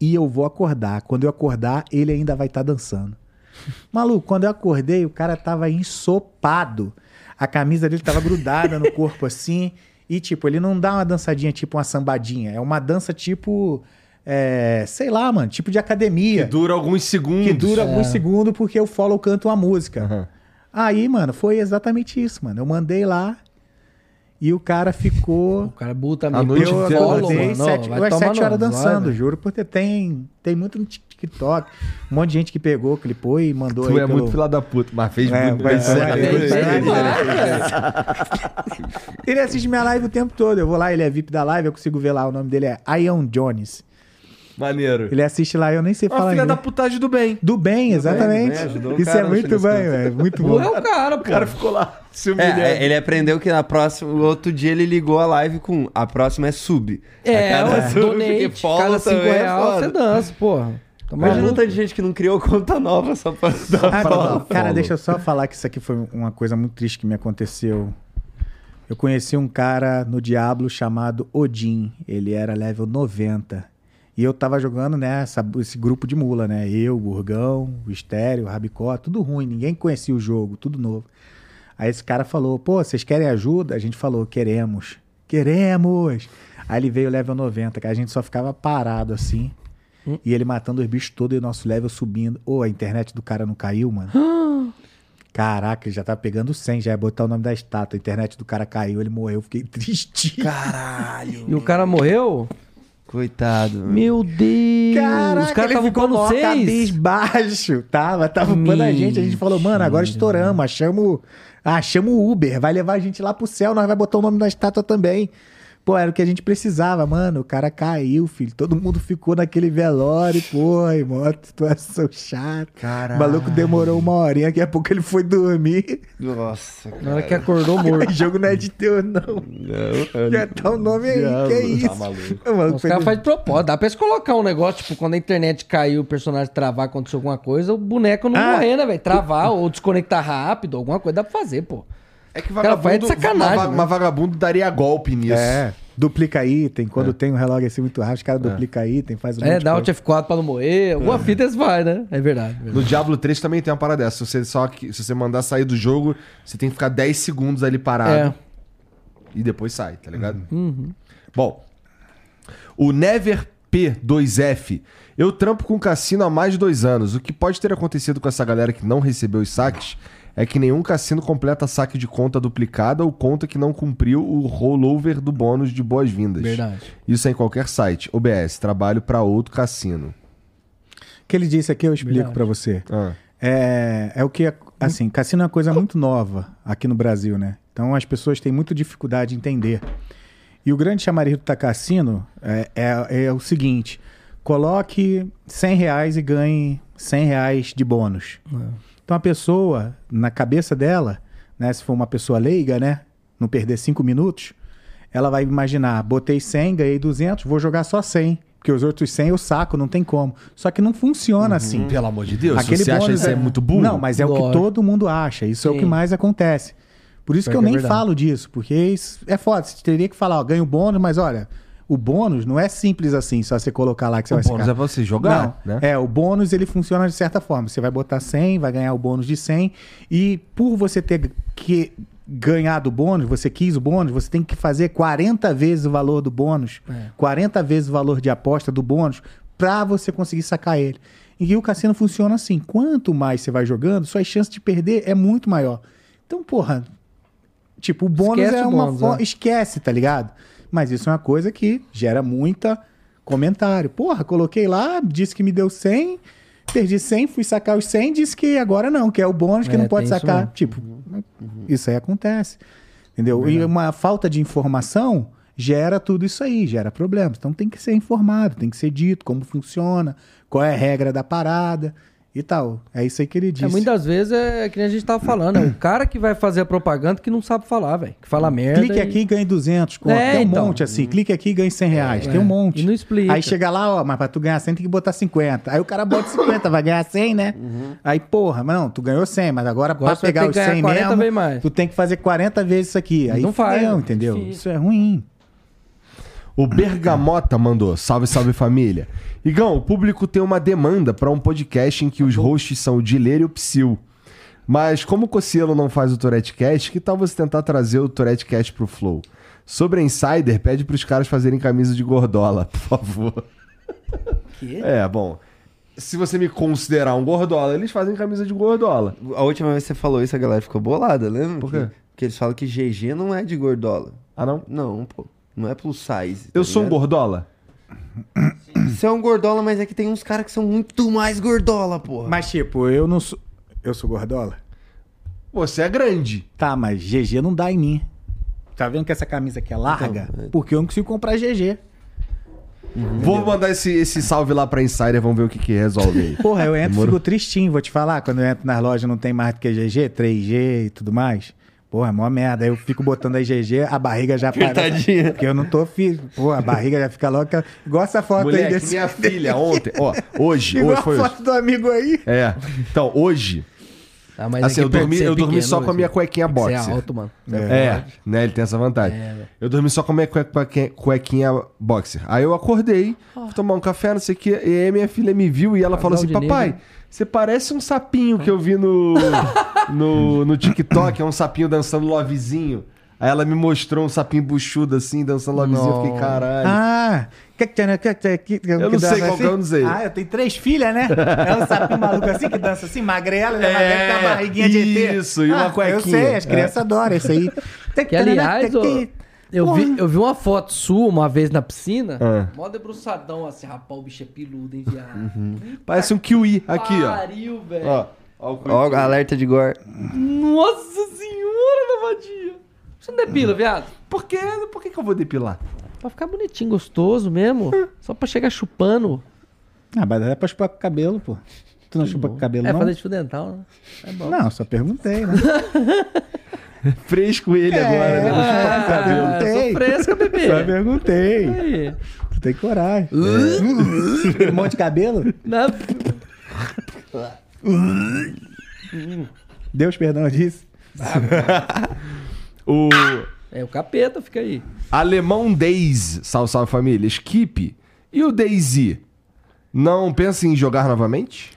e eu vou acordar. Quando eu acordar, ele ainda vai estar tá dançando. Maluco, quando eu acordei, o cara tava ensopado. A camisa dele tava grudada no corpo assim. E, tipo, ele não dá uma dançadinha tipo uma sambadinha. É uma dança tipo. é, sei lá, mano. Tipo de
Que
academia.
É. dura alguns segundos.
Que dura É. alguns segundos porque o follow canta uma música. Aí, mano, foi exatamente isso, mano. Eu mandei lá e o cara ficou.
O cara é burro
A
também.
noite
Pô,
Eu
inteira
follow,
dançando.
acordei
mano.
sete,
Vai né?
umas
tomar
sete
no
horas
zóio,
dançando,
velho.
juro, porque tem, tem muito no TikTok. Um monte de gente que pegou, clipou e mandou
Tu
aí
é
pelo-
muito fila da puta, mas fez
É,
muito
vai
bem.
ser-
certo.
vai
tá
ser-
é.
Fez
vai
bem.
ser- Ele assiste minha live o tempo todo. Eu vou lá, ele é VIP da live, eu consigo ver lá. O nome dele é Ion Jones.
Maneiro.
Ele assiste lá, eu nem sei
Uma
falar
filha
ainda.
da putagem do bem.
Do bem, exatamente.
bem, ajudou o
Isso
cara
é
no
muito
fim
bem,
das contas.
velho. Muito
Burro
bom.
é o cara, pô.
O cara ficou lá se
É,
humilhando.
é, ele aprendeu que na próxima, o outro dia ele ligou a live com a próxima é sub.
É,
A
é,
sub que
donate,
follow
cada 5
também é
reais
foda.
você dança, porra. Tá
Imagina o
maluco?
tanto de gente que não criou conta nova só pra dar
Ah,
follow.
cara, deixa eu só falar que isso aqui foi uma coisa muito triste que me aconteceu. Eu conheci um cara no Diablo chamado Odin. Ele era level 90. E eu tava jogando, né, essa- esse grupo de mula, né? Eu, o Burgão, o Estéreo, o Rabicó, tudo ruim. Ninguém conhecia o jogo, tudo novo. Aí esse cara falou, pô, vocês querem ajuda? A gente falou, queremos. Queremos! Aí ele veio level 90, cara. A gente só ficava parado assim. E ele matando os bichos todos e o nosso level subindo. Ô, a internet do cara não caiu, mano? Caraca, ele já tá pegando 100, já ia botar o nome da estátua. A internet do cara caiu, ele morreu. Fiquei triste.
Caralho.
E o cara morreu?
Coitado.
Meu Deus! os caras estavam pondo
mó
seis.
cabisbaixo. Tava, tava upando a gente. A gente falou, mano, agora estouramos. Achamos, achamos o Uber. Vai levar a gente lá pro céu. Nós vai botar o nome da estátua também. Pô, era o que a gente precisava, mano. O cara caiu, filho. Todo mundo ficou naquele velório, pô, irmão. Situação chata.
Caralho.
O maluco demorou uma horinha. Daqui a pouco ele foi dormir.
Nossa, cara.
Na hora que acordou, morto.
O jogo não é de teu, não.
é
Não,
Já tá o nome aí. que é isso? O maluco
Os
foi
caras
dormir.
fazem de propósito. Dá pra eles colocar um negócio, tipo, quando a internet caiu, o personagem travar, aconteceu alguma coisa, o boneco não
Ah.
morrer, né, velho? Travar ou desconectar rápido, alguma coisa dá pra fazer, pô.
É que
Cara, vai de
Uma,
sacanagem,
va-
né?
uma vagabundo daria golpe nisso.
É, duplica item. Quando tem um relógio assim muito rápido, os caras duplica item, faz um
É,
monte de
dá o
coisa.
F4 pra não morrer. Alguma fita eles vai, né? É verdade. é verdade.
No Diablo 3 também tem uma parada dessa. Se você, só que, se você mandar sair do jogo, você tem que ficar 10 segundos ali
É.
parado. E depois sai, tá ligado?
Uhum.
Bom, o Never P2F. Eu trampo com cassino há mais de dois anos. O que pode ter acontecido com essa galera que não recebeu os saques é que nenhum cassino completa saque de conta duplicada ou conta que não cumpriu o rollover do bônus de boas-vindas.
Verdade.
Isso é em qualquer site. OBS, trabalho pra outro cassino.
O que ele disse aqui eu explico pra você.
Ah.
É, é o que, assim, cassino é uma coisa muito nova aqui no Brasil, né? Então as pessoas têm muita dificuldade de entender. E o grande chamariz do cassino é, é- é o seguinte: coloque 100 reais e ganhe 100 reais de bônus. Então a pessoa, na cabeça dela, né, se for uma pessoa leiga, né, não perder 5 minutos, ela vai imaginar, botei 100, ganhei 200, vou jogar só 100, porque os outros 100 eu saco, não tem como. Só que não funciona assim.
Pelo amor de Deus,
Aquele
você acha
bônus
isso é... muito burro?
Não, mas é o
Lógico.
que todo mundo acha. Isso é o
Sim.
que mais acontece. Por isso que
Pior
eu
que é
nem
verdade.
falo disso, porque isso é foda. Você teria que falar, ó, ganho bônus, mas olha, o bônus não é simples assim, só você colocar lá que você
o
vai
bônus
sacar.
é pra você jogar,
Não,
né?
É, o bônus ele funciona de certa forma. Você vai botar 100, vai ganhar o bônus de 100 e por você ter que ganhado o bônus, você quis o bônus, você tem que fazer 40 vezes o valor do bônus,
É.
40 vezes o valor de aposta do bônus pra você conseguir sacar ele. E o cassino funciona assim, quanto mais você vai jogando, suas chances de perder é muito maior. Então, porra, tipo, o bônus
Esquece
é
o
uma
bônus,
fo-
é.
esquece, tá ligado? Mas isso é uma coisa que gera muita comentário. Porra, coloquei lá, disse que me deu 100, perdi 100, fui sacar os 100, disse que agora não, que é o bônus que
É,
não pode
tem isso
sacar.
mesmo. Uhum.
tipo, isso aí acontece. Entendeu? E uma falta de informação gera tudo isso aí, gera problemas. Então tem que ser informado, tem que ser dito como funciona, qual é a regra da parada e tal. É isso aí que ele disse.
É, muitas vezes é que nem a gente tava falando, é o cara que vai fazer a propaganda que não sabe falar, velho. Que fala merda.
Clique
e-
aqui e ganhe 200 conto.
É,
tem um
então.
monte assim. Clique aqui e ganhe 100 reais.
É.
Tem um monte.
E não explica.
Aí chega lá, ó, mas pra tu ganhar 100 tem que botar 50. Aí o cara bota 50, vai ganhar 100, né? Aí, porra, mas não, tu ganhou 100, mas agora,
Uhum. Agora você
pra pegar
tem
os
que ganhar
100
40 vezes
mesmo,
mais.
tu tem que fazer 40 vezes isso aqui. Aí
Não faz,
fudeu,
é
entendeu?
difícil.
Isso é ruim.
O Bergamota mandou. Salve, salve família. Igão, o público tem uma demanda pra um podcast em que os hosts são o Dileiro e o Psyll. Mas como o Cocielo não faz o Tourette Cast, que tal você tentar trazer o Tourette Cast pro Flow? Sobre a Insider, pede pros caras fazerem camisa de gordola, por favor.
Quê?
É, bom. Se você me considerar um gordola, eles fazem camisa de gordola.
A última vez que você falou isso, a galera ficou bolada, lembra?
Por quê?
Que- Porque eles falam que GG não é de gordola.
Ah,
Tá
não?
Não, pô. Não é plus size.
Eu sou um gordola?
gordola. Você é um gordola, mas é que tem uns caras que são muito mais gordola, porra.
Mas, tipo, eu não sou. Eu sou gordola?
Você é grande.
Tá, mas GG não dá em mim. Tá vendo que essa camisa aqui é larga? Porque eu não consigo comprar GG.
Vou mandar esse, esse salve lá pra Insider, vamos ver o que, que resolve aí.
Porra, eu entro e
Demorou.
fico tristinho, vou te falar. Quando eu entro nas lojas não tem mais do que GG, 3G e tudo mais. Porra, é mó merda. Aí eu fico botando aí GG, a barriga já para.
Apertadinha.
Porque eu não tô fi... Porra, a barriga já fica logo. Igual essa foto aí
Moleque,
desse.
minha filha ontem, ó, hoje,
Igual
hoje
a
foi hoje.
foto do amigo aí.
É, então, hoje,
Ah, mas
Assim,
é que
eu dormi-
você é
eu dormi
pequeno,
só com a
você-
minha cuequinha
você
boxer.
é alto, mano.
é, né, ele tem essa vantagem.
É, velho.
eu dormi só com a minha cue- cuequinha, cuequinha boxer. Aí eu acordei, fui tomar um café, não sei o que, e aí minha filha me viu e ela falou assim,
Claudinei,
papai,
né?
você parece um sapinho que eu vi no, no, no TikTok, é um sapinho dançando lovezinho. Aí ela me mostrou um sapinho buchudo assim, dançando lovezinho, eu fiquei, caralho.
Ah, que que tem, que que tem, que- que-
Eu
que
não sei
dança
qual que é, eu não sei.
Ah, eu tenho três filhas, né? É um sapinho maluco assim que dança assim, magrela, né? Magrela
É,
tem uma barriguinha de ET.
isso, e uma
Ah,
cuequinha. É.
Eu sei, as crianças adoram isso aí.
Que,
né?
aliás, ô, eu,
Porra.
vi, eu vi uma foto sua uma vez na piscina.
Ah.
Mó debruçadão assim, rapaz, o bicho é peludo, hein, viado.
Parece um kiwi, aqui, ó.
Pariu, velho.
Ó, ó o
Ó, alerta de gore.
Nossa senhora, Navadia. Você não
Hum.
depila, viado?
Por que, por que, que eu vou depilar?
Pra ficar bonitinho, gostoso mesmo. Só pra chegar chupando.
Ah, mas é pra chupar com o cabelo, pô. Tu não chupa com o cabelo,
é,
não?
fazer de dental, né? É bom.
Não, só perguntei, né?
Fresco
É,
ele agora, né?
Ah, eu sou fresca, bebê.
Só é perguntei.
Aí.
Tu tem coragem. Tem um monte de cabelo?
Na-
Deus perdão disso.
O
É o capeta, fica aí.
alemão Days, salve, salve família, Skip e o Daisy, não pensa em jogar novamente?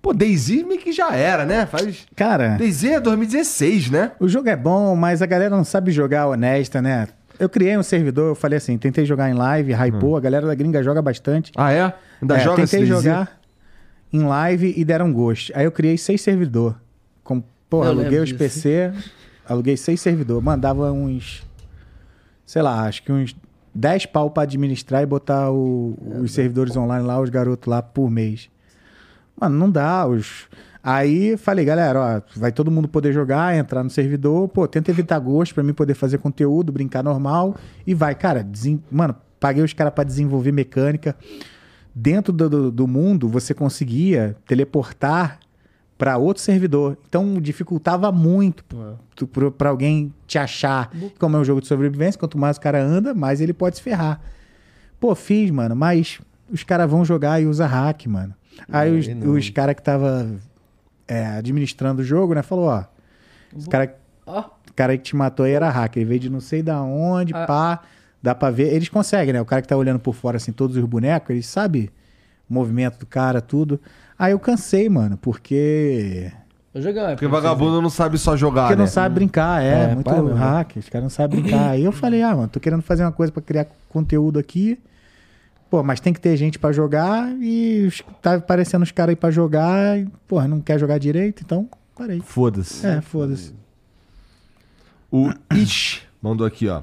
Pô, Daisy meio que já era, né? Faz...
Cara,
Daisy é 2016, né?
o jogo é bom, mas a galera não sabe jogar honesta, né? Eu criei um servidor, eu falei assim, tentei jogar em live,
Hum.
hypou, a galera da gringa joga bastante.
Ah, é? Ainda
É,
joga esse
tentei
Daisy?
jogar em live e deram ghost. Aí eu criei seis servidor. Com, pô,
Eu
aluguei
lembro
os
disso.
PC, aluguei seis servidor, mandava uns sei lá, acho que uns 10 pau pra administrar e botar o-
É,
os servidores online lá, os garotos lá por mês. Mano, não dá. Os... Aí falei, galera, ó, vai todo mundo poder jogar, entrar no servidor, pô, tenta evitar gosto pra mim poder fazer conteúdo, brincar normal e vai. Cara, desen- mano, paguei os caras pra desenvolver mecânica. Dentro do, do, do mundo, você conseguia teleportar pra outro servidor. Então dificultava muito
É.
tu- pro- pra alguém te achar. Como é um jogo de sobrevivência, quanto mais o cara anda, mais ele pode se ferrar. Pô, fiz, mano, mas os caras vão jogar e usa hack, mano. Aí
Não,
os,
aí não.
os caras que tava é, administrando o jogo, né, falou, ó, os cara,
Ó,
o cara que te matou aí era hack, ele veio de não sei da onde,
Ah.
pá, dá pra ver. Eles conseguem, né? O cara que tá olhando por fora, assim, todos os bonecos, ele sabe o movimento do cara, tudo. Aí eu cansei, mano, porque...
eu joguei uma
Porque
época.
vagabundo não sabe só jogar,
Porque
né?
não sabe brincar, é.
É,
muito
para, né?
hack, os caras não sabem brincar. Aí eu falei, ah, mano, tô querendo fazer uma coisa pra criar conteúdo aqui. Pô, mas tem que ter gente pra jogar e os- tá aparecendo os caras aí pra jogar e, porra, não quer jogar direito, então parei.
Foda-se.
É, foda-se.
O Ish mandou aqui, ó.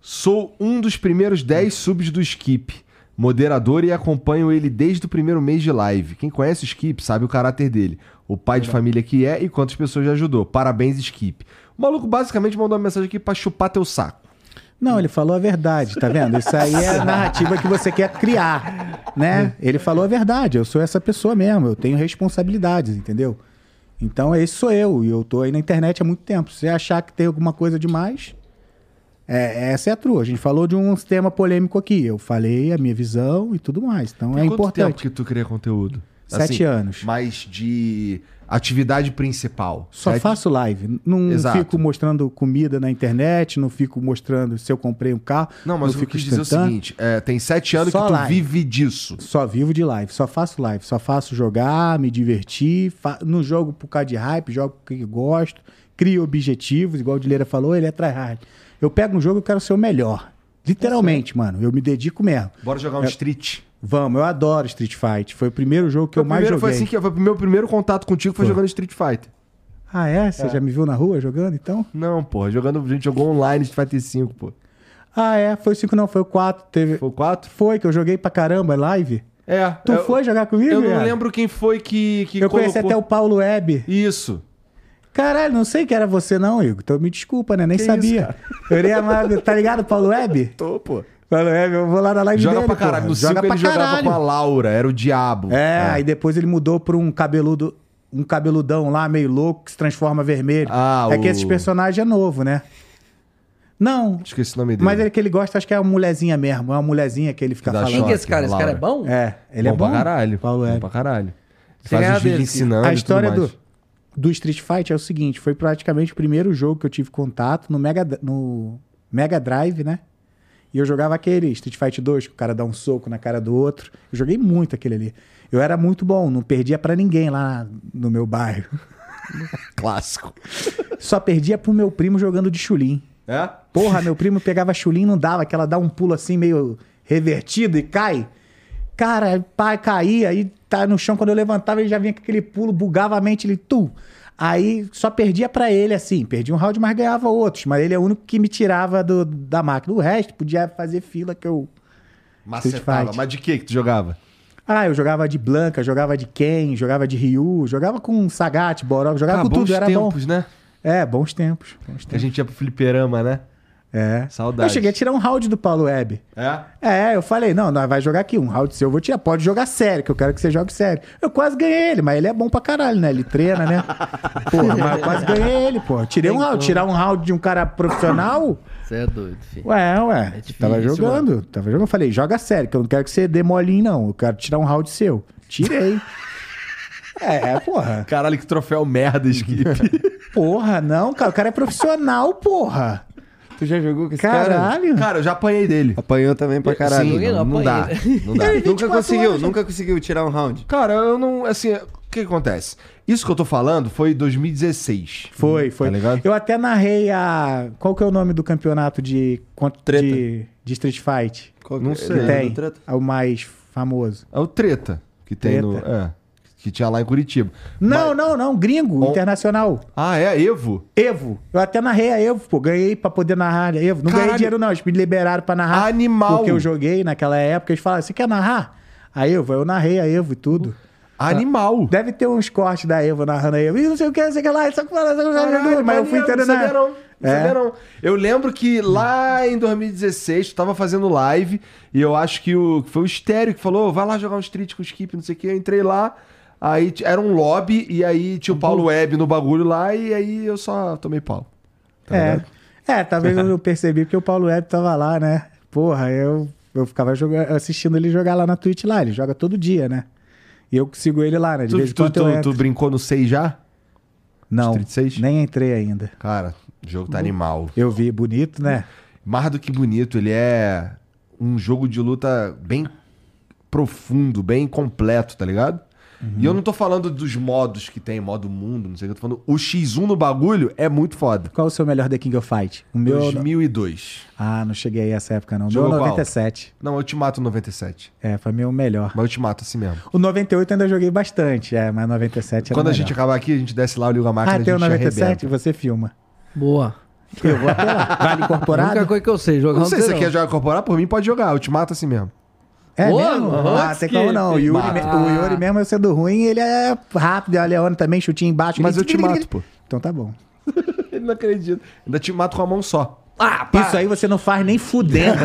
Sou um dos primeiros 10 subs do Skip, moderador e acompanho ele desde o primeiro mês de live. Quem conhece o Skip sabe o caráter dele, o pai de família que é e quantas pessoas já ajudou. Parabéns, Skip. O maluco basicamente mandou uma mensagem aqui pra chupar teu saco.
Não, ele falou a verdade, tá vendo? Isso aí é a narrativa que você quer criar, né? Ele falou a verdade, eu sou essa pessoa mesmo, eu tenho responsabilidades, entendeu? Então, esse sou eu, e eu tô aí na internet há muito tempo. Se você achar que tem alguma coisa demais, é, essa é a trua. A gente falou de um tema polêmico aqui, eu falei a minha visão e tudo mais, então é
Tem quanto tempo Assim,
importante.
que tu cria conteúdo?
Sete anos.
Mas de atividade principal.
Só
É-
faço live. Não
Exato.
fico mostrando comida na internet, não fico mostrando se eu comprei um carro.
Não, mas
não
eu
fico
quis dizer o
ostentando.
seguinte: é, tem sete anos
Só
que tu
live.
vive disso.
Só vivo de live, só faço live, só faço jogar, me divertir, fa- não jogo por causa de hype, jogo porque gosto, crio objetivos, igual o Dileira falou, ele é tryhard. Eu pego um jogo e quero ser o melhor. Literalmente,
Tá
mano, eu me dedico mesmo.
Bora jogar um
É.
street.
Vamos, eu adoro Street Fight, foi o primeiro jogo que eu
Meu
mais
primeiro
joguei.
foi assim que foi o meu primeiro contato contigo foi,
Foi.
jogando Street Fighter.
Ah, é? Você já me viu na rua jogando então?
Não, porra, jogando, a gente jogou online Street Fighter 5, pô.
Ah, é, foi o 5 não, foi o 4, teve
Foi o 4?
Foi que eu joguei pra caramba, live.
É.
Tu
eu-
foi jogar comigo?
Eu não
Iago?
lembro quem foi que que
Eu conheci até o Paulo Web.
Isso.
Caralho, não sei que era você não, Igor. Então me desculpa, né? Nem
Que
sabia. eu nem amava. Tá ligado, Paulo Web?
Tô, pô.
Paulo Web, eu vou lá na live
Joga
dele,
pra caralho.
porra.
No 5 ele jogava com a Laura, era o diabo.
É, aí depois ele mudou pra um cabeludo... Um cabeludão lá, meio louco, que se transforma vermelho.
Ah,
é
o-
que esse personagem é novo, né? Não,
Esqueci o nome dele.
mas ele que ele gosta, acho que é uma mulherzinha mesmo. É uma mulherzinha que ele fica
dá
Quem
falando.
choque.
que é esse cara? Esse cara é
Laura.
bom?
É, ele é bom.
pra caralho.
Paulo
bom
Web.
pra caralho.
ganhar
Faz os vídeos
desse.
ensinando
A história
e tudo
do,
mais.
do Street Fighter é o seguinte: foi praticamente o primeiro jogo que eu tive contato no Mega, no Mega Drive, né? E eu jogava aquele Street Fighter 2, que o cara dá um soco na cara do outro. Eu joguei muito aquele ali. Eu era muito bom, não perdia pra ninguém lá no meu bairro.
Clássico.
Só perdia pro meu primo jogando de chulim.
É?
Porra, meu primo pegava chulim e não dava, que ela dá um pulo assim meio revertido e cai. Cara, pai, caía aí tá no chão. Quando eu levantava, ele já vinha com aquele pulo, bugava a mente, ele tu. Aí só perdia pra ele, assim. Perdia um round, mas ganhava outros. Mas ele é o único que me tirava do- da máquina. O resto podia fazer fila que eu.
Macetava.
Fighter.
Mas de que que tu jogava?
Ah, eu jogava de Blanca, jogava de Ken, jogava de Ryu, jogava com Sagat, Borog, jogava com
bons
tudo, era
tempos, né?
bom. É, bons tempos. Bons
Que a
tempos.
gente ia pro fliperama, né?
É.
Saudade.
Eu cheguei a tirar um round do Paulo Web.
É?
É, eu falei, não, nós vai jogar aqui um round seu, eu vou tirar. Pode jogar sério, que eu quero que você jogue sério. Eu quase ganhei ele, mas ele é bom pra caralho, né? Ele treina, né? Porra, mas eu quase ganhei ele, pô. Tirei
Então.
um round, tirar um round de um cara profissional?
Você é doido, filho.
Ué,
É
ué.
difícil,
tava jogando, tava jogando. Eu falei, joga sério, que eu não quero que você dê molinho, não. Eu quero tirar um round seu. Tirei. é, porra.
Caralho, que troféu merda, Skip.
Porra, não, cara. O cara é profissional, porra.
Tu já jogou com esse cara?
Caralho.
Cara, eu já apanhei dele.
Apanhou também pra caralho.
Sim, não, tipo, não dá. Não dá.
Nunca
24
conseguiu,
horas,
nunca conseguiu tirar um round.
Cara, eu não. Assim, o que que acontece? Isso que eu tô falando foi 2016.
Foi, foi.
Tá ligado?
eu até narrei a. Qual que é o nome do campeonato de. con-
Treta.
De, de Street Fight?
Qual
Não
que-
sei.
Que
Ele
tem.
do treta?
É o mais famoso.
É o Treta, que tem no.
Treta.
É, que tinha lá em Curitiba.
Não, não, não. Gringo,
Bom.
internacional.
Ah, é? Evo?
Evo. Eu até narrei a Evo, pô. Ganhei pra poder narrar a Evo. Não
Caralho.
ganhei dinheiro, não. Eles me liberaram pra narrar.
Animal.
Ah, Porque eu joguei naquela época. Eles falaram: você quer narrar? A Evo, eu narrei a Evo e tudo.
Animal.
Deve ter uns cortes da Evo narrando a Evo. E não sei o que, não sei o que lá, só que fala, só que fala, mas eu
maneiro,
fui entendendo.
não sabia não, não
É.
sabia não. Eu lembro que lá em 2016, tu tava fazendo live, e eu acho que o, foi o Estéreo que falou, "Ô, vai lá jogar um street com o Skip, não sei o que, eu entrei lá, aí t- era um lobby, e aí
Uhum.
tinha o Paulo Web no bagulho lá, e aí eu só tomei pau. Tá
é.
ligado?
é, talvez eu não percebi porque o Paulo Web tava lá, né? Porra, eu, eu ficava jogando, assistindo ele jogar lá na Twitch lá. Ele joga todo dia, né? E eu sigo ele lá, né? De vez
Tu,
em
tu,
quando eu
tu,
entro.
tu brincou no 6 já?
Não,
Street 6?
nem entrei ainda.
Cara, o jogo
Uhum.
tá animal.
Eu vi, bonito, né?
Mais do que bonito, ele é um jogo de luta bem profundo, bem completo, tá ligado? E eu não tô falando dos modos que tem, modo mundo, não sei o que, eu tô falando. O X1 no bagulho é muito foda.
Qual o seu melhor The King of Fight? O meu...
2002.
Ah, não cheguei a essa época, não. O
Jogou
meu
qual?
97.
Não, eu te mato 97.
É, pra mim é o melhor.
Mas eu te mato assim mesmo.
O 98 eu ainda joguei bastante, é, mas 97 era
Quando a
melhor.
gente acabar aqui, a gente desce lá, eu ligo a máquina
Ah,
e a
tem o
gente
97?
arrebenta.
Você filma.
Boa.
Eu vou até lá. Vale
A única
incorporado?
coisa que eu sei, jogar
Não sei
um
se você
zerão.
quer jogar corporal, por mim pode jogar, eu te mato assim mesmo.
É
Ô,
mesmo? Ah, tem
Rotsky.
como não. O Yuri,
Mata.
o Yuri mesmo eu sendo ruim, ele é rápido. E a Leona também, chutinho embaixo.
Mas eu te mato, pô.
Então tá bom.
Ele não acredita. Ainda te mato com a mão só.
Ah, pá.
Isso aí você não faz nem fudendo.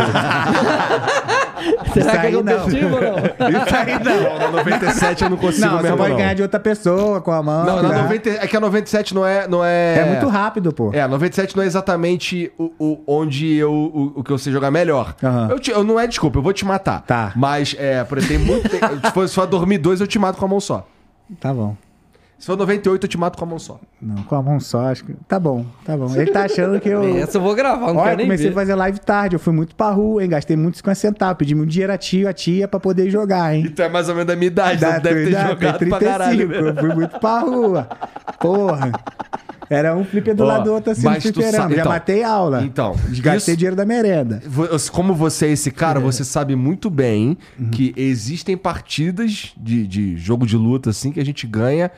Será
isso
que é
aí não.
competitivo ou não?
Isso aí não.
Na 97 eu não consigo
Não, você
mesmo,
pode
não.
ganhar de outra pessoa com a mão.
Não, na
né?
90 é que a 97 não é. Não é...
É. muito rápido, pô.
É, 97 não é exatamente o, o- onde eu, o, o que eu sei jogar melhor.
Aham.
Eu, te- eu não é desculpa, eu vou te matar.
Tá.
Mas, é, por exemplo, tem muito. tem- se for só dormir dois, eu te mato com a mão só.
Tá bom.
Se for 98, eu te mato com a mão só.
Não, com a mão só, acho que. Tá bom, tá bom. Ele tá achando que eu.
Essa eu vou gravar, não
Olha,
quero nem
comecei
ver.
a fazer live tarde, eu fui muito pra rua, hein? Gastei muitos 50 centavos, pedi muito dinheiro a tio, a tia pra poder jogar, hein?
E tu é mais ou menos da minha idade,
Da
tu deve ter
tua idade,
jogado pra
35,
caralho. né?
Eu fui muito pra rua. Porra. Era um flipper do
Ó,
lado do outro assim, no
mas tu
fliperama.
sabe-
Já
então,
matei aula.
então,
Gastei
isso-
dinheiro da merenda.
Vo- Como você é esse cara, você sabe muito bem
Uhum.
que existem partidas de, de jogo de luta assim que a gente ganha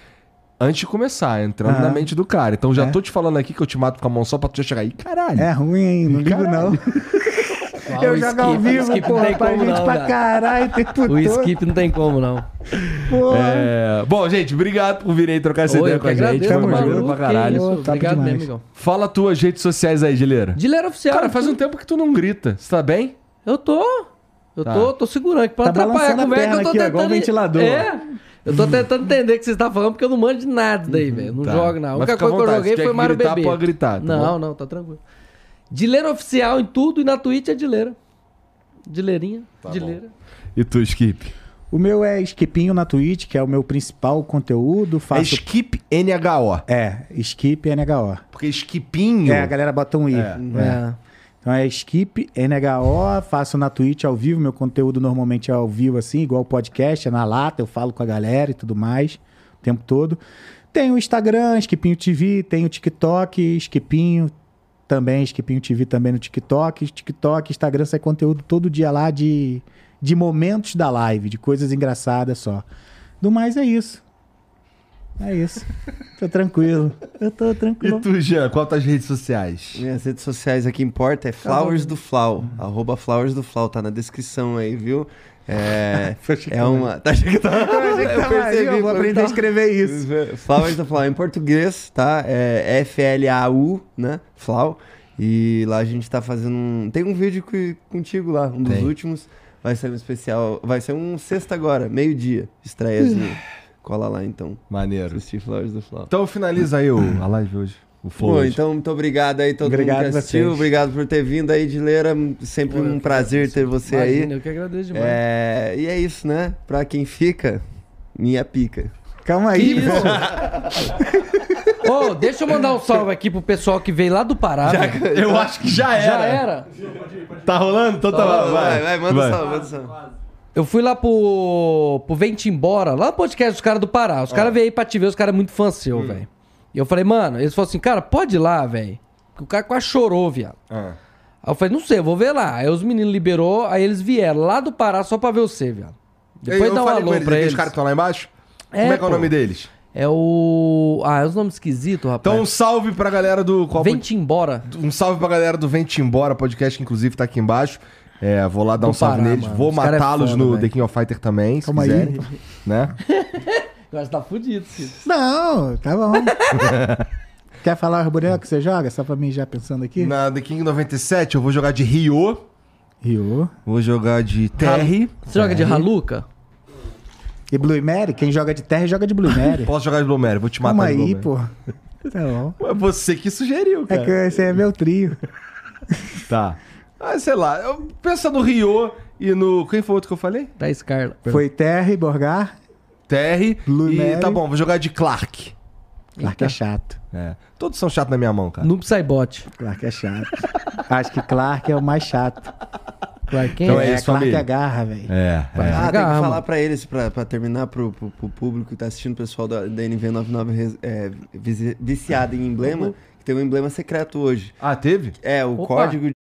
antes de começar, entrando
Ah.
na mente do cara. Então já
É.
tô te falando aqui que eu te mato com a mão só pra tu já chegar aí. Caralho.
É ruim, hein? Não ligo, não.
Ah,
eu
o
jogo ao
skip- o
vivo,
skip não
porra,
tem
pra
como
gente
não,
pra
cara.
caralho, o tempo
O
todo.
skip não tem como, não.
Porra.
É, Bom, gente, obrigado por virem trocar essa
Oi,
ideia
eu
com
que
a gente.
agradeço,
Foi
tamo
maneiro
junto,
pra
que
caralho. né,
isso,
Ô, top
Obrigado
demais.
mesmo, Igão.
Fala tuas redes sociais aí, Gileira.
Dileira oficial. né?
Cara, faz um tempo que tu não grita. Você tá bem?
Eu tô. Eu
Tá.
tô, tô segurando aqui pra
Tá
atrapalhar a
balançando a
conversa que
perna
eu tô
aqui, ó,
tentando.
igual ventilador.
É. Eu tô tentando entender o que vocês estão falando, porque eu não mando de nada daí, velho. Não
Tá.
jogo, não. A
Mas fica
única
à
coisa que eu
vontade, se
joguei
quer
foi Mario
gritar,
Bebê.
pode gritar, tá
não,
bom?
não, tá tranquilo. Dileira oficial em tudo e na Twitch é Dileira. Dileirinha,
Tá
Dileira.
E tu, Skip?
O meu é Skipinho na Twitch, que é o meu principal conteúdo.
É
Faço.
Skip NHO.
É, Skip NHO.
Porque Skipinho.
É, a galera bota um i. É. Então é Skip NHO, faço na Twitch ao vivo, meu conteúdo normalmente é ao vivo assim, igual o podcast, é na lata, eu falo com a galera e tudo mais, o tempo todo. Tem o Instagram, Skipinho TV, tem o TikTok, Skipinho também, Skipinho TV também no TikTok, TikTok, Instagram sai conteúdo todo dia lá de, de momentos da live, de coisas engraçadas só. Do mais é isso. É isso. Tô tranquilo. Eu tô
E
tranquilo.
tu, Jean, qual tuas redes sociais?
Minhas redes sociais aqui importa é Flowers do Flau. Arroba Flowers do Flau, tá na descrição aí, viu? É, é uma. Tá achando que tá-
Eu percebi, eu vou
foi-
aprender a escrever isso.
Flowers do Flau em português, tá? É F-L-A-U, né? Flau. E lá a gente tá fazendo um. Tem um vídeo que- contigo lá, um dos
Tem.
últimos. Vai ser um especial. Vai ser um sexta agora, meio-dia. Estreiazinho. Cola lá então.
Tá.
Maneiro.
Assistir Flowers do Flau.
Então finaliza aí o, a live hoje. O flow.
Bom,
hoje.
então muito obrigado aí todo
Obrigado
mundo que
a
assistiu.
vocês.
Obrigado por ter vindo aí, Dileira. Sempre um prazer ter você
Imagina,
aí.
eu que agradeço demais.
É, e é isso, né? Pra quem fica, minha pica.
Calma
Que
aí,
isso? Ô, deixa eu mandar um salve aqui pro pessoal que veio lá do Pará. velho.
Eu acho que já
Já
era.
era.
Tá rolando? Então tá
Vai,
bom,
vai, vai, manda um salve, manda um salve.
Eu fui lá pro, pro Vente Embora, lá no podcast dos caras do Pará. Os caras veio aí pra te ver, os caras é muito fã seu,
Hum.
velho. E eu falei, mano, eles falaram assim, cara, pode ir lá, velho. Porque O cara quase chorou, viado.
Ah.
Aí eu falei, não sei, eu vou ver lá. Aí os meninos liberou, aí eles vieram lá do Pará só pra ver você, viado. Depois
eu
dá um
falei com
alô
eles,
pra
aqueles
eles.
caras que estão lá embaixo?
É,
Como é que é o
pô.
nome deles?
É o... Ah, é os nomes esquisitos,
Então um
rapaz.
salve pra galera do... Qual
Vente Embora.
Um salve pra galera do Vente Embora podcast, que inclusive tá aqui embaixo. É, vou lá dar um
Do
salve
Pará,
neles.
mano.
Vou
Os cara é
matá-los
foda,
no
velho.
The King of Fighter também, se
Calma aí.
quiserem. Né?
Agora você tá fudido, filho.
Não, tá bom. Quer falar o boneco que você joga? Só pra mim já pensando aqui?
Na The King 97 eu vou jogar de Ryo,
Ryu.
vou jogar de TR,
Você joga de
É.
Haluca?
E Blue Mary? Quem joga de terra joga de Blue Mary.
posso jogar de Blomero, vou te matar
Calma
de
aí,
Blomero.
pô. Tá bom.
É você que sugeriu,
É
cara.
que esse é meu trio.
Tá. Ah, sei lá, eu- pensa no Rio e no. Quem foi o outro que eu falei?
Da Scarla.
Foi terra e Borgar.
TR.
Blue
e
Mary.
tá bom, vou jogar de Clark.
Clark é chato.
É. Todos são chatos na minha mão, cara.
Noob Saibot.
Clark é chato. Acho que Clark é o mais chato.
Vai, quem
Então
é?
é isso,
Clark
família.
agarra, velho.
É, é.
Ah, tem que
Agarra,
falar
mano.
pra eles, pra, pra terminar pro, pro, pro público que tá assistindo, o pessoal da, da NV99 res- é, vici- viciado em emblema, que tem um emblema secreto hoje.
Ah, teve?
É, o
Uhum. Opa.
código